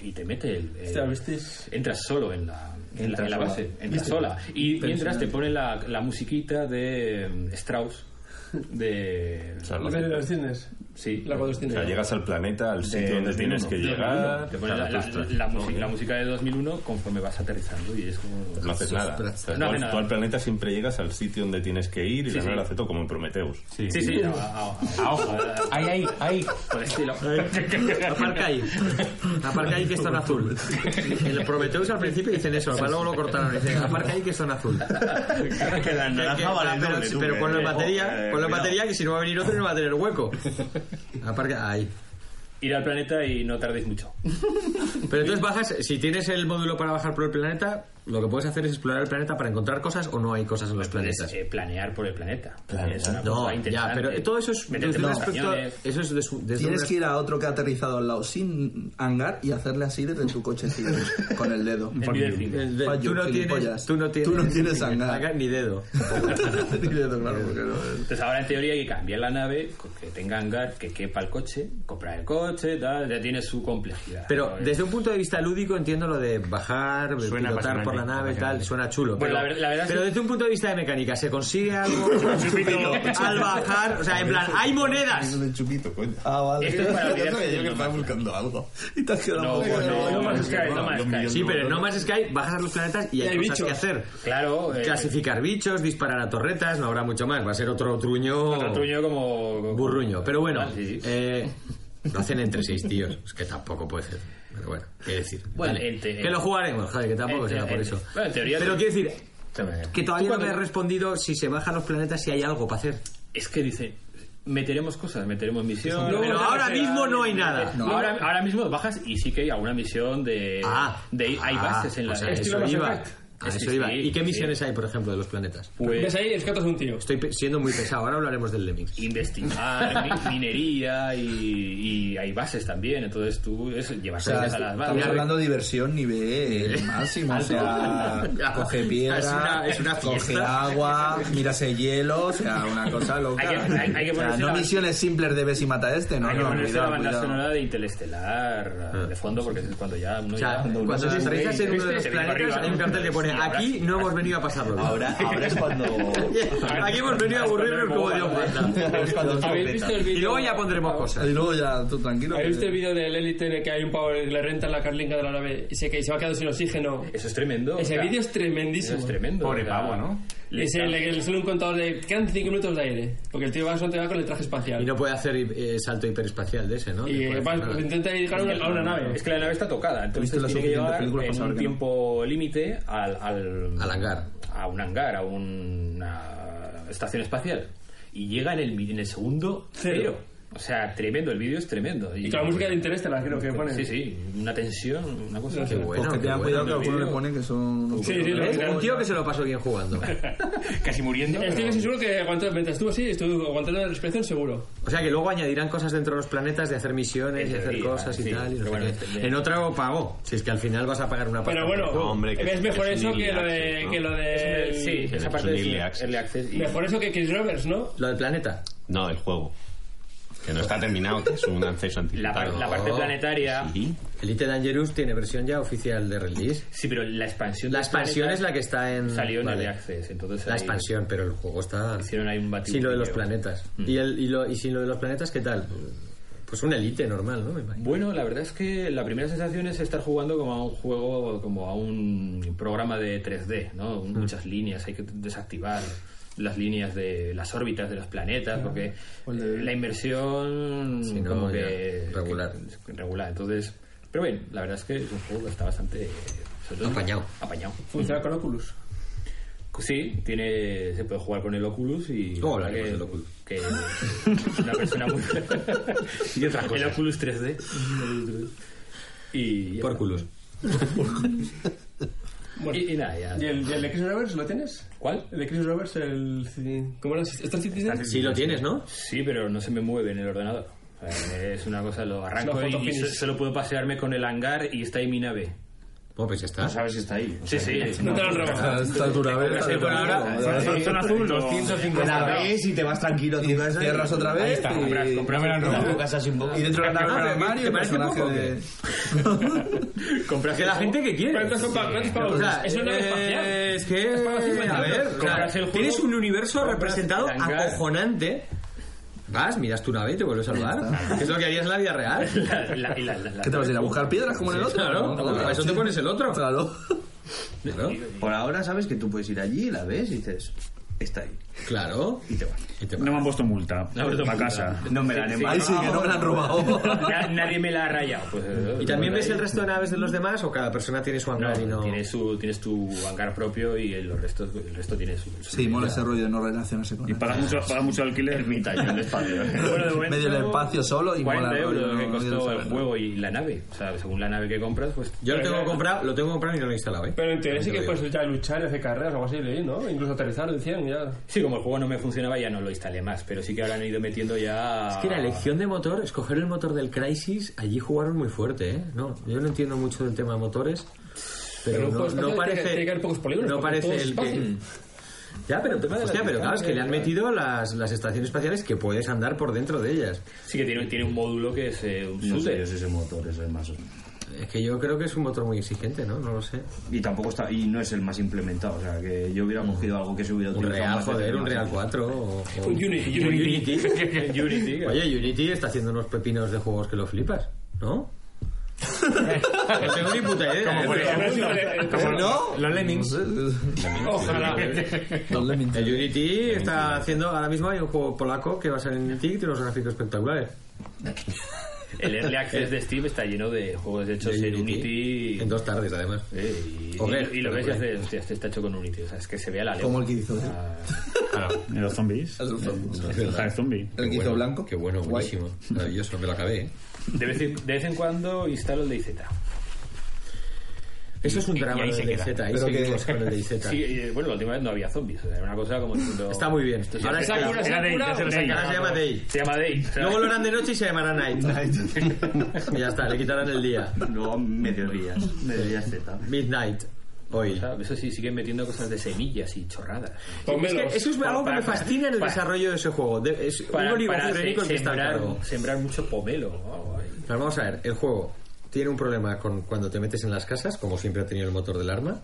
[SPEAKER 8] y te mete el. el-
[SPEAKER 4] Hostia, ¿visteis?
[SPEAKER 8] entras solo en la, en la,
[SPEAKER 3] Entras
[SPEAKER 8] en la
[SPEAKER 3] sola.
[SPEAKER 8] base, entras sola. Y mientras te ponen la, la musiquita de mm, Strauss. De.
[SPEAKER 9] O sea, lo-
[SPEAKER 4] ¿Los de los cines?
[SPEAKER 8] Sí.
[SPEAKER 4] La cual os
[SPEAKER 9] O
[SPEAKER 4] tiene
[SPEAKER 9] sea,
[SPEAKER 4] ya.
[SPEAKER 9] llegas al planeta, al sitio donde tienes que llegar.
[SPEAKER 8] Te pones la, la-
[SPEAKER 9] Ostras,
[SPEAKER 8] la
[SPEAKER 9] no,
[SPEAKER 8] música, la música de 2001 conforme vas aterrizando y es como...
[SPEAKER 9] No haces nada. O sea,
[SPEAKER 8] No
[SPEAKER 9] tú,
[SPEAKER 8] hace
[SPEAKER 9] al-
[SPEAKER 8] nada.
[SPEAKER 9] tú al planeta siempre llegas al sitio donde tienes que ir y
[SPEAKER 8] Sí,
[SPEAKER 9] la
[SPEAKER 8] sí.
[SPEAKER 9] nave la hace todo, como en Prometheus.
[SPEAKER 8] Sí, sí, a, a- a ojo.
[SPEAKER 5] Ahí, ahí, ahí.
[SPEAKER 8] Por el estilo.
[SPEAKER 1] Aparca ahí. Aparca ahí que está en azul. En el Prometheus al principio dicen eso, pero luego lo cortaron. Dicen, aparca ahí que está en azul.
[SPEAKER 2] Que la naranja
[SPEAKER 1] Que-
[SPEAKER 2] vale el
[SPEAKER 1] pero,
[SPEAKER 2] doble, tú,
[SPEAKER 1] pero
[SPEAKER 2] que-
[SPEAKER 1] con la batería,
[SPEAKER 8] eh,
[SPEAKER 1] con la
[SPEAKER 8] cuidado.
[SPEAKER 1] batería que si no va a venir otro no va a tener hueco. Aparca ahí.
[SPEAKER 8] Ir al planeta y no tardéis mucho.
[SPEAKER 1] Pero entonces bajas, si tienes el módulo para bajar por el planeta, lo que puedes hacer es explorar el planeta para encontrar cosas o no hay cosas en los
[SPEAKER 8] Puedes
[SPEAKER 1] planetas.
[SPEAKER 8] eh, planear por el planeta. Es una
[SPEAKER 1] No,
[SPEAKER 8] cosa
[SPEAKER 1] ya,
[SPEAKER 8] interesante.
[SPEAKER 1] pero todo eso es
[SPEAKER 8] Meterte
[SPEAKER 1] desde
[SPEAKER 8] en
[SPEAKER 1] un aspecto,
[SPEAKER 8] vacaciones.
[SPEAKER 1] eso es de su- desde
[SPEAKER 3] Tienes
[SPEAKER 1] un-
[SPEAKER 3] que ir a otro que ha aterrizado al lado sin hangar y hacerle así desde tu cochecillo con el dedo.
[SPEAKER 1] El nivel cinco. El de-
[SPEAKER 3] Fuck
[SPEAKER 1] tú
[SPEAKER 3] you,
[SPEAKER 1] no tienes-
[SPEAKER 3] gilipollas.
[SPEAKER 1] tú no tienes-
[SPEAKER 3] Tú no tienes hangar.
[SPEAKER 1] hangar ni dedo.
[SPEAKER 3] Ni dedo, claro, porque no.
[SPEAKER 8] Entonces ahora en teoría hay que cambiar la nave, que tenga hangar, que quepa el coche, comprar el coche, tal, ya tiene su complejidad.
[SPEAKER 1] Pero desde un punto de vista lúdico entiendo lo de bajar,
[SPEAKER 8] Suena
[SPEAKER 1] pilotar por la
[SPEAKER 8] apasionante,
[SPEAKER 1] nave y tal,
[SPEAKER 8] apasionante.
[SPEAKER 1] suena chulo. pero
[SPEAKER 8] Bueno, la ver- la verdad es
[SPEAKER 1] pero
[SPEAKER 8] que-
[SPEAKER 1] desde un punto de vista de mecánica, ¿se consigue algo
[SPEAKER 8] chupito.
[SPEAKER 1] al bajar? O sea, en plan, hay monedas.
[SPEAKER 6] chupito, coño.
[SPEAKER 3] Ah, vale.
[SPEAKER 6] Esto
[SPEAKER 1] Esto es para
[SPEAKER 6] yo
[SPEAKER 1] olvidarte
[SPEAKER 6] que
[SPEAKER 1] del
[SPEAKER 6] estaba buscando algo.
[SPEAKER 3] Y te has quedado
[SPEAKER 8] No,
[SPEAKER 6] con-
[SPEAKER 8] pues no, No Man's Sky, No Man's Sky.
[SPEAKER 1] Sí, pero no más Sky, bajas a los planetas y hay,
[SPEAKER 8] Y hay
[SPEAKER 1] cosas
[SPEAKER 8] bichos.
[SPEAKER 1] que hacer.
[SPEAKER 8] Claro, eh,
[SPEAKER 1] Clasificar bichos, disparar a torretas, no habrá mucho más. Va a ser otro truño.
[SPEAKER 8] Otro truño como...
[SPEAKER 1] Burruño. Pero bueno,
[SPEAKER 8] Ah, sí, sí.
[SPEAKER 1] eh, lo hacen entre seis tíos. Es que tampoco puede ser. Pero bueno, qué decir.
[SPEAKER 8] Bueno,
[SPEAKER 1] Vale,
[SPEAKER 8] en te-
[SPEAKER 1] que lo jugaremos, joder, que tampoco
[SPEAKER 8] en te-
[SPEAKER 1] será por
[SPEAKER 8] en-
[SPEAKER 1] eso.
[SPEAKER 8] bueno, en teoría-
[SPEAKER 1] pero quiero decir, que todavía no me has respondido si se bajan los planetas si hay algo para hacer.
[SPEAKER 8] Es que dice, meteremos cosas, meteremos misiones.
[SPEAKER 1] Pero
[SPEAKER 8] meteremos
[SPEAKER 1] ahora
[SPEAKER 8] cosas,
[SPEAKER 1] mismo no hay nada. Ah,
[SPEAKER 8] No, ahora, ahora mismo bajas y sí que hay alguna misión de... Ah, de hay bases en la...
[SPEAKER 1] o sea, Ah, pues eso iba. A eso iba. ¿Y qué misiones hay, por ejemplo, de los planetas?
[SPEAKER 8] Pues- Ves
[SPEAKER 1] ahí,
[SPEAKER 4] escatas un tío.
[SPEAKER 1] Estoy pe- siendo muy pesado, ahora hablaremos del Lemmings.
[SPEAKER 8] investigar, mi- minería y, y hay bases también. Entonces tú es,
[SPEAKER 3] O
[SPEAKER 8] llevas
[SPEAKER 3] sea,
[SPEAKER 8] cosas a las bases.
[SPEAKER 3] estamos hablando de diversión nivel máximo. O sea,
[SPEAKER 8] Ya.
[SPEAKER 3] coge piedra,
[SPEAKER 8] Es una- es una
[SPEAKER 3] coge
[SPEAKER 8] fiesta.
[SPEAKER 3] agua, miras el hielo, o sea, una cosa loca.
[SPEAKER 8] Hay que- hay- hay que
[SPEAKER 3] O sea,
[SPEAKER 8] ponerse
[SPEAKER 3] no
[SPEAKER 8] la-
[SPEAKER 3] misiones simples de ves y mata a este, no,
[SPEAKER 1] Ah,
[SPEAKER 8] Hay que
[SPEAKER 3] no,
[SPEAKER 8] ponerse
[SPEAKER 3] cuidado,
[SPEAKER 8] la banda
[SPEAKER 3] cuidado.
[SPEAKER 8] sonora de Interestelar ah, de fondo porque es cuando ya uno
[SPEAKER 1] O sea,
[SPEAKER 8] ya-
[SPEAKER 1] cuando te aterrizas en uno de los
[SPEAKER 8] Se viene
[SPEAKER 1] planetas
[SPEAKER 8] arriba,
[SPEAKER 1] hay un cartel que pone
[SPEAKER 8] Sí, ahora-
[SPEAKER 1] aquí no hemos venido a pasarlo. bien".
[SPEAKER 2] Ahora, ahora es cuando.
[SPEAKER 1] Aquí hemos venido a aburrirnos como Dios manda.
[SPEAKER 3] Es cuando está
[SPEAKER 4] ¿Habéis visto el vídeo?
[SPEAKER 1] Y luego ya pondremos cosas.
[SPEAKER 3] Y luego ya, tú tranquilo.
[SPEAKER 4] ¿Habéis visto
[SPEAKER 3] que-
[SPEAKER 4] el vídeo del élite en el que hay un pavo que le renta la carlinga de la nave y se, que se va quedando sin oxígeno?
[SPEAKER 8] Eso es tremendo.
[SPEAKER 4] Ese
[SPEAKER 8] o sea,
[SPEAKER 4] vídeo es tremendísimo.
[SPEAKER 8] eso es tremendo.
[SPEAKER 4] Pobre
[SPEAKER 8] o sea,
[SPEAKER 4] pavo, ¿no?
[SPEAKER 8] le-
[SPEAKER 4] Y se le, le sale un contador de... Quedan 5 minutos de aire. Porque el tío va solamente va con el traje espacial.
[SPEAKER 1] Y no puede hacer eh, salto hiperespacial de ese, ¿no?
[SPEAKER 4] Y,
[SPEAKER 1] Que
[SPEAKER 4] eh,
[SPEAKER 1] puede
[SPEAKER 4] va-
[SPEAKER 1] hacer nada.
[SPEAKER 4] intenta llegar a una, a una nave.
[SPEAKER 8] Es que la nave está tocada,
[SPEAKER 1] He
[SPEAKER 8] entonces
[SPEAKER 1] visto
[SPEAKER 8] tiene
[SPEAKER 1] las
[SPEAKER 8] que llegar
[SPEAKER 1] suficientes películas para
[SPEAKER 8] en un
[SPEAKER 1] saber que no.
[SPEAKER 8] tiempo límite al, al,
[SPEAKER 1] Al hangar.
[SPEAKER 8] A un hangar, a una estación espacial. Y llega en el, mi- en el segundo cero. O sea, tremendo, el vídeo es tremendo. pues,
[SPEAKER 4] Y con la música de interés te la creo que pone.
[SPEAKER 8] Sí, sí, una tensión, una cosa.
[SPEAKER 1] Qué bueno,
[SPEAKER 3] Pues que
[SPEAKER 1] qué
[SPEAKER 3] tengan
[SPEAKER 1] bueno.
[SPEAKER 3] cuidado que algunos le ponen que son unos
[SPEAKER 4] Sí, sí, lo
[SPEAKER 1] ¿Ves?
[SPEAKER 4] que-
[SPEAKER 1] Un tío que se lo pasó bien jugando.
[SPEAKER 8] Casi muriendo.
[SPEAKER 4] Estoy casi seguro que aguantó, mientras estuvo así, estuvo aguantando la respiración seguro.
[SPEAKER 1] O sea que luego añadirán cosas dentro de los planetas de hacer misiones y
[SPEAKER 8] En
[SPEAKER 1] hacer
[SPEAKER 8] teoría,
[SPEAKER 1] cosas y
[SPEAKER 8] sí,
[SPEAKER 1] tal. y no
[SPEAKER 8] pero
[SPEAKER 1] sé
[SPEAKER 8] bueno,
[SPEAKER 1] qué.
[SPEAKER 8] en teoría.
[SPEAKER 1] En otro pago. Si es que al final vas a pagar una pasta.
[SPEAKER 4] Pero bueno, es mejor eso que lo de... Que lo de
[SPEAKER 8] eh, Sí, esa parte
[SPEAKER 9] un
[SPEAKER 8] es
[SPEAKER 9] early
[SPEAKER 8] early access.
[SPEAKER 9] access.
[SPEAKER 8] y-
[SPEAKER 4] Mejor eso que Chris Roberts, ¿no?
[SPEAKER 1] Lo del planeta.
[SPEAKER 10] No, el juego. Que no está terminado, que es un acceso
[SPEAKER 8] La,
[SPEAKER 10] anticipado.
[SPEAKER 8] par- la parte planetaria.
[SPEAKER 10] Sí.
[SPEAKER 1] Elite Dangerous tiene versión ya oficial de release.
[SPEAKER 8] Sí, pero la expansión.
[SPEAKER 1] La
[SPEAKER 8] del
[SPEAKER 1] expansión
[SPEAKER 8] planeta
[SPEAKER 1] es la que está en.
[SPEAKER 8] Salió en
[SPEAKER 1] Vale.
[SPEAKER 8] el Access, entonces.
[SPEAKER 1] La
[SPEAKER 8] ahí
[SPEAKER 1] expansión, pero el juego está.
[SPEAKER 8] Hicieron ahí un Mm. batido.
[SPEAKER 1] Sin lo de los planetas. ¿Y, el, y, lo, y sin lo de los planetas, ¿qué tal? Pues un elite normal, ¿no? Me imagino.
[SPEAKER 8] Bueno, la verdad es que la primera sensación es estar jugando como a un juego, como a un programa de 3D, ¿no?
[SPEAKER 1] Mm.
[SPEAKER 8] Muchas líneas, hay que desactivar las líneas de las órbitas de los planetas, porque la inversión
[SPEAKER 1] Sí, no,
[SPEAKER 8] como
[SPEAKER 1] ya,
[SPEAKER 8] que
[SPEAKER 1] regular.
[SPEAKER 8] que- regular, entonces, pero bien, la verdad es que es un juego que está bastante sobre todo-
[SPEAKER 1] Apañado.
[SPEAKER 8] apañado.
[SPEAKER 4] Funciona con Oculus.
[SPEAKER 8] Sí, tiene, se puede jugar con el Oculus y.
[SPEAKER 1] Luego
[SPEAKER 8] la verdad
[SPEAKER 1] hablaremos
[SPEAKER 8] que-
[SPEAKER 1] del Oculus.
[SPEAKER 8] Que es una persona muy. y otras cosas. El Oculus 3D. Y.
[SPEAKER 1] Por culos.
[SPEAKER 4] Bueno.
[SPEAKER 8] Y, y nada, ya.
[SPEAKER 4] ¿Y el, y el de Chris Roberts lo tienes?
[SPEAKER 8] ¿Cuál?
[SPEAKER 4] El de Chris Roberts, el... ¿Cómo era? ¿Star Citizen?
[SPEAKER 1] Sí, lo tienes, ¿no?
[SPEAKER 8] Sí, pero no se me mueve en el ordenador. O sea, es una cosa, lo arranco
[SPEAKER 4] Es una foto
[SPEAKER 8] y
[SPEAKER 4] finish.
[SPEAKER 8] so- solo puedo pasearme con el hangar y está ahí mi nave.
[SPEAKER 1] Bueno, pues ya está.
[SPEAKER 2] sabes si está ahí.
[SPEAKER 8] Sí, sí.
[SPEAKER 4] No te lo han robado.
[SPEAKER 3] Está dura,
[SPEAKER 8] Sí, por ahora.
[SPEAKER 11] Son, son azul, los
[SPEAKER 2] La ves y te vas tranquilo. Te vas
[SPEAKER 3] Cierras otra
[SPEAKER 2] Ahí
[SPEAKER 3] vez
[SPEAKER 2] está,
[SPEAKER 3] y-
[SPEAKER 2] Casa sin boca.
[SPEAKER 3] y dentro de la
[SPEAKER 1] Ah,
[SPEAKER 3] tabla de
[SPEAKER 1] ¿te-
[SPEAKER 3] Mario
[SPEAKER 1] te
[SPEAKER 3] el
[SPEAKER 1] parece
[SPEAKER 3] personaje
[SPEAKER 1] poco o
[SPEAKER 3] de...
[SPEAKER 8] Compras
[SPEAKER 1] Que la gente que quiere.
[SPEAKER 4] ¿Cuántos son pa- cuántos pavos?
[SPEAKER 1] O sea,
[SPEAKER 4] Es una nave espacial.
[SPEAKER 1] eh, Es que,
[SPEAKER 4] para hacer
[SPEAKER 1] a ver,
[SPEAKER 4] mandatos.
[SPEAKER 1] o sea,
[SPEAKER 8] Compras el juego,
[SPEAKER 1] tienes un universo
[SPEAKER 8] compras
[SPEAKER 1] representado
[SPEAKER 8] el hangar.
[SPEAKER 1] acojonante. Vas, miras tu nave y te vuelves al bar. ¿Qué es lo que harías en la vida real?
[SPEAKER 3] ¿Qué te vas a ir a buscar piedras como en el
[SPEAKER 1] Sí,
[SPEAKER 3] otro?
[SPEAKER 1] Claro,
[SPEAKER 3] No,
[SPEAKER 1] para eso te pones el otro.
[SPEAKER 3] Claro.
[SPEAKER 12] Por ahora sabes que tú puedes ir allí, la ves y dices, está ahí.
[SPEAKER 1] Claro.
[SPEAKER 12] Y te vas.
[SPEAKER 11] No me han puesto multa.
[SPEAKER 12] No me han puesto
[SPEAKER 11] a
[SPEAKER 12] multa.
[SPEAKER 11] casa.
[SPEAKER 12] No me la han
[SPEAKER 11] embargado.
[SPEAKER 8] Na- nadie me la ha rayado. Pues, eh,
[SPEAKER 1] ¿Y también
[SPEAKER 8] pues
[SPEAKER 1] ves
[SPEAKER 8] ahí-
[SPEAKER 1] el resto de naves de los demás o cada persona tiene su hangar y
[SPEAKER 8] No,
[SPEAKER 1] no?
[SPEAKER 8] Tienes, su, tienes tu hangar propio y el resto, el resto tiene su. su
[SPEAKER 3] Sí, mola
[SPEAKER 8] vida.
[SPEAKER 3] ese rollo de no relacionarse con
[SPEAKER 11] Y pagas mucho, pagas mucho alquiler.
[SPEAKER 8] Ermitaño, el espacio. Bueno, de momento,
[SPEAKER 3] Medio el espacio solo y
[SPEAKER 8] 40
[SPEAKER 3] mola el
[SPEAKER 8] euros
[SPEAKER 3] rollo,
[SPEAKER 8] que
[SPEAKER 3] no, no
[SPEAKER 8] costó
[SPEAKER 3] quiero
[SPEAKER 8] el
[SPEAKER 3] saber.
[SPEAKER 8] juego y la nave. O sea, según la nave que compras, pues.
[SPEAKER 1] Yo lo tengo comprado, lo tengo comprado y no lo he instalado, ¿eh?
[SPEAKER 4] Pero en teoría sí que
[SPEAKER 1] También te lo
[SPEAKER 4] puedes ya luchar y hacer carreras o algo así, leí, ¿no? Incluso aterrizar en 100 ya.
[SPEAKER 8] Sí, como el juego no me funcionaba, ya no lo instalé más. Pero sí que ahora han ido metiendo ya.
[SPEAKER 1] Es que la elección de motor, escoger el motor del Crisis, allí jugaron muy fuerte, ¿eh? No, yo no entiendo mucho del tema de motores, pero,
[SPEAKER 4] Pero
[SPEAKER 1] no,
[SPEAKER 4] pues,
[SPEAKER 1] no
[SPEAKER 4] tiene que-
[SPEAKER 1] parece...
[SPEAKER 4] tiene que haber pocos polígonos,
[SPEAKER 1] no
[SPEAKER 4] porque todo
[SPEAKER 1] parece
[SPEAKER 4] es
[SPEAKER 1] el que...
[SPEAKER 4] fácil.
[SPEAKER 1] Ya, pero, hostia,
[SPEAKER 8] la
[SPEAKER 1] pero claro, eh. es que le han
[SPEAKER 8] distancia,
[SPEAKER 1] metido las, las estaciones espaciales que puedes andar por dentro de ellas.
[SPEAKER 8] Sí que tiene, tiene un módulo que es eh, un
[SPEAKER 2] No sé
[SPEAKER 8] shooter.
[SPEAKER 2] yo si ese motor es el más...
[SPEAKER 1] Es que yo creo que es un motor muy exigente, ¿no? No lo sé.
[SPEAKER 2] Y tampoco está... Y no es el más implementado. O sea, que yo hubiera cogido algo que se hubiera
[SPEAKER 1] Un Real, joder, un Real 4 o... o-
[SPEAKER 4] Un Unity,
[SPEAKER 1] un
[SPEAKER 4] Unity.
[SPEAKER 1] Unity.
[SPEAKER 8] Unity.
[SPEAKER 1] Oye, Unity está haciendo unos pepinos de juegos que lo flipas, ¿no? no tengo ni puta idea. ¿eh?
[SPEAKER 5] Como por ejemplo, como
[SPEAKER 1] ¿No?
[SPEAKER 5] los Lemmings.
[SPEAKER 1] Ojalá. El Unity está haciendo ahora mismo hay un juego polaco que va a salir en Unity y tiene unos gráficos espectaculares.
[SPEAKER 8] El Early Access de Steam está lleno de juegos hechos
[SPEAKER 1] De
[SPEAKER 8] en
[SPEAKER 1] Unity.
[SPEAKER 8] Unity.
[SPEAKER 1] En dos tardes además.
[SPEAKER 8] Eh, y,
[SPEAKER 1] O ver,
[SPEAKER 8] y- y lo ves y
[SPEAKER 1] pero
[SPEAKER 8] haces, hostia, este está hecho con Unity. O sea, es que se vea la
[SPEAKER 3] Como el
[SPEAKER 8] letra.
[SPEAKER 3] que hizo.
[SPEAKER 11] ¿Y los zombies? Deja de zombie.
[SPEAKER 3] El que hizo blanco.
[SPEAKER 1] Qué bueno,
[SPEAKER 3] Guay.
[SPEAKER 1] buenísimo. Maravilloso, me lo acabé. ¿eh?
[SPEAKER 8] De vez, en- de vez en cuando instalo el DayZ.
[SPEAKER 1] Eso es un drama
[SPEAKER 8] ahí
[SPEAKER 1] el
[SPEAKER 8] se
[SPEAKER 1] de ¿eh?
[SPEAKER 8] queda.
[SPEAKER 1] DayZ, ahí
[SPEAKER 3] Pero que-
[SPEAKER 1] seguimos con el DayZ.
[SPEAKER 8] Sí, eh, bueno, la última vez no había zombies. o sea, Era una cosa como... diciendo-
[SPEAKER 1] Está muy bien.
[SPEAKER 8] Esto
[SPEAKER 1] Ahora
[SPEAKER 8] siempre-
[SPEAKER 1] Sakura,
[SPEAKER 8] era Day,
[SPEAKER 1] Sakura,
[SPEAKER 8] ya se lo
[SPEAKER 1] Day.
[SPEAKER 8] sacan.
[SPEAKER 1] Ahora se llama Day.
[SPEAKER 8] Se llama Day. o sea,
[SPEAKER 1] Luego lo harán de noche y se llamará Night. y ya está, le quitarán el día.
[SPEAKER 2] Luego mediodías. Mediodías Z.
[SPEAKER 1] Midnight.
[SPEAKER 8] o
[SPEAKER 1] Oil.
[SPEAKER 8] sea, Eso sí, siguen metiendo cosas de semillas y chorradas.
[SPEAKER 1] Es que eso es algo que me fascina en el desarrollo de ese juego. De- es
[SPEAKER 8] Para,
[SPEAKER 1] un
[SPEAKER 8] para
[SPEAKER 1] oligofrénico el que está al
[SPEAKER 8] sembrar,
[SPEAKER 1] cargo.
[SPEAKER 8] sembrar mucho pomelo. o algo ahí.
[SPEAKER 1] Pero vamos a ver, el juego tiene un problema con cuando te metes en las casas, como siempre ha tenido el motor del arma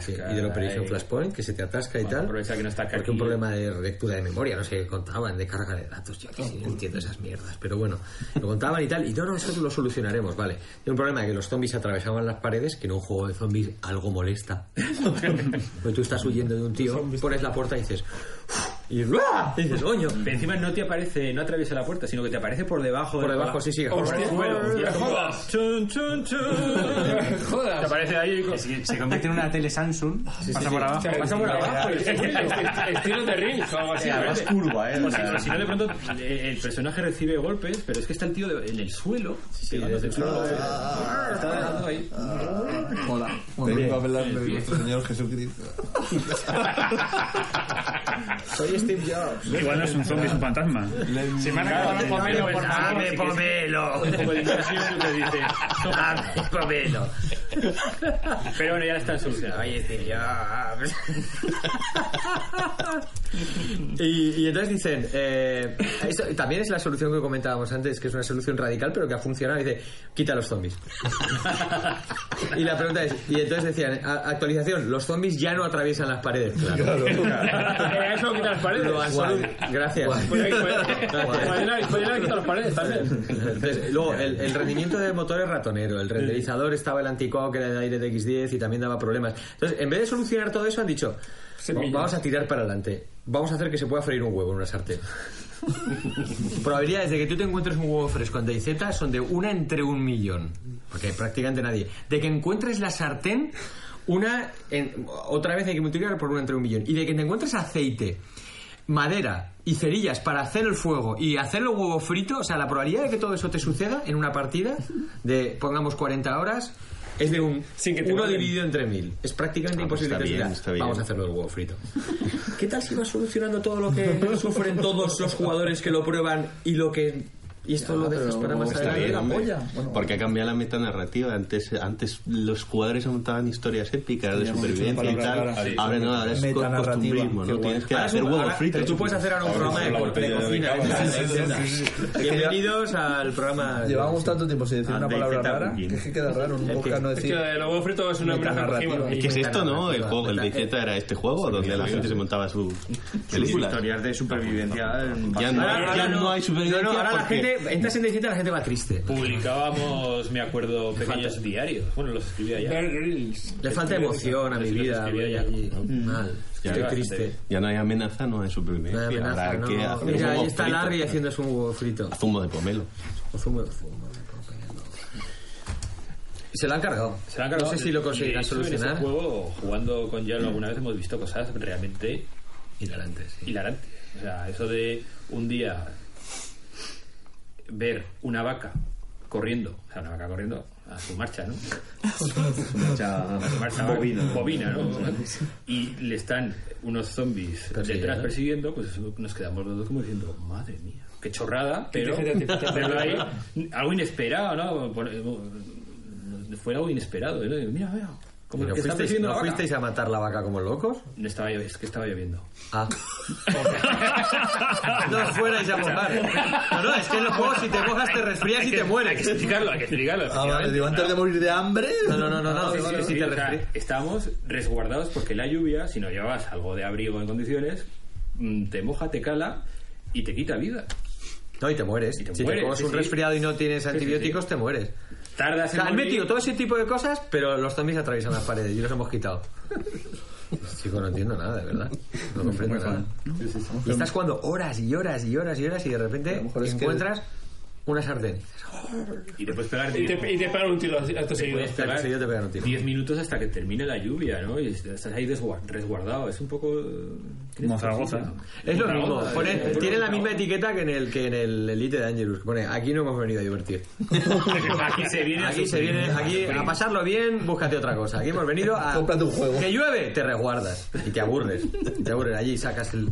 [SPEAKER 1] sí, y del Operation
[SPEAKER 8] ahí.
[SPEAKER 1] Flashpoint, que se te atasca y
[SPEAKER 8] Bueno,
[SPEAKER 1] tal.
[SPEAKER 8] aprovecha que no está
[SPEAKER 1] Porque
[SPEAKER 8] aquí.
[SPEAKER 1] un problema de lectura de memoria, no sé qué contaban, de carga de datos, yo que sé, no entiendo esas mierdas, pero bueno, lo contaban y tal, y no, no, eso lo solucionaremos, vale. Tiene un problema de que los zombies atravesaban las paredes, que en un juego de zombies algo molesta. Porque tú estás huyendo de un tío, pones la puerta y dices, "Uf", y ¡ruah! Y dices, coño,
[SPEAKER 8] Pero encima no te aparece, no atraviesa la puerta, sino que te aparece por debajo.
[SPEAKER 1] Por
[SPEAKER 8] de-
[SPEAKER 1] debajo, sí, sí.
[SPEAKER 8] Por
[SPEAKER 1] Hostia,
[SPEAKER 8] debajo.
[SPEAKER 1] bueno,
[SPEAKER 8] Y es como- Chun, chun, chun.
[SPEAKER 4] Jodas.
[SPEAKER 8] Te aparece ahí. con-
[SPEAKER 5] Se convierte en una tele Samsung.
[SPEAKER 12] Ah,
[SPEAKER 5] Pasa por
[SPEAKER 4] O
[SPEAKER 5] abajo.
[SPEAKER 4] sea,
[SPEAKER 8] Pasa por abajo.
[SPEAKER 4] estilo- Estilo de ring o algo así.
[SPEAKER 2] Además curva, ¿eh?
[SPEAKER 8] O Pues si, o si no, de pronto eh, el personaje recibe golpes, pero es que está el tío de- en el suelo. pegándote un golpe. Está dejando ahí.
[SPEAKER 3] Mola.
[SPEAKER 6] Vengo a
[SPEAKER 3] Mola.
[SPEAKER 6] hablar de nuestro Señor Jesucristo.
[SPEAKER 1] soy Steve Jobs.
[SPEAKER 11] Igual no es un zombie, es un fantasma.
[SPEAKER 5] Se me han
[SPEAKER 8] Claro,
[SPEAKER 5] acabado los
[SPEAKER 8] no,
[SPEAKER 5] pomelo,
[SPEAKER 8] no,
[SPEAKER 5] por
[SPEAKER 8] no,
[SPEAKER 5] favor.
[SPEAKER 8] dame pomelo. Un poco de impresión que te dice, dame pomelo. Pero bueno, ya la están solucionando.
[SPEAKER 1] Oye, Steve Jobs. y, y entonces dicen, eh, eso también es la solución que comentábamos antes, que es una solución radical, pero que ha funcionado. Dice, quita los zombies. y la pregunta es, y entonces decían, a- actualización, los zombies ya no atraviesan las paredes. Claro.
[SPEAKER 8] Era eso, quitar las paredes.
[SPEAKER 1] Lo han solu- Gracias.
[SPEAKER 8] Pues, pues, pues, podrían quitar las paredes también.
[SPEAKER 1] Entonces, luego, el, el rendimiento del motor es ratonero. El renderizador estaba el anticuado que era de aire de X10 y también daba problemas. Entonces, en vez de solucionar todo eso, han dicho:
[SPEAKER 4] Semillas.
[SPEAKER 1] Vamos a tirar para adelante. Vamos a hacer que se pueda freír un huevo en una sartén. Probabilidades de que tú te encuentres un huevo fresco en DayZ son de una entre un millón. Porque prácticamente nadie. De que encuentres la sartén, una. en- otra vez hay que multiplicar por una entre un millón. Y de que te encuentres aceite, madera y cerillas para hacer el fuego y hacer el huevo frito, o sea, la probabilidad de que todo eso te suceda en una partida de, pongamos, 40 horas. Es de un
[SPEAKER 4] Sin que te
[SPEAKER 1] uno
[SPEAKER 4] maten.
[SPEAKER 1] dividido entre mil. Es prácticamente
[SPEAKER 10] Ah, pues
[SPEAKER 1] imposible
[SPEAKER 10] está
[SPEAKER 1] que te
[SPEAKER 10] bien,
[SPEAKER 1] digas,
[SPEAKER 10] está bien.
[SPEAKER 1] Vamos a hacerlo del huevo frito. ¿Qué tal si va solucionando todo lo que sufren todos los jugadores que lo prueban y lo que Y esto lo dejas para más
[SPEAKER 10] Está
[SPEAKER 1] adelante.
[SPEAKER 10] bien,
[SPEAKER 1] la
[SPEAKER 10] hombre.
[SPEAKER 1] polla. Bueno.
[SPEAKER 10] Porque ha cambiado la metanarrativa. Antes, antes los jugadores se montaban historias épicas de
[SPEAKER 1] Ya hemos dicho una
[SPEAKER 10] supervivencia y
[SPEAKER 1] palabra
[SPEAKER 10] tal.
[SPEAKER 1] rara, sí.
[SPEAKER 10] Ahora no, ahora es co-
[SPEAKER 1] Metanarrativa.
[SPEAKER 10] costumbrismo.
[SPEAKER 1] Qué
[SPEAKER 10] ¿no?
[SPEAKER 1] guay.
[SPEAKER 10] Tienes que
[SPEAKER 1] Ahora Ah, es
[SPEAKER 10] hacer
[SPEAKER 1] un-
[SPEAKER 10] huevos
[SPEAKER 1] ahora-
[SPEAKER 10] fritos.
[SPEAKER 1] tú puedes hacer ahora un programa de- de cocina, ¿eh? Bienvenidos al programa.
[SPEAKER 3] Llevábamos tanto tiempo sin decir
[SPEAKER 1] Ah,
[SPEAKER 3] una
[SPEAKER 1] de
[SPEAKER 3] palabra
[SPEAKER 1] Peter
[SPEAKER 3] rara que
[SPEAKER 1] Booking.
[SPEAKER 3] es que queda raro un
[SPEAKER 1] Es que-
[SPEAKER 3] podcast no
[SPEAKER 1] es
[SPEAKER 3] decir.
[SPEAKER 4] que lo de los huevos fritos es una amenaza
[SPEAKER 3] metanarrativa.
[SPEAKER 4] cogida.
[SPEAKER 10] ¿Qué es esto, no? El juego, el Vegeta era este juego donde la gente se montaba sus películas.
[SPEAKER 2] historias de supervivencia.
[SPEAKER 12] Ah,
[SPEAKER 10] Ya no, ya no hay supervivencia.
[SPEAKER 8] No, no, ahora la
[SPEAKER 10] porque- Pues
[SPEAKER 8] gente-
[SPEAKER 1] entras en digital la gente va triste.
[SPEAKER 8] Publicábamos, me acuerdo, pequeños diarios. Bueno, los escribía ya.
[SPEAKER 1] Le falta emoción a mi vida. voy allí. Mal.
[SPEAKER 10] Ya
[SPEAKER 1] Estoy
[SPEAKER 10] no hay-
[SPEAKER 1] triste.
[SPEAKER 10] Ya no hay amenaza, no hay
[SPEAKER 1] No hay
[SPEAKER 10] supervivencia.
[SPEAKER 1] amenaza,
[SPEAKER 10] Habrá
[SPEAKER 1] no.
[SPEAKER 10] que hacer
[SPEAKER 1] Mira, ahí
[SPEAKER 10] huevos
[SPEAKER 1] está
[SPEAKER 10] fritos.
[SPEAKER 1] Larry haciendo su huevo frito.
[SPEAKER 10] Zumo de pomelo.
[SPEAKER 1] O zumo de zumo de pomelo. Se lo han cargado. No sé si lo conseguirán
[SPEAKER 8] Y, de hecho, En
[SPEAKER 1] solucionar.
[SPEAKER 8] ese juego, jugando con Yalo alguna vez, hemos visto cosas realmente
[SPEAKER 1] hilarantes.
[SPEAKER 8] Hilarantes. O sea, eso de un día ver una vaca corriendo, o sea, una vaca corriendo a su marcha, ¿no?
[SPEAKER 2] Su marcha-
[SPEAKER 8] A su marcha
[SPEAKER 2] bovina.
[SPEAKER 8] bovina, ¿no? Y le están unos zombies detrás
[SPEAKER 2] Persiguiendo.
[SPEAKER 8] persiguiendo, pues nos quedamos los dos como diciendo, madre mía, qué chorrada,
[SPEAKER 2] Qué
[SPEAKER 8] pero
[SPEAKER 2] inteligente
[SPEAKER 8] verlo ahí, algo inesperado, ¿no? Por- eh, Fue algo inesperado, ¿no? Y Mira, mira, como
[SPEAKER 1] ¿Y no
[SPEAKER 8] que está
[SPEAKER 1] fuisteis,
[SPEAKER 8] persiguiendo
[SPEAKER 1] no
[SPEAKER 8] la vaca.
[SPEAKER 1] fuisteis a matar la vaca como locos?
[SPEAKER 8] No estaba lloviendo, es que estaba lloviendo.
[SPEAKER 1] Ah. no os fuerais a mojar. No, no, es que en los juegos Oh, si te mojas te resfrías y te mueres.
[SPEAKER 8] Hay que explicarlo, hay que explicarlo.
[SPEAKER 3] Ah, vale, digo, antes de morir de hambre.
[SPEAKER 1] No, no, no, no, no,
[SPEAKER 8] Sí,
[SPEAKER 1] sí,
[SPEAKER 8] sí,
[SPEAKER 1] sí,
[SPEAKER 8] sí,
[SPEAKER 1] sí, te
[SPEAKER 8] o sea,
[SPEAKER 1] refri-
[SPEAKER 8] estamos resguardados porque la lluvia, si no llevabas algo de abrigo en condiciones, mm, te moja, te cala y te quita vida.
[SPEAKER 1] No, y te mueres. si
[SPEAKER 8] mueres,
[SPEAKER 1] te comes
[SPEAKER 8] sí,
[SPEAKER 1] un
[SPEAKER 8] sí.
[SPEAKER 1] resfriado y no tienes
[SPEAKER 8] Sí, sí,
[SPEAKER 1] antibióticos, te mueres.
[SPEAKER 8] Tardas
[SPEAKER 1] O sea,
[SPEAKER 8] en
[SPEAKER 1] han
[SPEAKER 8] morir.
[SPEAKER 1] metido todo ese tipo de cosas, pero los zombies atraviesan las paredes y los hemos quitado. Pues, Chico, no entiendo nada, de verdad. No comprendo nada. Y estás jugando horas y horas y horas y horas y de repente encuentras una sartén.
[SPEAKER 8] Y te puedes pegar
[SPEAKER 4] Y te- y te pegan un tiro a- a tu seguido.
[SPEAKER 8] puedes
[SPEAKER 4] Te
[SPEAKER 8] pegar
[SPEAKER 4] seguido
[SPEAKER 1] te pegan un tiro.
[SPEAKER 8] 10 minutos hasta que termine la lluvia, ¿no? Y estás ahí desgua- resguardado. Es un poco.
[SPEAKER 11] Como Zaragoza.
[SPEAKER 1] Es lo
[SPEAKER 8] Una
[SPEAKER 1] mismo,
[SPEAKER 8] onda,
[SPEAKER 1] pone-
[SPEAKER 8] es
[SPEAKER 3] eh.
[SPEAKER 8] un poco
[SPEAKER 1] tiene la
[SPEAKER 8] una
[SPEAKER 1] misma etiqueta que en el que en el Elite de Angelus, que pone aquí no hemos venido a divertir.
[SPEAKER 8] Aquí se viene a
[SPEAKER 1] aquí se
[SPEAKER 8] sufrir.
[SPEAKER 1] viene, aquí a pasarlo bien, búscate otra cosa. Aquí hemos venido a
[SPEAKER 3] Cómprate un juego.
[SPEAKER 1] Que llueve, te resguardas y te aburres. Te aburres allí sacas el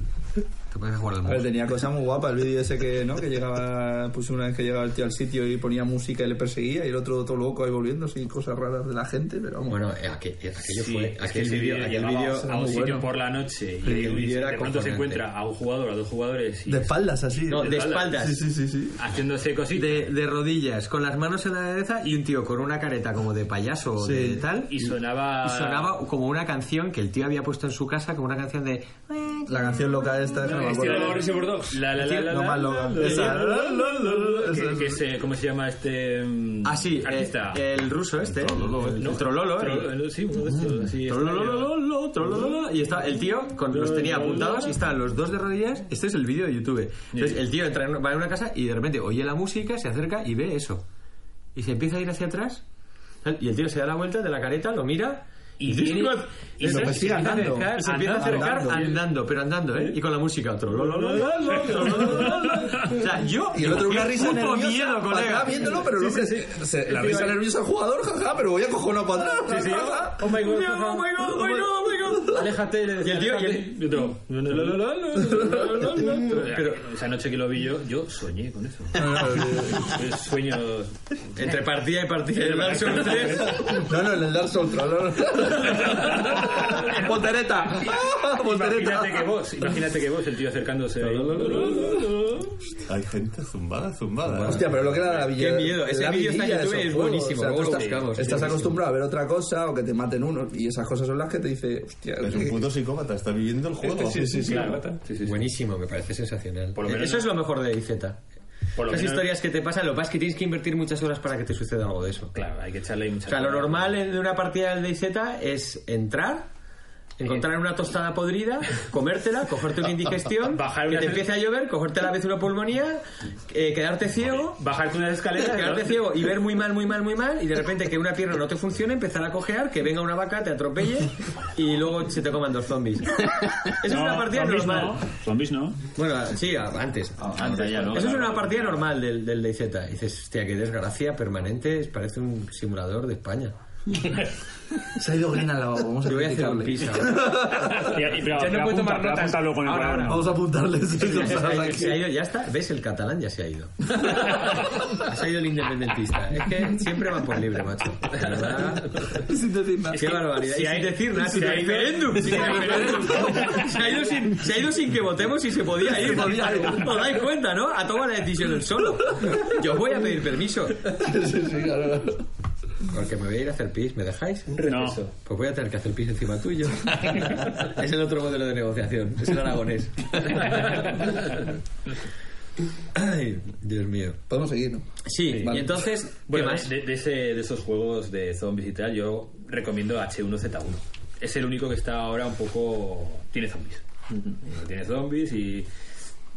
[SPEAKER 1] te pones a jugar al
[SPEAKER 3] A ver,
[SPEAKER 1] móvil.
[SPEAKER 3] tenía cosas muy guapas el vídeo ese que, ¿no? Que llegaba, puse una vez que llegaba el tío al sitio y ponía música y le perseguía y el otro todo loco ahí volviendo, así cosas raras de la gente, pero vamos.
[SPEAKER 1] Bueno, eh, aquel, aquello
[SPEAKER 8] Sí,
[SPEAKER 1] fue,
[SPEAKER 8] es que
[SPEAKER 1] aquel
[SPEAKER 8] ese
[SPEAKER 1] vídeo,
[SPEAKER 8] vídeo
[SPEAKER 1] aquel
[SPEAKER 8] llegaba
[SPEAKER 1] vídeo
[SPEAKER 8] a un
[SPEAKER 1] muy
[SPEAKER 8] sitio
[SPEAKER 1] bueno.
[SPEAKER 8] por la noche y,
[SPEAKER 1] El vídeo era
[SPEAKER 8] de pronto se
[SPEAKER 1] acojonante.
[SPEAKER 8] encuentra a un jugador, a dos jugadores y
[SPEAKER 3] De espaldas así.
[SPEAKER 1] No, de espaldas.
[SPEAKER 3] Sí, sí, sí, sí.
[SPEAKER 8] haciéndose cositas.
[SPEAKER 1] De, de rodillas, con las manos en la cabeza y un tío con una careta como de payaso o de tal.
[SPEAKER 8] Y sonaba-
[SPEAKER 1] y sonaba como una canción que el tío había puesto en su casa, como una canción de.
[SPEAKER 3] La canción loca esta, no Ah, me acuerdo.
[SPEAKER 8] La la la la
[SPEAKER 3] No,
[SPEAKER 8] la,
[SPEAKER 3] más loca.
[SPEAKER 8] la, la,
[SPEAKER 3] Esa.
[SPEAKER 8] la, la, la, la, la, que- que se- ¿Cómo se llama este mm,
[SPEAKER 1] Ah, sí, eh,
[SPEAKER 8] artista?
[SPEAKER 1] el ruso este. El Trololo. El,
[SPEAKER 8] No,
[SPEAKER 1] trololo, el-
[SPEAKER 8] Trololo, sí, uno de estos, sí, está
[SPEAKER 1] Trololololo, trolololo. Y está el tío, con, los tenía apuntados y estaban los dos de rodillas. Este es el vídeo de YouTube. Entonces el tío entra en, va en una casa y de repente oye la música, se acerca y ve eso. Y se empieza a ir hacia atrás. ¿sabes? Y el tío se da la vuelta de la careta, lo mira.
[SPEAKER 8] Y
[SPEAKER 1] dice,
[SPEAKER 8] viene-
[SPEAKER 1] "God".
[SPEAKER 8] y lo
[SPEAKER 1] Entonces,
[SPEAKER 8] persigue
[SPEAKER 1] se empieza a
[SPEAKER 8] andando.
[SPEAKER 1] acercar- Se empieza a
[SPEAKER 8] Andando,
[SPEAKER 1] acercar
[SPEAKER 8] andando.
[SPEAKER 1] andando, pero andando, ¿eh? Y con la música. trololololo, trololololo. O sea, yo.
[SPEAKER 3] Y el otro una
[SPEAKER 1] qué
[SPEAKER 3] risa
[SPEAKER 1] puto
[SPEAKER 3] nerviosa.
[SPEAKER 1] miedo,
[SPEAKER 3] para
[SPEAKER 1] colega.
[SPEAKER 3] atrás viéndolo, pero el
[SPEAKER 1] Sí,
[SPEAKER 3] hombre
[SPEAKER 1] sí,
[SPEAKER 3] se- se- la
[SPEAKER 1] Sí,
[SPEAKER 3] risa
[SPEAKER 1] vale.
[SPEAKER 3] nerviosa del jugador, jaja, pero voy a cojonar para atrás.
[SPEAKER 1] Sí, sí.
[SPEAKER 3] jaja.
[SPEAKER 8] Oh my god,
[SPEAKER 1] Dios, oh my god, oh my god, oh my god.
[SPEAKER 8] Aléjate, le decía,
[SPEAKER 1] Y el tío- y el-
[SPEAKER 8] aléjate. Y otro, no, no, no, no, no, no, no, no, no, no. Pero esa noche que lo vi yo, yo soñé con eso. Es Sueño.
[SPEAKER 1] Entre partida y partida. El Dark Souls tres.
[SPEAKER 3] No, no, en el Dark Souls, no, no. Voltereta. Ah,
[SPEAKER 8] Imagínate que vos, imagínate que vos, el tío acercándose. ahí.
[SPEAKER 9] Hay gente zumbada, zumbada.
[SPEAKER 3] Hostia, pero lo que era la villa.
[SPEAKER 9] Qué miedo,
[SPEAKER 3] la
[SPEAKER 9] ese vídeo está en
[SPEAKER 3] vidilla de
[SPEAKER 9] YouTube
[SPEAKER 3] esos
[SPEAKER 9] y es
[SPEAKER 3] juegos. O
[SPEAKER 9] buenísimo,
[SPEAKER 3] sea,
[SPEAKER 9] luego
[SPEAKER 3] tú
[SPEAKER 9] lo
[SPEAKER 3] estás-
[SPEAKER 9] buscamos,
[SPEAKER 3] estás
[SPEAKER 9] sí,
[SPEAKER 3] acostumbrado a ver otra cosa o que te maten uno. Y esas cosas son las que te dice, hostia.
[SPEAKER 9] Es un puto psicópata, está viviendo el juego.
[SPEAKER 1] Buenísimo, me parece sensacional. Eh,
[SPEAKER 9] lo menos
[SPEAKER 1] Eso
[SPEAKER 9] no-
[SPEAKER 1] es lo mejor de IZ.
[SPEAKER 8] lo
[SPEAKER 1] Esas
[SPEAKER 8] menos-
[SPEAKER 1] historias que te pasan, lo que pasa es que tienes que invertir muchas horas para que te suceda algo de eso.
[SPEAKER 8] Claro, hay que echarle ahí mucha
[SPEAKER 1] O sea, lo
[SPEAKER 8] cara.
[SPEAKER 1] normal de una partida de IZ es entrar, encontrar una tostada podrida, comértela, cogerte una indigestión,
[SPEAKER 8] Bajar
[SPEAKER 1] que
[SPEAKER 8] una-
[SPEAKER 1] te empiece a llover, cogerte a la vez una pulmonía, eh, quedarte ciego,
[SPEAKER 8] Bajarte unas escaleras.
[SPEAKER 1] quedarte
[SPEAKER 8] ¿no?
[SPEAKER 1] ciego y ver muy mal, muy mal, muy mal, y de repente que una pierna no te funcione, empezar a cojear, que venga una vaca, te atropelle y luego se te coman dos zombies. Eso es una partida
[SPEAKER 11] zombies
[SPEAKER 1] normal.
[SPEAKER 11] No, zombies no.
[SPEAKER 1] Bueno, sí, a- antes.
[SPEAKER 3] Ah,
[SPEAKER 12] Ah,
[SPEAKER 11] antes ya no,
[SPEAKER 1] Eso es
[SPEAKER 11] claro.
[SPEAKER 1] una partida normal del, del DayZ. Dices, hostia, qué desgracia permanente. Parece un simulador de España.
[SPEAKER 3] Se ha ido Glenn al lavabo. Vamos a
[SPEAKER 1] Yo voy a hacer un
[SPEAKER 3] criticarle.
[SPEAKER 11] Y- y- pero-
[SPEAKER 1] Ya no
[SPEAKER 11] pero
[SPEAKER 1] puedo
[SPEAKER 11] apunta-
[SPEAKER 1] tomar
[SPEAKER 11] pero
[SPEAKER 1] notas.
[SPEAKER 11] apúntalo con el
[SPEAKER 1] Ahora,
[SPEAKER 11] programa.
[SPEAKER 1] ahora.
[SPEAKER 3] Vamos a apuntarle esas
[SPEAKER 1] Sí, ya, se
[SPEAKER 3] cosas
[SPEAKER 1] ha ido-
[SPEAKER 3] aquí.
[SPEAKER 1] se ha ido- ya está, ves, el catalán ya se ha ido. Ha salido el independentista. Es que siempre van por libre, macho. La verdad,
[SPEAKER 3] Sin decir nada.
[SPEAKER 1] Qué barbaridad.
[SPEAKER 8] si
[SPEAKER 1] Y sin
[SPEAKER 8] hay-
[SPEAKER 1] decir nada,
[SPEAKER 8] si
[SPEAKER 1] sin
[SPEAKER 8] hay-
[SPEAKER 1] referéndum.
[SPEAKER 8] si
[SPEAKER 1] sin
[SPEAKER 8] hay-
[SPEAKER 1] referéndum. Se ha ido sin- Se ha ido sin que votemos y se podía ir.
[SPEAKER 3] Se podía ir.
[SPEAKER 1] Os dais cuenta, ¿no? Ha tomado la decisión él solo. Yo voy a pedir permiso.
[SPEAKER 3] Sí, sí, claro.
[SPEAKER 1] Porque me voy a ir a hacer pis, ¿me dejáis? Un
[SPEAKER 11] receso.
[SPEAKER 1] Pues voy a tener que hacer pis encima tuyo. es el otro modelo de negociación, es el aragonés. Ay, Dios mío.
[SPEAKER 3] Podemos seguir, ¿no?
[SPEAKER 1] Sí,
[SPEAKER 3] Vale.
[SPEAKER 1] y entonces, ¿qué
[SPEAKER 8] Bueno,
[SPEAKER 1] más?
[SPEAKER 8] de, de ese- de esos juegos de zombies y tal, yo recomiendo H1Z1. Es el único que está ahora un poco... Tiene zombies. Tiene zombies y...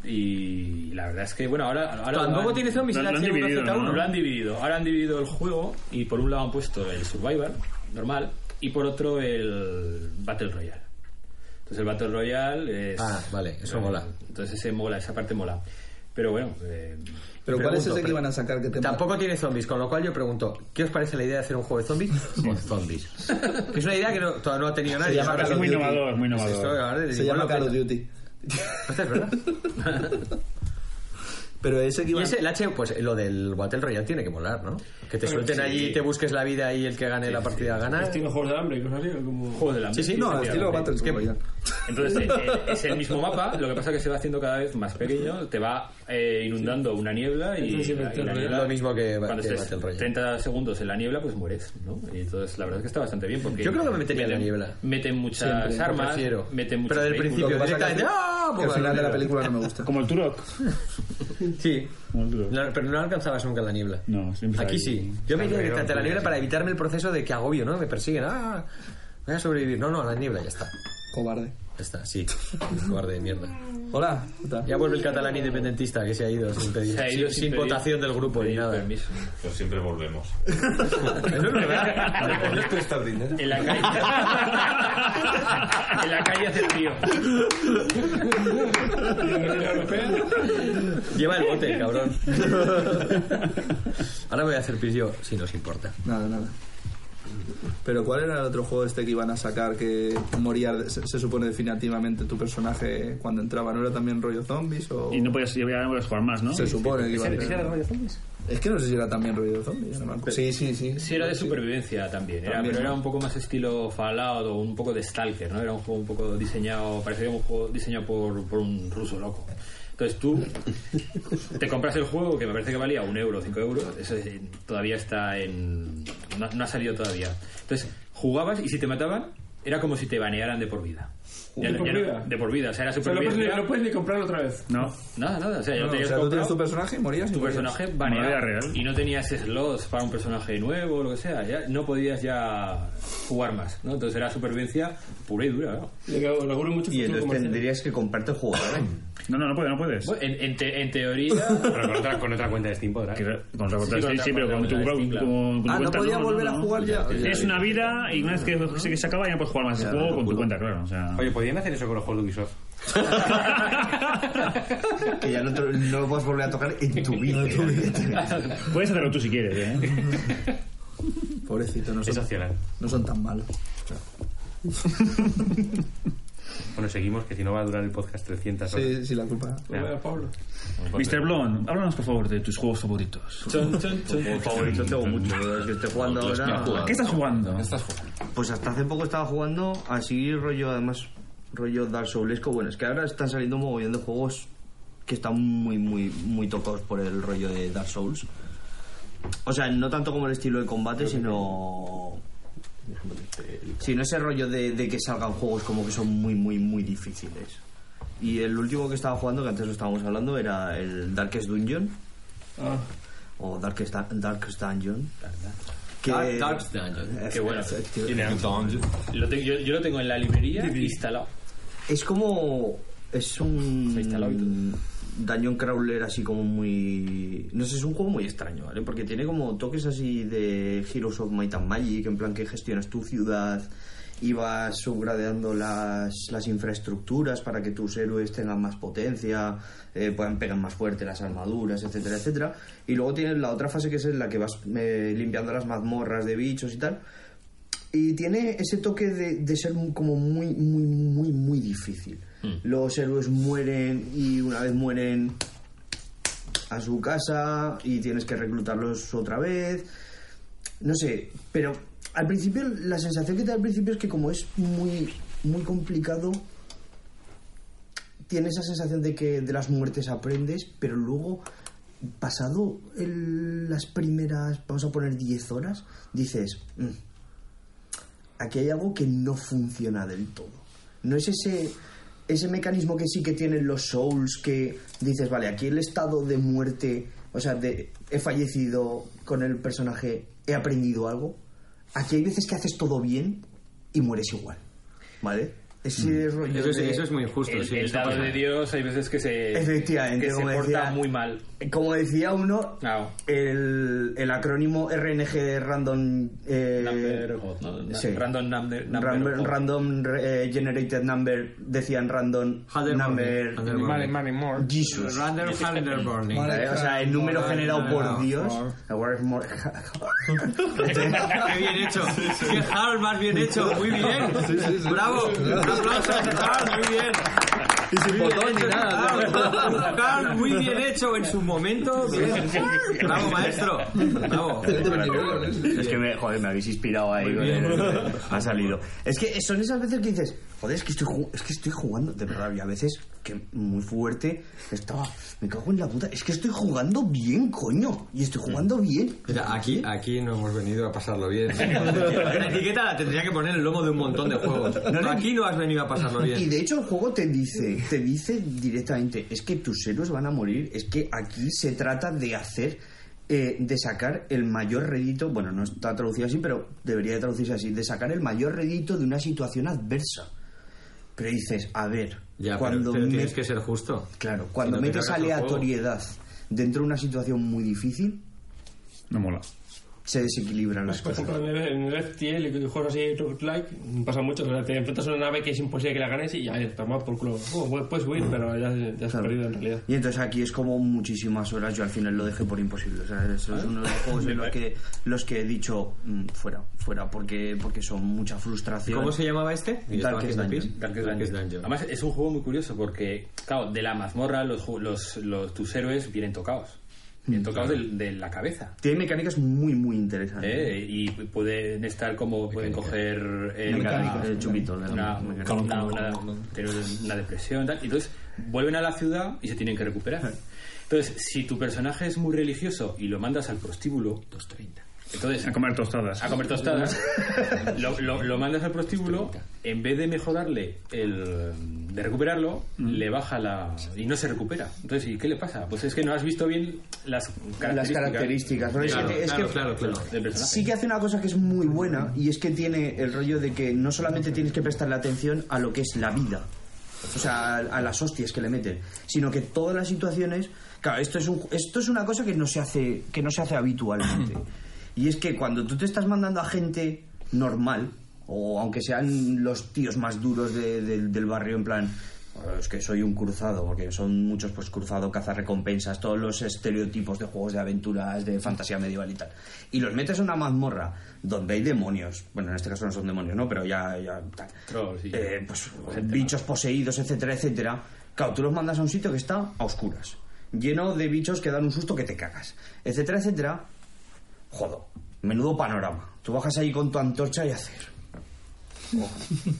[SPEAKER 8] Y la verdad es que, bueno, ahora... ahora
[SPEAKER 1] Tampoco tiene zombies
[SPEAKER 8] Lo-
[SPEAKER 1] el
[SPEAKER 8] lo han
[SPEAKER 1] H1Z1.
[SPEAKER 8] dividido, ¿no? Lo han dividido. Ahora han dividido el juego y por un lado han puesto el Survivor, normal, y por otro el Battle Royale. Entonces el Battle Royale es...
[SPEAKER 1] Ah, vale, eso
[SPEAKER 8] eh,
[SPEAKER 1] mola.
[SPEAKER 8] Entonces ese mola, esa parte mola. Pero bueno... eh,
[SPEAKER 3] Pero ¿cuál es
[SPEAKER 1] Pregunto,
[SPEAKER 3] ese que
[SPEAKER 1] pre-
[SPEAKER 3] iban a sacar que te
[SPEAKER 1] Tampoco tiene zombies, con lo cual yo pregunto, ¿qué os parece la idea de hacer un juego de zombies con Pues zombies? Que es una idea que no, todavía no ha tenido nadie.
[SPEAKER 3] llama Call of Duty.
[SPEAKER 11] muy
[SPEAKER 1] Es esto, ahora de-
[SPEAKER 3] Se
[SPEAKER 1] igual
[SPEAKER 3] llama
[SPEAKER 1] lo
[SPEAKER 3] Call of
[SPEAKER 1] peta.
[SPEAKER 3] Duty.
[SPEAKER 1] Hostia, es verdad.
[SPEAKER 3] Pero ese que
[SPEAKER 1] Y
[SPEAKER 3] iban
[SPEAKER 1] ese, el H, pues lo del Battle Royale tiene que molar, ¿no? Que te
[SPEAKER 8] Sí,
[SPEAKER 1] suelten
[SPEAKER 8] sí.
[SPEAKER 1] allí, te busques la vida y el que gane la partida gana.
[SPEAKER 4] Estilo juegos de hambre y cosas así. o Como...
[SPEAKER 8] Juego del hambre.
[SPEAKER 1] Sí, sí,
[SPEAKER 3] No, estilo
[SPEAKER 8] efectivamente.
[SPEAKER 3] Battle
[SPEAKER 1] que-
[SPEAKER 3] Royale.
[SPEAKER 8] Entonces eh, eh, es el mismo mapa, lo que pasa es que se va haciendo cada vez más pequeño, te va eh, inundando una niebla y,
[SPEAKER 4] Sí, sí,
[SPEAKER 8] y la
[SPEAKER 4] Battle Royale.
[SPEAKER 8] niebla-
[SPEAKER 1] Lo mismo que-
[SPEAKER 8] cuando
[SPEAKER 1] que
[SPEAKER 8] estés
[SPEAKER 1] Battle Royale.
[SPEAKER 8] 30 segundos en la niebla pues mueres, ¿no? Y entonces la verdad es que está bastante bien porque
[SPEAKER 1] Yo creo que me metería en la
[SPEAKER 8] meten-
[SPEAKER 1] niebla.
[SPEAKER 8] Meten muchas
[SPEAKER 1] Siempre, lo
[SPEAKER 8] armas,
[SPEAKER 1] prefiero.
[SPEAKER 8] meten muchos
[SPEAKER 1] Pero del
[SPEAKER 8] vehículos.
[SPEAKER 3] Lo que
[SPEAKER 1] principio,
[SPEAKER 3] pasa que al
[SPEAKER 1] directamente.
[SPEAKER 3] fin-
[SPEAKER 1] ¡Ah!
[SPEAKER 3] que al
[SPEAKER 1] Pues
[SPEAKER 3] final de la
[SPEAKER 1] vale.
[SPEAKER 3] película no me gusta.
[SPEAKER 11] Como el Turok.
[SPEAKER 1] Sí.
[SPEAKER 11] Como el Turok.
[SPEAKER 1] No, pero no alcanzabas nunca la niebla.
[SPEAKER 11] No, siempre
[SPEAKER 1] Aquí
[SPEAKER 11] hay-
[SPEAKER 1] sí. Yo me iría directamente a la niebla para evitarme el proceso de que agobio, ¿no? Me persiguen. ¡Ah! Voy a sobrevivir. No, no, a la niebla ya está.
[SPEAKER 3] Cobarde.
[SPEAKER 1] Ya está, sí. Cobarde de mierda.
[SPEAKER 3] Hola. ¿qué tal?
[SPEAKER 1] Ya vuelve el catalán independentista que se ha ido sin pedir.
[SPEAKER 8] Se ha ido
[SPEAKER 1] sin,
[SPEAKER 8] sin
[SPEAKER 1] sin
[SPEAKER 8] pedir-
[SPEAKER 1] votación del grupo ni
[SPEAKER 8] pedir
[SPEAKER 1] nada.
[SPEAKER 8] permiso.
[SPEAKER 9] Pues siempre volvemos.
[SPEAKER 1] Eso es verdad.
[SPEAKER 6] ¿Le podéis prestar dinero?
[SPEAKER 8] En la calle. en la calle hace frío.
[SPEAKER 1] Lleva el bote, cabrón. Ahora voy a hacer pis yo, si nos importa.
[SPEAKER 3] Nada, nada. Pero ¿cuál era el otro juego este que iban a sacar que moría, se, se supone definitivamente tu personaje cuando entraba? ¿No era también rollo zombies o...?
[SPEAKER 11] Y no podías, y ahora no podías jugar más, ¿no?
[SPEAKER 3] se supone que iba a ser.
[SPEAKER 11] zombies?
[SPEAKER 3] Es que no sé si era también rollo zombies. no me acuerdo. Sí, sí, sí.
[SPEAKER 8] Sí, era de supervivencia también, era,
[SPEAKER 3] También,
[SPEAKER 8] pero era
[SPEAKER 3] ¿no?
[SPEAKER 8] un poco más estilo Fallout o un poco de Stalker, ¿no? Era un juego un poco diseñado, parecía un juego diseñado por, por un ruso loco. Entonces tú te compras el juego que me parece que valía un euro, cinco euros, eso eh, todavía está en... No, no ha salido todavía. Entonces jugabas y si te mataban era como si te banearan de por vida.
[SPEAKER 4] ¿De por vida?
[SPEAKER 8] de por vida, o sea, era
[SPEAKER 4] O sea, no puedes, ni,
[SPEAKER 8] supervivencia.
[SPEAKER 4] no puedes ni comprarlo otra vez.
[SPEAKER 11] No.
[SPEAKER 8] Nada, nada, o sea, ya
[SPEAKER 3] No,
[SPEAKER 8] lo
[SPEAKER 3] o
[SPEAKER 8] tenías
[SPEAKER 3] sea, tú tenías
[SPEAKER 8] comprado
[SPEAKER 3] tu personaje y morías. y
[SPEAKER 8] tu
[SPEAKER 3] morías.
[SPEAKER 8] personaje
[SPEAKER 11] Moneda
[SPEAKER 8] baneado
[SPEAKER 11] real.
[SPEAKER 8] y no tenías slots para un personaje nuevo o lo que sea, ya no podías ya jugar más, ¿no? Entonces era supervivencia pura y dura, ¿no?
[SPEAKER 4] Le que auguro mucho futuro
[SPEAKER 12] Y entonces
[SPEAKER 4] comercial.
[SPEAKER 12] tendrías que comprarte el juego ahora.
[SPEAKER 11] No, no, no puedes, no puedes.
[SPEAKER 8] Bueno, en, en te- en teoría...
[SPEAKER 5] Pero con otra, con otra cuenta de Steam podrás.
[SPEAKER 11] Que Con reportajes
[SPEAKER 8] Sí,
[SPEAKER 11] sí,
[SPEAKER 8] con
[SPEAKER 11] sí, pero con tu,
[SPEAKER 8] reportajes,
[SPEAKER 11] con,
[SPEAKER 8] claro.
[SPEAKER 11] con tu
[SPEAKER 3] Ah, ¿no
[SPEAKER 11] cuenta
[SPEAKER 3] podía
[SPEAKER 11] no,
[SPEAKER 3] volver
[SPEAKER 11] no,
[SPEAKER 3] a
[SPEAKER 11] no.
[SPEAKER 3] jugar ya?
[SPEAKER 11] Es una vida y una vez que se, que se acaba ya no puedes jugar más ese juego con tu cuenta, claro. O sea.
[SPEAKER 5] Oye, ¿podrían hacer eso con los juegos de Ubisoft?
[SPEAKER 12] ¿eh? Que ya no, te- no lo vas a volver a tocar en tu vida.
[SPEAKER 11] Puedes hacerlo tú si quieres, ¿eh?
[SPEAKER 3] Pobrecito, no
[SPEAKER 5] Es
[SPEAKER 3] son,
[SPEAKER 5] opcional.
[SPEAKER 3] no son tan malos.
[SPEAKER 5] Bueno, seguimos, que si no va a durar el podcast 300 horas.
[SPEAKER 3] Sí, sí, la culpa.
[SPEAKER 4] Joder, a Pablo.
[SPEAKER 11] Mr. Blond, háblanos por favor de tus juegos favoritos.
[SPEAKER 12] Por favorito tengo mucho. Los que estoy jugando ahora.
[SPEAKER 11] ¿Qué estás jugando?
[SPEAKER 12] Pues hasta hace poco estaba jugando así rollo, además, rollo Dark Soulesco. Bueno, es que ahora están saliendo un mogollón de juegos que están muy, muy, muy tocados por el rollo de Dark Souls. O sea, no tanto como el estilo de combate, sino... Sino ese rollo de, de que salgan juegos como que son muy, muy, muy difíciles. Y el último que estaba jugando, que antes lo estábamos hablando, era el Darkest Dungeon.
[SPEAKER 4] Ah.
[SPEAKER 12] O Darkest, Dun- Darkest Dungeon. Que,
[SPEAKER 1] Dark Dungeon.
[SPEAKER 12] Es-
[SPEAKER 8] Qué bueno.
[SPEAKER 12] es- tío,
[SPEAKER 8] Lo te- yo, yo lo tengo en la librería instalado.
[SPEAKER 12] Es como. Es un.
[SPEAKER 8] Se ha instalado y
[SPEAKER 12] Dungeon Crawler así como muy. No sé, es un juego muy extraño, ¿vale? Porque tiene como toques así de Heroes of Might and Magic, en plan que gestionas tu ciudad y vas subgradeando las, las infraestructuras para que tus héroes tengan más potencia, eh, puedan pegar más fuerte las armaduras, etcétera, etcétera. Y luego tienes la otra fase que es en la que vas eh, limpiando las mazmorras de bichos y tal. Y tiene ese toque de, de ser muy- como muy, muy, muy, muy difícil. Los héroes mueren y una vez mueren a su casa y tienes que reclutarlos otra vez. No sé, pero al principio la sensación que te da al principio es que como es muy, muy complicado, tiene esa sensación de que de las muertes aprendes, pero luego, pasado el- las primeras, vamos a poner 10 horas, dices, "Mm, aquí hay algo que no funciona del todo. No es ese, ese mecanismo que sí que tienen los souls, que dices, vale, aquí el estado de muerte, o sea, de he fallecido con el personaje, he aprendido algo. Aquí hay veces que haces todo bien y mueres igual, ¿vale? Ese rollo
[SPEAKER 1] Mm. Eso es,
[SPEAKER 12] de-
[SPEAKER 1] eso es muy injusto.
[SPEAKER 8] El,
[SPEAKER 1] sí,
[SPEAKER 8] el
[SPEAKER 1] está
[SPEAKER 8] dado de
[SPEAKER 1] pasando.
[SPEAKER 8] Dios hay veces que se,
[SPEAKER 12] Efectivamente,
[SPEAKER 8] que se
[SPEAKER 12] como
[SPEAKER 8] porta
[SPEAKER 12] decía-
[SPEAKER 8] muy mal.
[SPEAKER 12] Como decía uno, el, el acrónimo RNG de Random... eh, sí.
[SPEAKER 8] Random number, number
[SPEAKER 12] Ram-
[SPEAKER 8] of-
[SPEAKER 12] random eh, Generated Number, decían Random Number...
[SPEAKER 1] Mary- Mary Moore.
[SPEAKER 12] Jesus.
[SPEAKER 1] Random Calendar Burning.
[SPEAKER 12] Vale, O sea, el número generado por Dios. Ahora es more-
[SPEAKER 1] ¡Qué bien hecho! ¡Qué Harold más bien hecho! ¡Muy bien! ¡Bravo! ¡Un aplauso a Harold! ¡Muy bien!
[SPEAKER 3] Y sin botón ni nada.
[SPEAKER 1] Harold, Harold, muy bien hecho en su momento. Bien. ¡Bravo, maestro! ¡Bravo!
[SPEAKER 12] Este Es que me, joder, me habéis inspirado ahí. con el- ha salido. Es que son esas veces que dices, joder, es que estoy, ju- es que estoy jugando. De verdad, había veces que muy fuerte estaba, me cago en la puta. Es que estoy jugando bien, coño. Y estoy jugando bien.
[SPEAKER 1] Mira, aquí, aquí no hemos venido a pasarlo bien. La etiqueta la tendría que poner en el lomo de un montón de juegos. aquí no has venido a pasarlo bien.
[SPEAKER 12] Y de hecho el juego te dice, te dice directamente, es que tus héroes van a morir, es que aquí se trata de hacer, eh, de sacar el mayor redito, bueno, no está traducido así, pero debería de traducirse así, de sacar el mayor redito de una situación adversa. Pero dices, a ver,
[SPEAKER 1] Ya,
[SPEAKER 12] cuando
[SPEAKER 1] pero, pero
[SPEAKER 12] me-
[SPEAKER 1] tienes que ser justo.
[SPEAKER 12] claro, cuando
[SPEAKER 1] Si no te
[SPEAKER 12] metes
[SPEAKER 1] cargas el juego.
[SPEAKER 12] aleatoriedad dentro de una situación muy difícil,
[SPEAKER 11] no mola.
[SPEAKER 12] se desequilibran las
[SPEAKER 4] Por
[SPEAKER 12] cosas.
[SPEAKER 4] ejemplo, en el- en el FTL y juegos así, roguelike, pasa mucho. O sea, te enfrentas a una nave que es imposible que la ganes y ya, ya, toma por culo. Oh, bueno, puedes huir, pero ya, ya has perdido en realidad.
[SPEAKER 12] Y entonces aquí es como muchísimas horas. Yo al final lo dejé por imposible. O sea, eso
[SPEAKER 1] Ah.
[SPEAKER 12] es uno de los juegos en los que, los que he dicho mm, fuera, fuera, porque, porque son mucha frustración.
[SPEAKER 1] ¿Cómo se llamaba este?
[SPEAKER 12] Darkest Dungeon.
[SPEAKER 8] Darkest Dungeon. Además, es un juego muy curioso porque, claro, de la mazmorra los, ju- los, los- tus héroes vienen tocados. Vienen tocados del- de la cabeza.
[SPEAKER 12] Tiene mecánicas muy, muy interesantes.
[SPEAKER 8] Eh, y pueden estar como pueden coger eh,
[SPEAKER 12] Mecánica,
[SPEAKER 8] una-
[SPEAKER 12] el chupito, la-
[SPEAKER 8] una,
[SPEAKER 12] mecánica.
[SPEAKER 8] una- una- tener una depresión tal. y entonces vuelven a la ciudad y se tienen que recuperar entonces si tu personaje es muy religioso y lo mandas al prostíbulo 230 entonces
[SPEAKER 11] A comer tostadas.
[SPEAKER 8] a comer tostadas lo, lo- lo mandas al prostíbulo en vez de mejorarle el de recuperarlo
[SPEAKER 12] Mm.
[SPEAKER 8] le baja la y no se recupera entonces ¿y qué le pasa? pues es que no has visto bien las características
[SPEAKER 12] Las características, ¿no? Es que- es que-
[SPEAKER 8] del personaje
[SPEAKER 12] Sí que hace una cosa que es muy buena y es que tiene el rollo de que no solamente tienes que prestarle atención a lo que es la vida, o sea, a, a las hostias que le meten, sino que todas las situaciones, claro, esto es un, esto es una cosa que no se hace que no se hace habitualmente. Y es que cuando tú te estás mandando a gente normal o aunque sean los tíos más duros de- del- del barrio en plan es que soy un cruzado, porque son muchos, pues cruzado, cazarrecompensas, todos los estereotipos de juegos de aventuras, de fantasía medieval y tal. Y los metes en una mazmorra donde hay demonios, bueno, en este caso no son demonios, ¿no? Pero ya, ya tal. Eh, pues bichos poseídos, etcétera, etcétera. Claro, tú los mandas a un sitio que está a oscuras, lleno de bichos que dan un susto que te cagas, etcétera, etcétera. Jodo, menudo panorama. Tú bajas ahí con tu antorcha y hacer. Oh,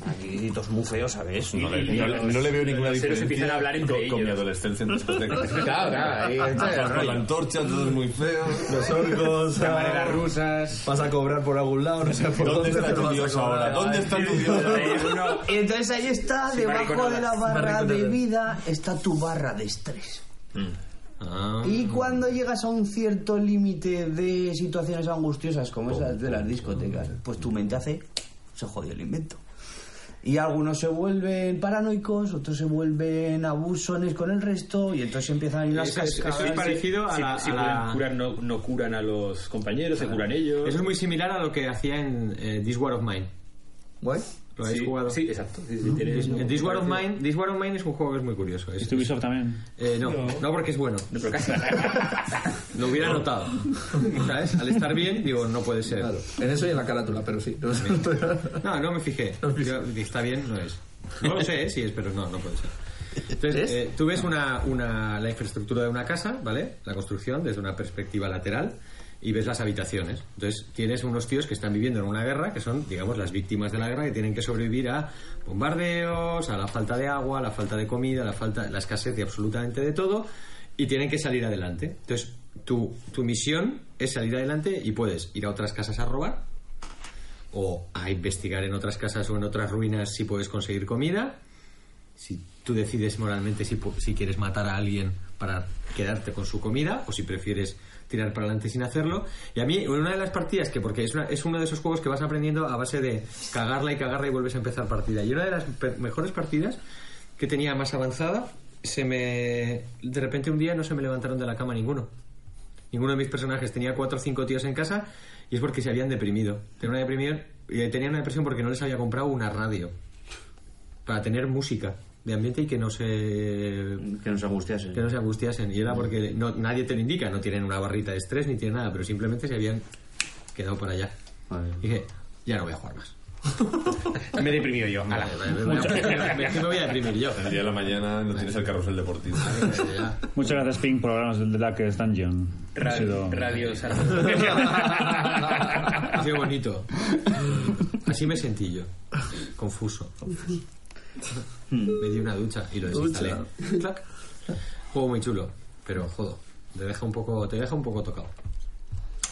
[SPEAKER 12] aquí gritos muy feos, ¿sabes?
[SPEAKER 9] No le,
[SPEAKER 12] Y
[SPEAKER 9] no le-
[SPEAKER 12] los-
[SPEAKER 9] no le veo
[SPEAKER 12] los
[SPEAKER 9] ninguna
[SPEAKER 12] ceros
[SPEAKER 9] diferencia
[SPEAKER 12] empiezan a hablar entre
[SPEAKER 9] con, con mi
[SPEAKER 12] ellos.
[SPEAKER 9] adolescencia en discotecas.
[SPEAKER 12] Claro, claro, ahí está el
[SPEAKER 9] Bajas con
[SPEAKER 12] rollo.
[SPEAKER 9] la antorcha, todo es muy feo.
[SPEAKER 3] Los orcos,
[SPEAKER 9] Camareras
[SPEAKER 3] rusas. Vas a cobrar por algún lado, no sé por
[SPEAKER 9] ¿Dónde
[SPEAKER 3] dónde.
[SPEAKER 9] está
[SPEAKER 3] pero
[SPEAKER 9] tu
[SPEAKER 3] vas a
[SPEAKER 9] dios
[SPEAKER 3] cobrar.
[SPEAKER 9] ahora? ¿Dónde está tu dios?
[SPEAKER 12] Y entonces ahí está,
[SPEAKER 3] Sí,
[SPEAKER 12] debajo de la
[SPEAKER 3] mariconadas.
[SPEAKER 12] barra de
[SPEAKER 3] Mariconadas.
[SPEAKER 12] vida, está tu barra de estrés.
[SPEAKER 1] Mm.
[SPEAKER 12] Y
[SPEAKER 3] Ah.
[SPEAKER 12] cuando llegas a un cierto límite de situaciones angustiosas como esas de las discotecas, pues tu mente hace, se jodió el invento. Y algunos se vuelven paranoicos, otros se vuelven abusones con el resto, y entonces empiezan las
[SPEAKER 1] Eso es- eso es
[SPEAKER 12] cascadas.
[SPEAKER 1] parecido a
[SPEAKER 8] Si-
[SPEAKER 1] la-
[SPEAKER 8] si
[SPEAKER 1] a la-
[SPEAKER 8] pueden curar, no, no curan a los compañeros, se curan ellos.
[SPEAKER 1] Eso es muy similar a lo que hacía en eh, This War of Mine.
[SPEAKER 3] ¿What?
[SPEAKER 1] ¿Lo habéis
[SPEAKER 8] Sí,
[SPEAKER 1] jugado?
[SPEAKER 8] sí, exacto. Sí, sí, tiene-
[SPEAKER 1] This-
[SPEAKER 8] es un
[SPEAKER 1] Eh, This War, of
[SPEAKER 8] parecido.
[SPEAKER 1] Mine, This War of Mine es un juego que es muy curioso. Es,
[SPEAKER 11] Ubisoft también?
[SPEAKER 1] Eh, no, no, porque es bueno. Lo hubiera notado. ¿Sabes? Al estar bien, digo, no puede ser.
[SPEAKER 3] En eso y en la carátula, pero sí. No, sé.
[SPEAKER 1] No, no me fijé. Yo dije, está bien, no es. No lo sé, eh, si es, pero no, no puede ser. Entonces, eh, tú ves una, una- la infraestructura de una casa, ¿vale? La construcción desde una perspectiva lateral y ves las habitaciones. Entonces, tienes unos tíos que están viviendo en una guerra, que son, digamos, las víctimas de la guerra, que tienen que sobrevivir a bombardeos, a la falta de agua, a la falta de comida, a la, falta, la escasez de absolutamente de todo, y tienen que salir adelante. Entonces, tu, tu misión es salir adelante y puedes ir a otras casas a robar, o a investigar en otras casas o en otras ruinas si puedes conseguir comida. Si tú decides moralmente si, pu- si quieres matar a alguien para quedarte con su comida o si prefieres tirar para adelante sin hacerlo. Y a mí, en una de las partidas, que porque es, una- es uno de esos juegos que vas aprendiendo a base de cagarla y cagarla y vuelves a empezar partida. Y una de las pe- mejores partidas que tenía más avanzada, se me. De repente un día no se me levantaron de la cama ninguno. Ninguno de mis personajes tenía cuatro o cinco tíos en casa y es porque se habían deprimido. Tenía una depresión, eh, tenía una depresión porque no les había comprado una radio para tener música de ambiente y que no se que no se angustiasen que no se angustiasen y era porque no, nadie te lo indica no tienen una barrita de estrés ni tienen nada pero simplemente se habían quedado para allá dije ya no voy a jugar más me he deprimido yo ala. me, voy a- me- me voy a deprimir yo
[SPEAKER 9] El día de la mañana no tienes el carrusel deportivo.
[SPEAKER 11] Muchas gracias, Pink, por hablarnos del The Darkest Dungeon. Ha sido-
[SPEAKER 8] Radio
[SPEAKER 1] ha sido bonito así me sentí yo confuso me di una ducha y lo desinstalé Clac. juego muy chulo pero jodo te deja un poco te deja un poco tocado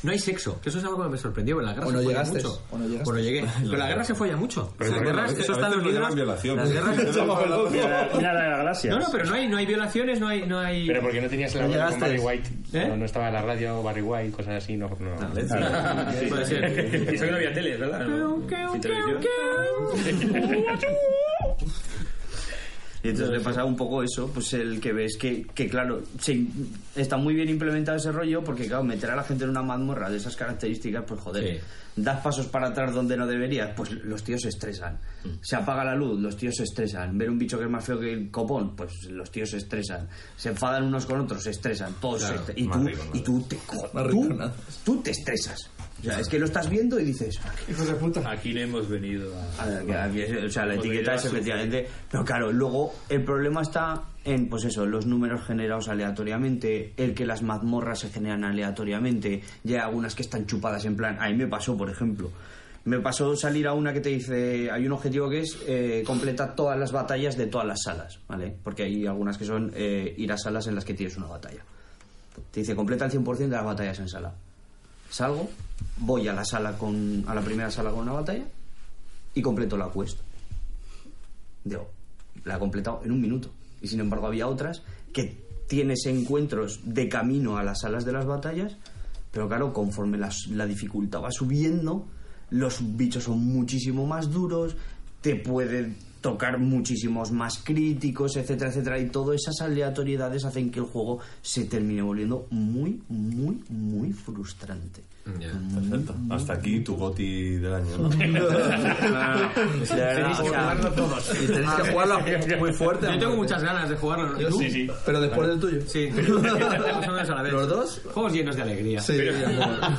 [SPEAKER 1] no hay sexo que eso es algo que me sorprendió en la guerra
[SPEAKER 3] O
[SPEAKER 1] se
[SPEAKER 3] no
[SPEAKER 1] folla
[SPEAKER 3] llegaste.
[SPEAKER 1] mucho
[SPEAKER 3] O no llegaste.
[SPEAKER 1] Bueno, llegué. Pero la guerra se folla mucho.
[SPEAKER 9] Pero
[SPEAKER 1] Las
[SPEAKER 9] bueno, a
[SPEAKER 1] guerras,
[SPEAKER 9] veces-
[SPEAKER 1] eso
[SPEAKER 9] a
[SPEAKER 1] está en
[SPEAKER 9] veces
[SPEAKER 1] los
[SPEAKER 9] lo llaman
[SPEAKER 1] libros.
[SPEAKER 9] violación.
[SPEAKER 1] Las guerras-
[SPEAKER 9] Eso es bajo el odio.
[SPEAKER 11] Mira la de las gracias.
[SPEAKER 1] No, no, pero no hay, no hay violaciones, no hay, no hay.
[SPEAKER 5] Pero porque no tenías la
[SPEAKER 1] No
[SPEAKER 5] radio con Barry
[SPEAKER 1] llegaste.
[SPEAKER 5] White.
[SPEAKER 1] ¿Eh?
[SPEAKER 5] No, no estaba la radio Barry White, cosas así. No, no.
[SPEAKER 8] Sí, puede ser. Eso que no había tele, ¿verdad? No. Sin televisión.
[SPEAKER 12] Y entonces le pasa un poco eso, pues el que ves que, que claro, se- está muy bien implementado ese rollo, porque claro, meter a la gente en una mazmorra de esas características, pues joder, das pasos para atrás donde no deberías, pues los tíos se estresan.
[SPEAKER 1] Mm.
[SPEAKER 12] Se apaga la luz, los tíos se estresan. Ver un bicho que es más feo que el copón, pues los tíos se estresan. Se enfadan unos con otros, se estresan, todos
[SPEAKER 1] Claro,
[SPEAKER 12] se estre- y,
[SPEAKER 1] más
[SPEAKER 12] tú,
[SPEAKER 1] rico, más
[SPEAKER 12] y tú te co- tú, tú te estresas. O sea, es que lo estás viendo y dices,
[SPEAKER 8] Hijos de puta. Aquí le hemos venido a.
[SPEAKER 12] a ver, que aquí- O sea, la
[SPEAKER 8] Hemos
[SPEAKER 12] etiqueta
[SPEAKER 8] venido a
[SPEAKER 12] es
[SPEAKER 8] sufrir.
[SPEAKER 12] efectivamente. Pero claro, luego el problema está en, pues eso, los números generados aleatoriamente, el que las mazmorras se generan aleatoriamente, ya hay algunas que están chupadas en plan. A mí me pasó, por ejemplo. Me pasó salir a una que te dice, hay un objetivo que es eh, completar todas las batallas de todas las salas, ¿vale? Porque hay algunas que son eh, ir a salas en las que tienes una batalla. Te dice, completa el 100% de las batallas en sala. Salgo, voy a la sala con, a la primera sala con una batalla y completo la quest. Digo, la he completado en un minuto. Y sin embargo había otras que tienes encuentros de camino a las salas de las batallas, pero claro, conforme las- la dificultad va subiendo, los bichos son muchísimo más duros, te pueden tocar muchísimos más críticos, etcétera, etcétera, y todas esas aleatoriedades hacen que el juego se termine volviendo muy, muy, muy frustrante.
[SPEAKER 9] Perfecto. Hasta aquí tu goti del año. ¿no?
[SPEAKER 3] Pues
[SPEAKER 12] De verdad, o sea,
[SPEAKER 3] Y tenéis que jugarlo muy fuerte.
[SPEAKER 1] Yo tengo muchas ganas de jugarlo.
[SPEAKER 3] Yo
[SPEAKER 1] ¿Tú?
[SPEAKER 3] sí, sí. Pero después del tuyo.
[SPEAKER 1] Sí. Más o menos a la vez.
[SPEAKER 3] ¿Los dos?
[SPEAKER 1] Juegos llenos de alegría.
[SPEAKER 3] Sí,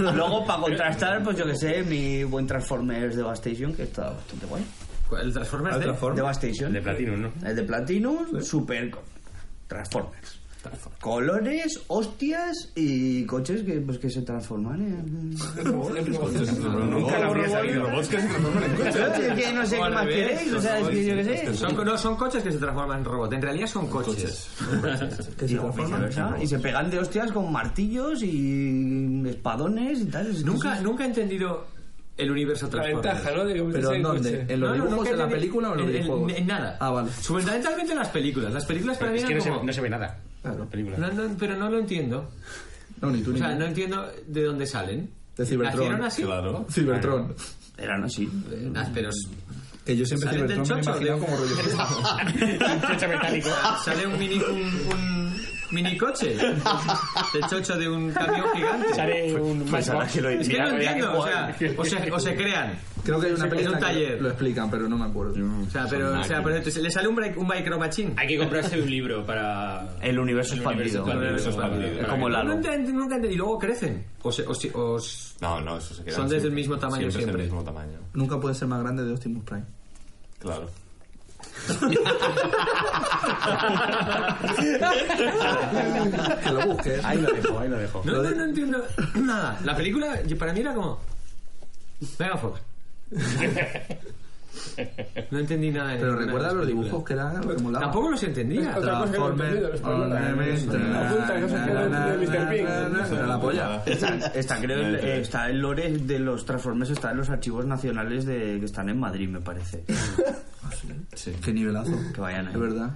[SPEAKER 12] Luego, para contrastar, pues yo que sé, mi buen Transformers Devastation, que está bastante guay.
[SPEAKER 1] ¿Ah, ¿El Transformers
[SPEAKER 12] de
[SPEAKER 1] de-
[SPEAKER 12] Devastation. El de
[SPEAKER 8] Platinum, ¿no?
[SPEAKER 12] El de Platinum, super co- Transformers. Colores, hostias y coches que, pues, que se transforman en...
[SPEAKER 9] Nunca la habría sabido. Robots Pues que se transforman en coches.
[SPEAKER 12] Es que no sé
[SPEAKER 1] O
[SPEAKER 12] qué
[SPEAKER 1] al
[SPEAKER 12] más
[SPEAKER 1] revés.
[SPEAKER 12] queréis, o sea, es que yo que sé.
[SPEAKER 1] Son, no, son coches que se transforman en robot. En realidad son coches.
[SPEAKER 12] Y se transforman, ¿sabes? Y se pegan de hostias con martillos y espadones y tal.
[SPEAKER 1] Nunca, nunca he entendido el universo
[SPEAKER 4] La
[SPEAKER 1] Transformers.
[SPEAKER 4] ventaja, ¿no? De que metes el coche.
[SPEAKER 3] ¿En los
[SPEAKER 1] No, no,
[SPEAKER 3] dibujos,
[SPEAKER 1] nunca he
[SPEAKER 3] en la
[SPEAKER 1] entendido-
[SPEAKER 3] película o en los videojuegos?
[SPEAKER 1] En, nada.
[SPEAKER 3] Ah, vale.
[SPEAKER 1] Fundamentalmente en las películas. Las películas para mí
[SPEAKER 5] Es que
[SPEAKER 1] eran
[SPEAKER 5] no se,
[SPEAKER 1] como-
[SPEAKER 5] no se ve nada. Claro. Película.
[SPEAKER 1] No, no, pero no lo entiendo.
[SPEAKER 3] No, ni tú
[SPEAKER 1] O
[SPEAKER 3] ni
[SPEAKER 1] sea,
[SPEAKER 3] yo.
[SPEAKER 1] no entiendo de dónde salen.
[SPEAKER 3] De Cybertron.
[SPEAKER 1] ¿Nacieron así?
[SPEAKER 9] Claro.
[SPEAKER 3] Cybertron.
[SPEAKER 12] Eran así.
[SPEAKER 1] Eh, nah, pero
[SPEAKER 3] Que yo siempre
[SPEAKER 1] ¿Salen del
[SPEAKER 3] Cybertron me
[SPEAKER 1] chocho?
[SPEAKER 3] imaginaba como rollo.
[SPEAKER 1] sale un mini un, un, minicoche. El chocho de un camión gigante.
[SPEAKER 11] Sale un
[SPEAKER 1] Pues ahora que lo- Es que no
[SPEAKER 11] mira,
[SPEAKER 1] entiendo. O
[SPEAKER 11] mira
[SPEAKER 1] sea,
[SPEAKER 11] que-
[SPEAKER 1] o se, o se crean.
[SPEAKER 3] Creo que hay una
[SPEAKER 1] Es
[SPEAKER 3] película
[SPEAKER 1] un
[SPEAKER 3] que
[SPEAKER 1] taller. Mm.
[SPEAKER 3] lo explican, pero no me acuerdo.
[SPEAKER 1] O sea, pero, o sea, por ejemplo, le sale un, bike- un micro machín.
[SPEAKER 8] Hay que comprarse un libro para.
[SPEAKER 2] El universo expandido.
[SPEAKER 8] El universo expandido.
[SPEAKER 2] Es como
[SPEAKER 1] No,
[SPEAKER 2] Lalo.
[SPEAKER 1] nunca ent- nunca ent- y luego crecen. O se- o se- o s-
[SPEAKER 9] No, no, eso se queda.
[SPEAKER 1] Son del
[SPEAKER 9] siempre.
[SPEAKER 1] mismo tamaño
[SPEAKER 9] Siempre
[SPEAKER 1] siempre.
[SPEAKER 9] es del mismo tamaño,
[SPEAKER 3] Nunca puede ser más grande de Optimus Prime.
[SPEAKER 9] claro.
[SPEAKER 3] que lo busques.
[SPEAKER 1] Ahí
[SPEAKER 3] lo
[SPEAKER 1] dejo,
[SPEAKER 3] ahí lo dejo.
[SPEAKER 1] No, no, no entiendo nada. La película yo- para mí era como. Venga, Fox. No entendí nada de
[SPEAKER 3] Pero
[SPEAKER 1] ninguna
[SPEAKER 3] recuerda
[SPEAKER 1] de las
[SPEAKER 3] los
[SPEAKER 1] películas.
[SPEAKER 3] dibujos que eran lo que molaba.
[SPEAKER 1] Tampoco los entendía.
[SPEAKER 3] Otra cosa que no he entendido, los problemas. Apunta cosas que no entiende Mr. Pink. Era la polla.
[SPEAKER 12] Está, está, creo, el, eh, está el lore de los Transformers, está en los archivos nacionales de, que están en Madrid, me parece.
[SPEAKER 3] Qué nivelazo.
[SPEAKER 12] Que vayan ahí.
[SPEAKER 3] De verdad.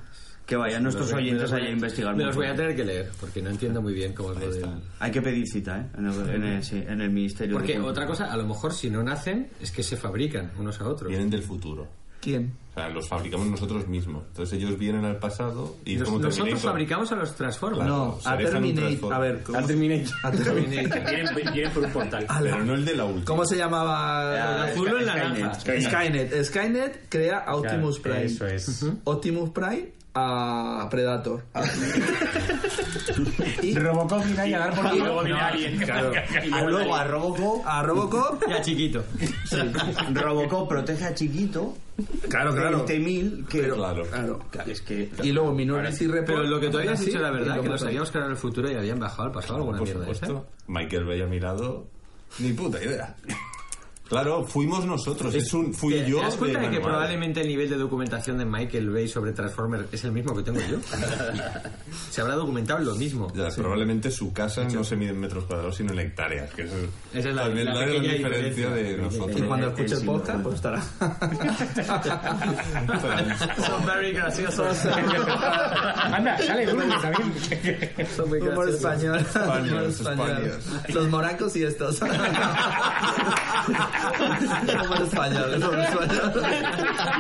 [SPEAKER 12] Que vayan nuestros oyentes allá a investigar.
[SPEAKER 1] Me los voy a
[SPEAKER 12] mucho.
[SPEAKER 1] tener que leer porque no entiendo muy bien cómo es lo del-
[SPEAKER 12] Hay que pedir cita, ¿eh? En el, en el- sí, en el Ministerio de
[SPEAKER 1] Porque
[SPEAKER 12] Cultura.
[SPEAKER 1] otra cosa, a lo mejor si no nacen, es que se fabrican unos a otros.
[SPEAKER 9] Vienen del futuro.
[SPEAKER 3] ¿Quién?
[SPEAKER 9] O sea, los fabricamos nosotros mismos. Entonces ellos vienen al pasado y es
[SPEAKER 1] Nos-
[SPEAKER 9] como
[SPEAKER 1] nosotros
[SPEAKER 9] Terminator.
[SPEAKER 1] fabricamos a los Transformers.
[SPEAKER 9] Claro, se dejan un Transformer.
[SPEAKER 1] A Terminator. A Terminator.
[SPEAKER 8] Quieren, quieren por un portal.
[SPEAKER 9] Pero no el de la última.
[SPEAKER 3] ¿Cómo se llamaba?
[SPEAKER 9] Ah,
[SPEAKER 3] el
[SPEAKER 9] Azul o naranja.
[SPEAKER 3] Skynet. Skynet. Skynet crea a Optimus
[SPEAKER 9] Claro,
[SPEAKER 3] Prime.
[SPEAKER 9] eso es.
[SPEAKER 3] Ujú. Optimus Prime a Predator. y
[SPEAKER 5] Robocop viene ahí a dar por
[SPEAKER 3] Y luego viene Alien.
[SPEAKER 12] Y luego a Robocop.
[SPEAKER 3] A Robocop.
[SPEAKER 1] Y a Chiquito.
[SPEAKER 12] Robocop protege a Chiquito.
[SPEAKER 3] Claro, claro.
[SPEAKER 12] 20.000 que.
[SPEAKER 9] claro.
[SPEAKER 12] Es que.
[SPEAKER 3] Y luego Minority Report.
[SPEAKER 1] Pero lo que tú habías
[SPEAKER 9] ¿Ah,
[SPEAKER 3] así,
[SPEAKER 1] dicho era
[SPEAKER 3] y
[SPEAKER 1] verdad,
[SPEAKER 3] lo
[SPEAKER 1] que nos
[SPEAKER 3] pasó.
[SPEAKER 1] habíamos creado en el futuro y habían bajado al pasado alguna
[SPEAKER 9] Por
[SPEAKER 1] mierda de esa.
[SPEAKER 9] supuesto. Michael Bay a mi lado. Ni puta idea. Claro, fuimos nosotros. Es un, fui
[SPEAKER 1] ¿Te-
[SPEAKER 9] yo.
[SPEAKER 1] ¿Te das cuenta de, que
[SPEAKER 9] manual.
[SPEAKER 1] probablemente el nivel de documentación de Michael Bay sobre Transformers es el mismo que tengo yo? Se habrá documentado lo mismo.
[SPEAKER 9] Ya, Probablemente su casa no se mide en metros cuadrados, sino en hectáreas. Que eso es,
[SPEAKER 1] Esa es la-
[SPEAKER 9] tal vez
[SPEAKER 1] la
[SPEAKER 9] gran
[SPEAKER 1] pequeña
[SPEAKER 9] diferencia de
[SPEAKER 1] diferencia.
[SPEAKER 9] nosotros.
[SPEAKER 3] Y cuando escuche el podcast, pues estará.
[SPEAKER 1] Son very graciosos.
[SPEAKER 5] Anda, sale Groovy también.
[SPEAKER 1] Son muy
[SPEAKER 3] Humor
[SPEAKER 1] graciosos.
[SPEAKER 3] español.
[SPEAKER 5] Español,
[SPEAKER 3] Humor español. Los moracos y estos. Humor español. Humor español.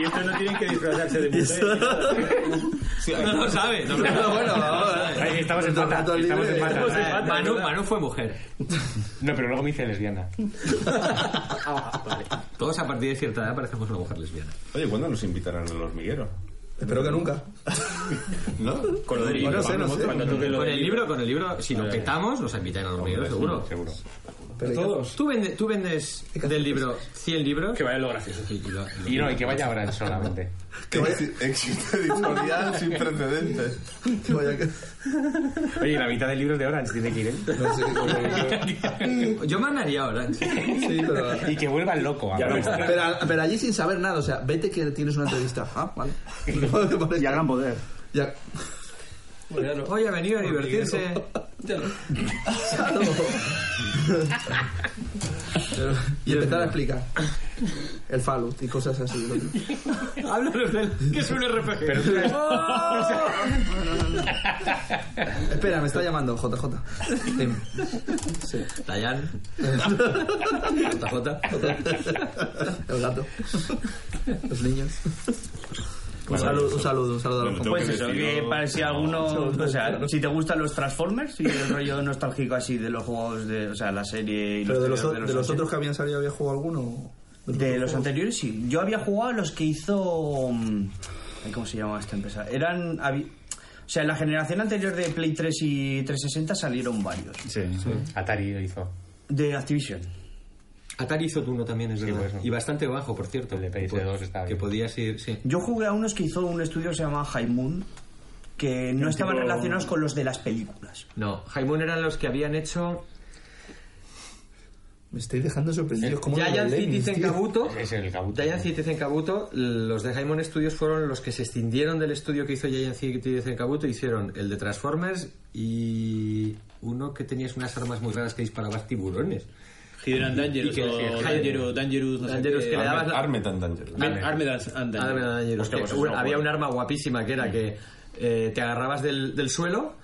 [SPEAKER 8] Y estos no tienen que disfrazarse de
[SPEAKER 1] No lo sabe. No, lo sabe.
[SPEAKER 3] Pero bueno, vamos,
[SPEAKER 5] Ahí Estamos en pata.
[SPEAKER 3] Rato
[SPEAKER 5] Estamos
[SPEAKER 12] ¿eh?
[SPEAKER 3] libre.
[SPEAKER 5] en pata.
[SPEAKER 3] Estamos
[SPEAKER 8] Pues
[SPEAKER 3] en pata.
[SPEAKER 1] Eh, Manu, Manu fue mujer.
[SPEAKER 5] No, pero luego me hice lesbiana.
[SPEAKER 1] Ah, Todos a partir de cierta edad parecemos una mujer lesbiana.
[SPEAKER 9] Oye, ¿cuándo nos invitarán al hormiguero?
[SPEAKER 3] Espero que nunca.
[SPEAKER 9] ¿No?
[SPEAKER 8] Con lo del
[SPEAKER 9] Bueno,
[SPEAKER 8] libro.
[SPEAKER 9] no sé, no sé.
[SPEAKER 8] Cuando toque lo
[SPEAKER 1] Con
[SPEAKER 8] del
[SPEAKER 1] el libro, con el libro, si lo petamos, nos invitan a los
[SPEAKER 9] Hombre,
[SPEAKER 1] medios, seguro.
[SPEAKER 9] Seguro.
[SPEAKER 4] Todos.
[SPEAKER 1] Tú, vende- tú vendes del libro 100 libros.
[SPEAKER 8] Que vaya lo gracioso.
[SPEAKER 1] Y- y lo-
[SPEAKER 5] Y Eh, no, y que vaya ahora solamente.
[SPEAKER 9] Ex- Existe editorial sin precedentes.
[SPEAKER 3] Que vaya que-
[SPEAKER 5] Oye, la mitad de libros de Orange tiene que ir
[SPEAKER 8] ¿eh?
[SPEAKER 5] él.
[SPEAKER 3] No sé qué coño.
[SPEAKER 1] Yo mandaría ahora.
[SPEAKER 3] Sí, pero.
[SPEAKER 5] Y que vuelva el loco. a ver.
[SPEAKER 3] Pero, pero allí sin saber nada, o sea, vete que tienes una entrevista. Ah, vale.
[SPEAKER 12] Y a gran poder.
[SPEAKER 3] Ya.
[SPEAKER 4] Bueno, ya no.
[SPEAKER 1] Hoy ha venido a divertirse.
[SPEAKER 4] Ya no.
[SPEAKER 3] Y empezar a explicar. El Fallout y cosas así.
[SPEAKER 1] Háblanos del. ¿Qué es un RPG?
[SPEAKER 3] Espera, me está llamando JJ. Dime. Sí.
[SPEAKER 1] Dayan. JJ.
[SPEAKER 3] El gato. Los niños. Un saludo, un saludo, un saludo a los
[SPEAKER 9] Bueno,
[SPEAKER 12] Pues eso, que
[SPEAKER 9] Decido-
[SPEAKER 12] para si alguno, o sea, si te gustan los Transformers y el rollo nostálgico así de los juegos de, o sea, la serie y
[SPEAKER 3] Pero de los,
[SPEAKER 12] anteriores-
[SPEAKER 3] de los otros
[SPEAKER 12] anteriores-
[SPEAKER 3] que habían salido, ¿había jugado alguno?
[SPEAKER 12] de los anteriores sí. Yo había jugado a los que hizo mm, ay, ¿cómo se llamaba esta empresa? Eran habi- o sea, en la generación anterior de Play 3 y 360 salieron varios
[SPEAKER 5] Sí, Atari lo hizo.
[SPEAKER 12] de Activision.
[SPEAKER 1] Atari hizo uno también, es verdad.
[SPEAKER 5] pues, no.
[SPEAKER 1] Y bastante bajo, por cierto.
[SPEAKER 5] El de PS2 está
[SPEAKER 1] Que
[SPEAKER 5] bien.
[SPEAKER 1] podías ir, sí.
[SPEAKER 12] Yo jugué a unos que hizo un estudio que se llama High Moon que no estaban
[SPEAKER 5] tipo-
[SPEAKER 12] relacionados con los de las películas.
[SPEAKER 1] No, Jaimón eran los que habían hecho
[SPEAKER 3] Me estoy dejando sorprendido. ¿Cómo
[SPEAKER 1] Giant
[SPEAKER 3] lo leéis,
[SPEAKER 1] Cities en
[SPEAKER 3] tío?
[SPEAKER 1] Kabuto.
[SPEAKER 5] Es el Kabuto.
[SPEAKER 1] Giant Cities en Kabuto, los de Jaimon Studios fueron los que se extendieron del estudio que hizo Giant Cities en Kabuto. Hicieron el de Transformers y uno que tenías unas armas muy raras que disparabas tiburones.
[SPEAKER 8] Hidden and Dangerous.
[SPEAKER 1] Y que-
[SPEAKER 8] o
[SPEAKER 1] Hidden-
[SPEAKER 8] Dangerous, Dangerous, no sé
[SPEAKER 1] Dangerous,
[SPEAKER 8] qué.
[SPEAKER 1] que le dabas la-
[SPEAKER 9] Arme tan dangerous.
[SPEAKER 8] Armed- Armed and Dangerous.
[SPEAKER 1] Arma Ah, de Eh, daño.
[SPEAKER 8] Hostia,
[SPEAKER 1] Que
[SPEAKER 8] pues eso
[SPEAKER 1] una-
[SPEAKER 8] no
[SPEAKER 1] había
[SPEAKER 8] puedo.
[SPEAKER 1] un arma guapísima que era que eh, te agarrabas del, del suelo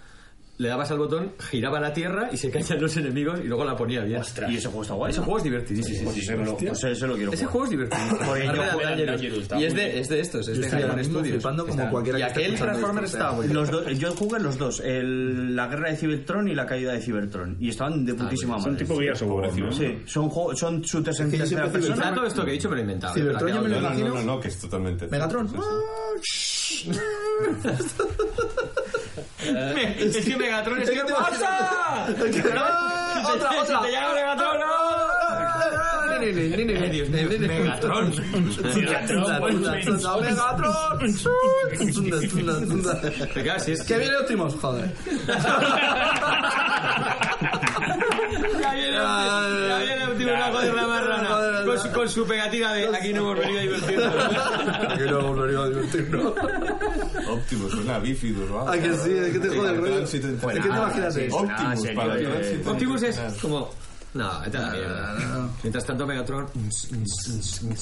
[SPEAKER 1] le dabas al botón, giraba la tierra y se caían los enemigos y luego la ponía bien.
[SPEAKER 12] Y ese juego está guay.
[SPEAKER 1] Ese
[SPEAKER 12] ¿no?
[SPEAKER 1] juego es divertidísimo.
[SPEAKER 12] Pues ese me lo-
[SPEAKER 1] Hostia.
[SPEAKER 12] pues ese lo quiero
[SPEAKER 1] Ese
[SPEAKER 12] jugar.
[SPEAKER 1] juego es divertidísimo.
[SPEAKER 12] Porque yo
[SPEAKER 1] Arena de
[SPEAKER 12] juego al
[SPEAKER 1] Dangerous.
[SPEAKER 12] Dangerous, está
[SPEAKER 1] Y es
[SPEAKER 12] muy
[SPEAKER 1] de,
[SPEAKER 12] bien.
[SPEAKER 1] es de estos, es
[SPEAKER 12] Yo
[SPEAKER 1] de
[SPEAKER 12] estoy ahora
[SPEAKER 1] Hyman
[SPEAKER 12] mismo
[SPEAKER 1] Studios.
[SPEAKER 12] flipando como
[SPEAKER 1] Está-
[SPEAKER 12] cualquiera
[SPEAKER 1] Y
[SPEAKER 12] que esté
[SPEAKER 1] aquel
[SPEAKER 12] escuchando
[SPEAKER 1] Transformer
[SPEAKER 12] esto,
[SPEAKER 1] estaba muy bien.
[SPEAKER 12] Los dos- yo jugué los dos, el- la guerra de Cybertron y la caída de Cybertron. Y estaban de putísima
[SPEAKER 1] Ah, bueno, son
[SPEAKER 12] madre.
[SPEAKER 1] tipo Gears of War, ¿no?
[SPEAKER 12] Sí, son, juego- son shooters en tercera persona.
[SPEAKER 1] Todo esto que he dicho me lo he inventado. ¿eh?
[SPEAKER 12] Cybertron
[SPEAKER 1] Pero ha
[SPEAKER 12] yo me lo
[SPEAKER 1] quedado bien.
[SPEAKER 9] No, no, no, que es totalmente.
[SPEAKER 3] Megatron.
[SPEAKER 12] Ah,
[SPEAKER 1] Me- Es que Megatron es
[SPEAKER 5] Es
[SPEAKER 1] que
[SPEAKER 5] que te-
[SPEAKER 1] pasa.
[SPEAKER 5] Es que- ¡Ah!
[SPEAKER 1] Si te-
[SPEAKER 5] ¡Otra,
[SPEAKER 1] si
[SPEAKER 5] otra!
[SPEAKER 1] te llega Megatron. ¡ah! Ni, ni, ni, ni, ni, Dios mío, Megatron.
[SPEAKER 3] Que viene Optimus, joder.
[SPEAKER 1] Ya viene Optimus, ya viene Optimus, la joder, la marrana. Con su- Con su pegatina de aquí no hemos venido a divertirnos.
[SPEAKER 3] Aquí no hemos venido a divertirnos.
[SPEAKER 9] Optimus, suena a Bifidus, ¿no?
[SPEAKER 3] Ah, que sí, es que te jode el rollo.
[SPEAKER 9] Tránsito
[SPEAKER 3] Es que
[SPEAKER 9] entre-
[SPEAKER 3] te imaginas eso.
[SPEAKER 8] Ah,
[SPEAKER 9] Optimus, para el tránsito.
[SPEAKER 1] Optimus es como. No, vete a la mierda. Mientras tanto, Megatron.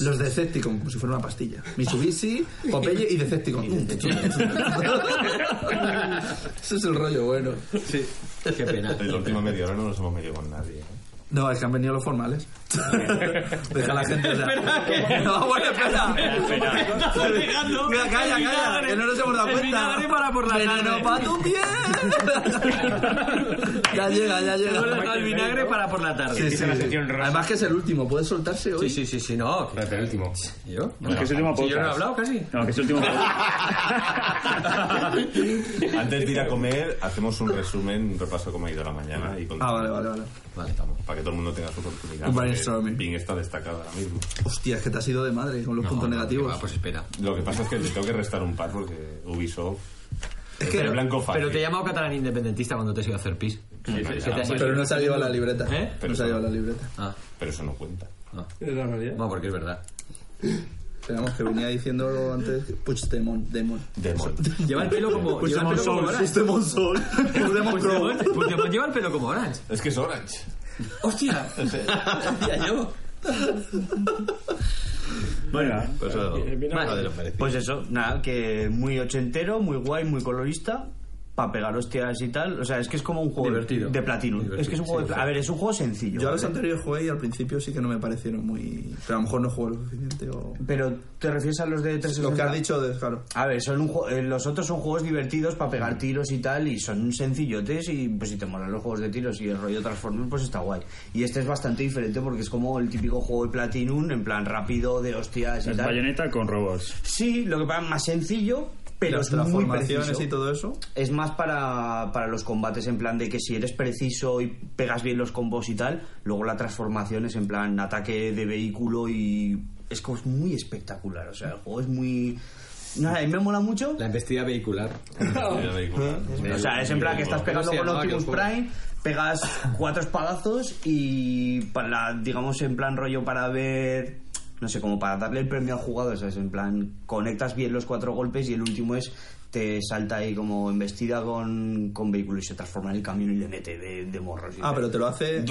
[SPEAKER 3] Los Decepticon, como si fuera una pastilla. Mitsubishi, Popeye y Decepticon. Ese es el rollo bueno.
[SPEAKER 1] Sí. Qué pena.
[SPEAKER 9] En la última media hora no nos hemos medido con nadie. ¿eh?
[SPEAKER 3] No, es que han venido los formales. Deja a la gente.
[SPEAKER 5] Espera,
[SPEAKER 1] que-
[SPEAKER 3] No, bueno, espera.
[SPEAKER 5] Espera, espera.
[SPEAKER 1] Estás dejando
[SPEAKER 3] Mira, calla,
[SPEAKER 1] el
[SPEAKER 3] calla,
[SPEAKER 1] vinagre-
[SPEAKER 3] que no nos hemos dado
[SPEAKER 1] el
[SPEAKER 3] cuenta.
[SPEAKER 1] vinagre para por la
[SPEAKER 3] Veneno
[SPEAKER 1] tarde.
[SPEAKER 3] pa' tu piel. ya llega, ya llega.
[SPEAKER 1] Hemos dejado el vinagre para por la tarde.
[SPEAKER 3] Sí, sí, sí. Además que es el último, puede soltarse hoy.
[SPEAKER 1] Sí, sí, sí, no. Espérate, el último. ¿Yo?
[SPEAKER 11] que es el último
[SPEAKER 1] Si yo no he
[SPEAKER 11] podcast.
[SPEAKER 1] hablado casi.
[SPEAKER 11] No, que es el último.
[SPEAKER 9] Antes de ir a comer, hacemos un resumen, un repaso de cómo ha ido la mañana. Y
[SPEAKER 3] Ah, vale, vale, vale.
[SPEAKER 1] Vale, estamos.
[SPEAKER 9] Para que todo el mundo tenga su oportunidad.
[SPEAKER 3] Un
[SPEAKER 9] porque
[SPEAKER 3] brainstorming.
[SPEAKER 9] Bing está destacado ahora mismo.
[SPEAKER 3] Hostia, es que te has ido de madre con los puntos negativos.
[SPEAKER 1] pues espera.
[SPEAKER 9] Lo que pasa es que le tengo que restar un par porque Ubisoft. Es
[SPEAKER 1] Pero-
[SPEAKER 9] el blanco fácil.
[SPEAKER 1] Pero te he llamado catalán independentista cuando te has ido a hacer pis. Que te has ido-
[SPEAKER 3] Pero no se ha llevado la libreta.
[SPEAKER 1] ¿Eh?
[SPEAKER 3] No se ha llevado la libreta.
[SPEAKER 1] Ah,
[SPEAKER 9] Pero eso no cuenta.
[SPEAKER 1] ah.
[SPEAKER 4] la realidad.
[SPEAKER 1] No, porque es verdad.
[SPEAKER 3] Esperamos que venía diciendo antes. Puigdemont, Demon.
[SPEAKER 9] Demon.
[SPEAKER 1] Lleva el pelo como. lleva el pelo como Orange.
[SPEAKER 3] Puigdemont Sol. Puigdemont Crow.
[SPEAKER 1] Puigdemont- Puigdemont pues lleva el pelo como Orange.
[SPEAKER 9] Es que es Orange.
[SPEAKER 1] ¡Hostia! Ya yo.
[SPEAKER 12] Bueno,
[SPEAKER 10] Pues eso,
[SPEAKER 12] eh, bien,
[SPEAKER 10] nada
[SPEAKER 12] vale.
[SPEAKER 10] de lo parecido.
[SPEAKER 12] pues eso, nada, que muy ochentero, muy guay, muy colorista. Para pegar hostias y tal. O sea, es que es como un juego
[SPEAKER 1] Divertido.
[SPEAKER 12] de platino. Es que es un juego de pla- A ver, es un juego sencillo.
[SPEAKER 3] Yo a los
[SPEAKER 12] ¿vale?
[SPEAKER 3] anteriores jugué y al principio sí que no me parecieron muy. Pero a lo mejor no jugué lo suficiente o.
[SPEAKER 12] Pero te refieres a los de 360.
[SPEAKER 3] Lo que has dicho, de, claro.
[SPEAKER 12] A ver, son un ju- eh, los otros son juegos divertidos para pegar tiros y tal, y son sencillotes, y pues si te molan los juegos de tiros y el rollo Transformers, pues está guay. Y este es bastante diferente porque es como el típico juego de Platinum, en plan rápido, de hostias y
[SPEAKER 11] Es
[SPEAKER 12] tal.
[SPEAKER 11] bayoneta con robots.
[SPEAKER 12] Sí, lo que pasa es más sencillo, pero
[SPEAKER 3] Las
[SPEAKER 12] es muy
[SPEAKER 3] transformaciones
[SPEAKER 12] preciso.
[SPEAKER 3] y todo eso.
[SPEAKER 12] Es más para, para los combates en plan de que si eres preciso y pegas bien los combos y tal, luego la transformación es en plan ataque de vehículo y es como es muy espectacular, o sea, el juego es muy... Nada, y me mola mucho.
[SPEAKER 1] La embestida vehicular.
[SPEAKER 12] O sea, es en plan que estás pegando
[SPEAKER 1] ¿Cómo se
[SPEAKER 12] con
[SPEAKER 1] llamaba
[SPEAKER 12] Optimus
[SPEAKER 1] aquel juego?
[SPEAKER 12] Prime, pegas cuatro espadazos y para, digamos en plan rollo para ver, no sé, como para darle el premio al jugador, ¿sabes? En plan, conectas bien los cuatro golpes y el último es te salta ahí como embestida con, con vehículo y se transforma en el camión y le mete de, de morros. y
[SPEAKER 3] Ah,
[SPEAKER 12] tal.
[SPEAKER 3] pero te lo hace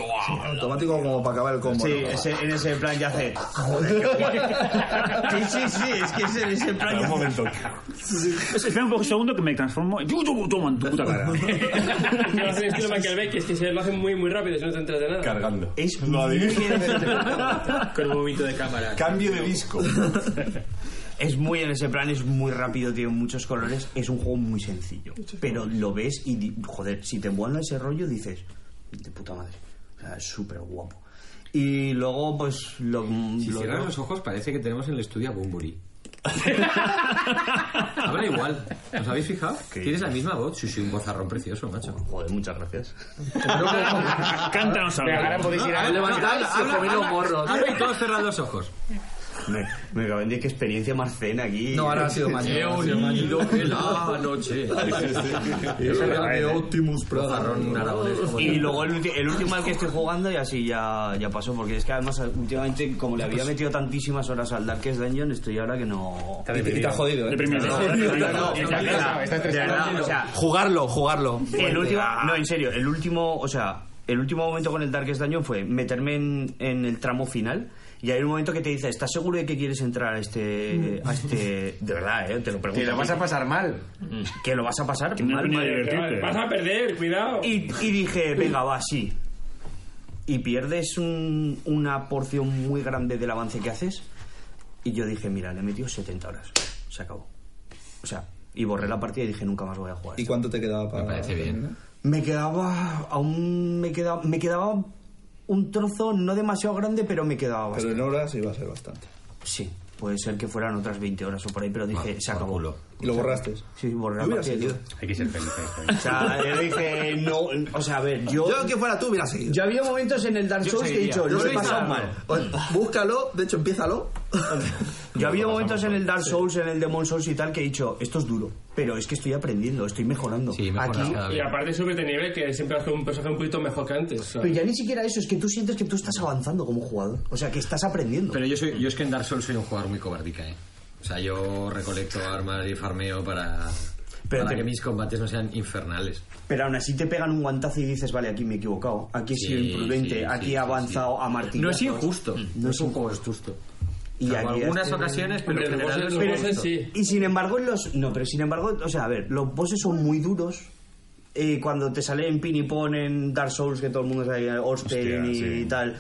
[SPEAKER 3] automático como para acabar el combo.
[SPEAKER 12] Sí,
[SPEAKER 3] ¿no?
[SPEAKER 12] ese- en ese plan ya hace. Joder, qué guay. Sí, sí, sí, es que es en ese plan ya
[SPEAKER 9] Un momento.
[SPEAKER 11] Es- Espera un poco un segundo que me transformo. ¡Yu, yu, toma en tu puta cara!
[SPEAKER 4] Lo hacen estilo Michael Bay, que es que se lo hacen muy, muy rápido, si no te entras de nada.
[SPEAKER 9] Cargando.
[SPEAKER 12] Es
[SPEAKER 9] Lo
[SPEAKER 12] muy
[SPEAKER 9] adivino.
[SPEAKER 1] Con un movimiento de cámara.
[SPEAKER 9] Cambio de disco.
[SPEAKER 12] Es muy en ese plan, es muy rápido, tiene muchos colores. Es un juego muy sencillo. Pero lo ves y, di- joder, si te mola ese rollo, dices, de puta madre. O sea, es súper guapo. Y luego, pues, lo.
[SPEAKER 1] Si
[SPEAKER 12] lo-
[SPEAKER 1] cierras los ojos, parece que tenemos en el estudio a Bumburi. Habla igual. ¿Os habéis fijado? Tienes la misma voz. Sí, sí, un gozarrón precioso, macho.
[SPEAKER 12] Joder, muchas gracias.
[SPEAKER 11] Cántanos algo.
[SPEAKER 1] Ahora podéis ir a
[SPEAKER 3] levantarse, comer los morros.
[SPEAKER 1] Habla y todos cerrad los ojos.
[SPEAKER 12] Me, me acaban de qué experiencia más zen aquí.
[SPEAKER 3] No, ahora ha sido más.
[SPEAKER 1] He unido en la noche.
[SPEAKER 3] Optimus
[SPEAKER 1] Gozarrón aragonés. como
[SPEAKER 12] Y
[SPEAKER 1] yo.
[SPEAKER 12] luego el, ulti- el último al que estoy jugando y así ya, ya pasó, porque es que además últimamente como le había metido tantísimas horas al Darkest Dungeon, estoy ahora que no...
[SPEAKER 3] Y Pues- te- y te ha jodido, ¿eh?
[SPEAKER 11] Deprimido.
[SPEAKER 12] De verdad, o sea,
[SPEAKER 3] Jugarlo, jugarlo.
[SPEAKER 12] El último, no, en serio, el último, o sea, el último momento con el Darkest Dungeon fue meterme en, en el tramo final y hay un momento que te dice, ¿estás seguro de que quieres entrar a este... A este de verdad, ¿eh? Te lo pregunto.
[SPEAKER 11] Que lo vas a pasar mal.
[SPEAKER 12] Que lo vas a pasar
[SPEAKER 11] no
[SPEAKER 12] mal.
[SPEAKER 11] es ni
[SPEAKER 12] mal.
[SPEAKER 11] divertirte. Vas a perder, cuidado.
[SPEAKER 12] Y, y dije, venga, va, sí. Y pierdes un- una porción muy grande del avance que haces. Y yo dije, mira, le he metido 70 horas. Se acabó. O sea, y borré la partida y dije, nunca más voy a jugar.
[SPEAKER 3] ¿Y cuánto te quedaba para.? Me parece bien.
[SPEAKER 12] Me quedaba. Aún me quedaba. Me quedaba un trozo no demasiado grande, pero me quedaba bastante.
[SPEAKER 3] Pero en horas iba a ser bastante.
[SPEAKER 12] Sí, puede ser que fueran otras 20 horas o por ahí, pero dije, se acabó.
[SPEAKER 3] ¿Y lo borraste?
[SPEAKER 12] Sí, borré la
[SPEAKER 3] Yo hubiera
[SPEAKER 12] partida.
[SPEAKER 3] seguido.
[SPEAKER 12] Hay que ser feliz. o sea, yo dije, no. O sea, a ver, yo.
[SPEAKER 3] Yo, que fuera tú, hubiera seguido.
[SPEAKER 12] Yo había momentos en el Dark Souls que he dicho, lo he pasado mal.
[SPEAKER 3] Pues, Búscalo, de hecho, empiézalo.
[SPEAKER 12] Yo había momentos en el Dark Souls, en el Demon Souls y tal, que he dicho, esto es duro, pero es que estoy aprendiendo, estoy mejorando. Aquí,
[SPEAKER 4] Y aparte subes de nivel que siempre hace un personaje un poquito mejor que antes. ¿sabes?
[SPEAKER 12] Pero ya ni siquiera eso, es que tú sientes que tú estás avanzando como jugador. O sea, que estás aprendiendo.
[SPEAKER 1] Pero yo, soy, yo es que en Dark Souls soy un jugador muy cobardica, ¿eh? O sea, yo recolecto armas y farmeo para,
[SPEAKER 12] Pero
[SPEAKER 1] para que
[SPEAKER 12] te-
[SPEAKER 1] mis combates no sean infernales.
[SPEAKER 12] Pero aún así te pegan un guantazo y dices, vale, aquí me he equivocado, aquí he sido
[SPEAKER 1] Sí,
[SPEAKER 12] imprudente,
[SPEAKER 1] sí,
[SPEAKER 12] aquí
[SPEAKER 1] sí,
[SPEAKER 12] he avanzado a Martín.
[SPEAKER 1] No es injusto. No es un juego injusto.
[SPEAKER 12] Y
[SPEAKER 1] Salvo
[SPEAKER 12] aquí
[SPEAKER 1] algunas
[SPEAKER 12] este-
[SPEAKER 1] ocasiones, pero en general es
[SPEAKER 12] Pero-
[SPEAKER 1] injusto.
[SPEAKER 12] Y sin embargo, en los. No, pero sin embargo, o sea, a ver, los bosses son muy duros. Eh, cuando te sale en pin y pon en Dark Souls, que todo el mundo sabe, Orstein
[SPEAKER 9] Hostia,
[SPEAKER 12] y,
[SPEAKER 9] sí.
[SPEAKER 12] tal,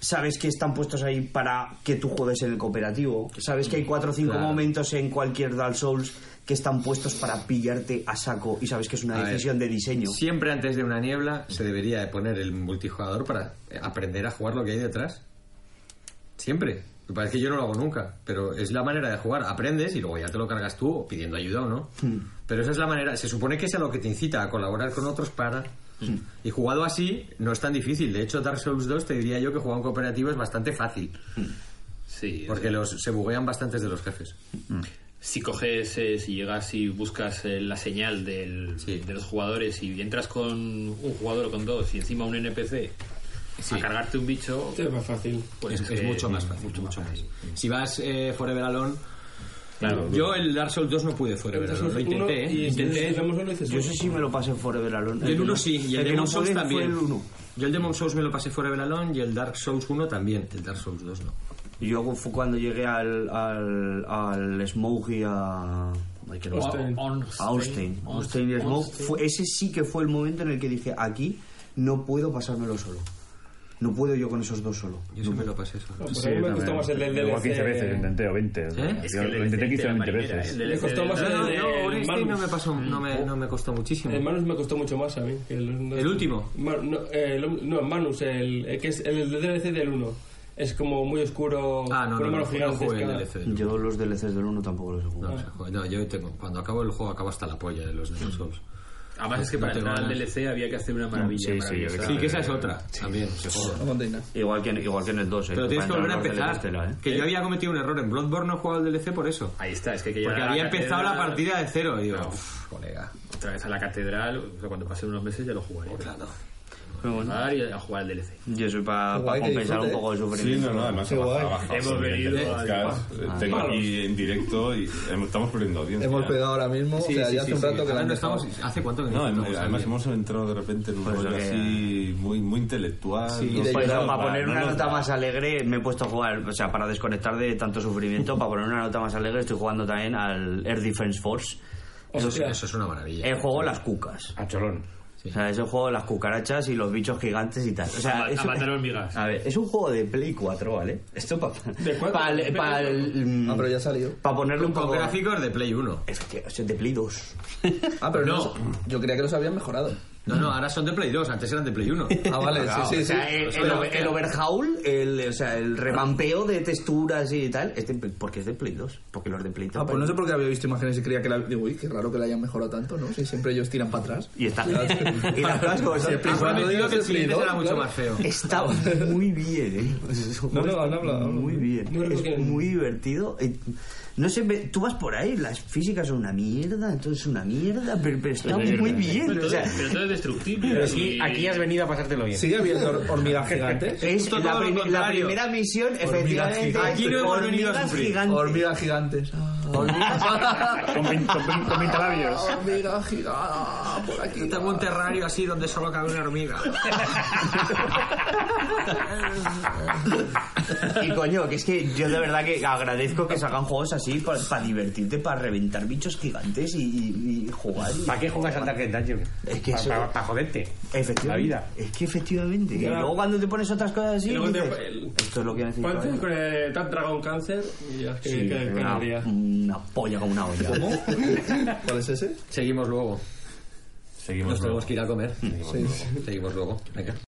[SPEAKER 12] sabes que están puestos ahí para que tú juegues en el cooperativo. Sabes que hay cuatro o cinco
[SPEAKER 1] Claro.
[SPEAKER 12] momentos en cualquier Dark Souls que están puestos para pillarte a saco y sabes que es
[SPEAKER 1] A
[SPEAKER 12] una
[SPEAKER 1] ver,
[SPEAKER 12] decisión de diseño.
[SPEAKER 1] Siempre antes de una niebla se debería de poner el multijugador para eh, aprender a jugar lo que hay detrás. Siempre. Me parece que yo no lo hago nunca, pero es la manera de jugar. Aprendes y luego ya te lo cargas tú pidiendo ayuda o no. Pero esa es la manera. Se supone que es a lo que te incita a colaborar con otros para. Y jugado así no es tan difícil. De hecho, Dark Souls 2 te diría yo que jugar en cooperativo es bastante fácil.
[SPEAKER 8] Sí. eh,
[SPEAKER 1] Porque los, se buguean bastantes de los jefes.
[SPEAKER 8] si coges, eh, si llegas y buscas eh, la señal del- de los jugadores y entras con un jugador o con dos y encima un NPC a cargarte un bicho,
[SPEAKER 4] este es más fácil.
[SPEAKER 8] Pues
[SPEAKER 1] es,
[SPEAKER 8] que-
[SPEAKER 1] es mucho más fácil. mucho más. Si vas eh, Forever Alone.
[SPEAKER 8] Claro.
[SPEAKER 1] yo el Dark Souls 2 no pude Forever Alone. Lo intenté, ¿eh? intenté.
[SPEAKER 12] Yo sé si me lo pasé Forever Alone.
[SPEAKER 1] El 1
[SPEAKER 12] uno
[SPEAKER 1] sí, y el,
[SPEAKER 12] el que
[SPEAKER 1] Demon
[SPEAKER 12] no
[SPEAKER 1] Souls
[SPEAKER 12] pude fue
[SPEAKER 1] también.
[SPEAKER 12] el uno.
[SPEAKER 1] Yo el Demon Souls me lo pasé Forever Alone y el Dark Souls 1 también. El Dark Souls 2 no.
[SPEAKER 12] Y Yo fue cuando llegué al, al, al Smoke y a... ay, que no-
[SPEAKER 8] Orstein.
[SPEAKER 12] A Orstein. Orstein y Smoke.
[SPEAKER 8] Orstein.
[SPEAKER 12] Fue- ese sí que fue el momento en el que dije, aquí no puedo pasármelo solo. No puedo yo con esos dos solo.
[SPEAKER 1] Yo sí me lo pasé solo.
[SPEAKER 4] Pues a mí me gustó más el del
[SPEAKER 13] Como
[SPEAKER 4] DLC.
[SPEAKER 13] 15 veces, intenté, o 20. o sea, yo lo intenté 15 o 20 veces.
[SPEAKER 4] Me costó más el
[SPEAKER 1] No, no,
[SPEAKER 4] del
[SPEAKER 1] no, Orestein
[SPEAKER 4] Manus.
[SPEAKER 1] no me pasó- no me- no me costó muchísimo.
[SPEAKER 4] El Manus me costó mucho más a mí. que el,
[SPEAKER 1] ¿El último?
[SPEAKER 4] Ma- no, eh, el, no, Manus, el, eh, que es el DLC del 1. Es como muy oscuro.
[SPEAKER 1] Ah, no,
[SPEAKER 4] con
[SPEAKER 1] no, no,
[SPEAKER 4] números
[SPEAKER 1] yo no jugué el
[SPEAKER 4] gigantes,
[SPEAKER 1] DLC.
[SPEAKER 4] claro.
[SPEAKER 12] Yo los DLCs del 1 tampoco los he
[SPEAKER 1] No,
[SPEAKER 12] jugado.
[SPEAKER 1] no se juega. No, yo tengo- cuando acabo el juego acabo hasta la polla de los Demon Souls.
[SPEAKER 8] Además es que
[SPEAKER 1] No
[SPEAKER 8] para
[SPEAKER 1] tengo
[SPEAKER 8] entrar al
[SPEAKER 1] ganas.
[SPEAKER 8] DLC había que hacer una maravilla.
[SPEAKER 1] Sí, sí,
[SPEAKER 8] maravillosa.
[SPEAKER 1] yo creo que- Sí, que esa es otra, también, se joda. No contéis
[SPEAKER 12] Igual que, en- igual que en el 2, ¿eh?
[SPEAKER 1] Pero tienes que
[SPEAKER 12] Para
[SPEAKER 1] volver a
[SPEAKER 12] entrar
[SPEAKER 1] empezar.
[SPEAKER 12] los DLCs tela, ¿eh?
[SPEAKER 1] Que yo había cometido un error. En Bloodborne no he jugado el DLC por eso.
[SPEAKER 8] Ahí está, es que, hay que
[SPEAKER 1] Porque
[SPEAKER 8] llegar a
[SPEAKER 1] había
[SPEAKER 8] catedral-
[SPEAKER 1] empezado la partida de cero. Y digo, "Uf, colega.
[SPEAKER 8] Otra vez a la catedral, o sea, cuando pasen unos meses ya lo jugaré. Claro. Y a jugar al DLC.
[SPEAKER 12] Yo soy para
[SPEAKER 8] Qué guay, que
[SPEAKER 12] compensar un
[SPEAKER 8] disfrute.
[SPEAKER 12] poco el
[SPEAKER 9] Sí,
[SPEAKER 12] sufrimiento.
[SPEAKER 9] no, no, además ha
[SPEAKER 12] Qué
[SPEAKER 9] bajado,
[SPEAKER 12] guay.
[SPEAKER 9] ha bajado.
[SPEAKER 12] Hemos
[SPEAKER 9] venido
[SPEAKER 12] venido
[SPEAKER 9] al
[SPEAKER 12] al-
[SPEAKER 9] podcast. Eh, Tengo
[SPEAKER 12] Vamos.
[SPEAKER 9] aquí en directo y em- estamos perdiendo audiencia.
[SPEAKER 3] Hemos
[SPEAKER 9] ya.
[SPEAKER 3] pegado ahora mismo, o sea, ya hace un rato que la han dejado.
[SPEAKER 1] ¿Hace cuánto que
[SPEAKER 9] no?
[SPEAKER 3] no
[SPEAKER 9] em-
[SPEAKER 3] estamos
[SPEAKER 9] además
[SPEAKER 3] aquí?
[SPEAKER 9] hemos entrado de repente en un
[SPEAKER 3] Pues
[SPEAKER 9] rollo
[SPEAKER 3] lo que-
[SPEAKER 9] así muy, muy intelectual.
[SPEAKER 12] Sí,
[SPEAKER 9] no sé,
[SPEAKER 12] pues,
[SPEAKER 9] no,
[SPEAKER 12] para
[SPEAKER 9] va,
[SPEAKER 12] poner
[SPEAKER 9] no
[SPEAKER 12] una
[SPEAKER 9] nos
[SPEAKER 12] nota
[SPEAKER 9] va.
[SPEAKER 12] más alegre me he puesto a jugar, o sea, para desconectar de tanto sufrimiento, para poner una nota más alegre estoy jugando también al Air Defense Force.
[SPEAKER 1] Eso, eso es una maravilla.
[SPEAKER 12] El juego de las cucas.
[SPEAKER 8] A cholón.
[SPEAKER 12] O sea, es el juego de las cucarachas y los bichos gigantes y tal. O sea,
[SPEAKER 8] A- a
[SPEAKER 12] es,
[SPEAKER 8] matar hormigas.
[SPEAKER 12] A ver, es un juego de Play 4, ¿vale? Esto para... Para
[SPEAKER 3] Ah,
[SPEAKER 12] pero ya salió. Para ponerle mm, un
[SPEAKER 1] Con
[SPEAKER 12] poco...
[SPEAKER 1] gráficos de Play 1.
[SPEAKER 12] Efectivamente, son de Play 2.
[SPEAKER 3] Ah, pero no. Yo creía que los habían mejorado.
[SPEAKER 1] No, no, ahora son de Play 2, antes eran de Play 1.
[SPEAKER 3] Ah, vale, sí, sí,
[SPEAKER 12] O sea, el, el, over- el overhaul, el, o sea, el revampeo de texturas y tal, es de- porque es de Play 2. Porque los de Play 3...
[SPEAKER 3] Ah, pues no sé por qué había visto imágenes y creía que la... Digo, uy, qué raro que la hayan mejorado tanto, ¿no? Si siempre ellos tiran para atrás.
[SPEAKER 12] Y está. y las cosas como son.
[SPEAKER 3] Sí, Play cuatro,
[SPEAKER 12] Ah, prometido
[SPEAKER 3] digo,
[SPEAKER 12] que el
[SPEAKER 3] sí,
[SPEAKER 12] siguiente
[SPEAKER 3] Play
[SPEAKER 12] será
[SPEAKER 3] dos,
[SPEAKER 12] mucho
[SPEAKER 3] claro.
[SPEAKER 12] más feo. Está muy bien, ¿eh? O sea, es un
[SPEAKER 3] No,
[SPEAKER 12] juego
[SPEAKER 3] no,
[SPEAKER 12] está
[SPEAKER 3] habla, habla.
[SPEAKER 12] Muy bien. es muy divertido. Eh, No sé, ve- tú vas por ahí, las físicas son una mierda, entonces es una mierda, pero, pero está
[SPEAKER 8] Pero-
[SPEAKER 12] muy bien.
[SPEAKER 8] Pero
[SPEAKER 12] O
[SPEAKER 8] todo,
[SPEAKER 12] sea,
[SPEAKER 8] pero todo es destructible. Y-
[SPEAKER 1] venido a pasártelo bien.
[SPEAKER 3] ¿Sigue habiendo hor- hormigas gigantes?
[SPEAKER 12] Es la, prim- la primera misión, efectivamente.
[SPEAKER 3] gigantes.
[SPEAKER 12] hormigas gigantes.
[SPEAKER 3] Hormigas gigantes. Ah.
[SPEAKER 11] Con, vein- con vein- con 20 labios.
[SPEAKER 3] Mira, girada, por aquí.
[SPEAKER 1] Tengo un terrario así donde solo cabe una hormiga.
[SPEAKER 12] Y coño, que es que yo de verdad que agradezco que se hagan juegos así para divertirte, para reventar bichos gigantes y, y- y jugar.
[SPEAKER 5] ¿Para qué juegas al Dark Dungeon?
[SPEAKER 12] Es que
[SPEAKER 5] Pa-
[SPEAKER 12] eso-
[SPEAKER 5] pa- pa joderte.
[SPEAKER 12] Efectivamente.
[SPEAKER 5] La vida.
[SPEAKER 12] Es que efectivamente. Y
[SPEAKER 4] Ya.
[SPEAKER 12] luego cuando te pones otras cosas así,
[SPEAKER 4] Y luego te-
[SPEAKER 12] dices,
[SPEAKER 4] el-
[SPEAKER 12] esto es lo que necesito.
[SPEAKER 4] ¿Cuánto
[SPEAKER 12] ahora".
[SPEAKER 4] con el eh, Tap Dragon Cancer? Y ya, que,
[SPEAKER 12] Sí,
[SPEAKER 4] que- que
[SPEAKER 12] una,
[SPEAKER 4] no habría.
[SPEAKER 12] una polla con una olla.
[SPEAKER 3] ¿Cuál es ese?
[SPEAKER 1] Seguimos luego.
[SPEAKER 9] Seguimos
[SPEAKER 1] Nos
[SPEAKER 9] luego.
[SPEAKER 1] tenemos que ir a comer.
[SPEAKER 9] Seguimos luego.
[SPEAKER 1] Seguimos luego. Venga.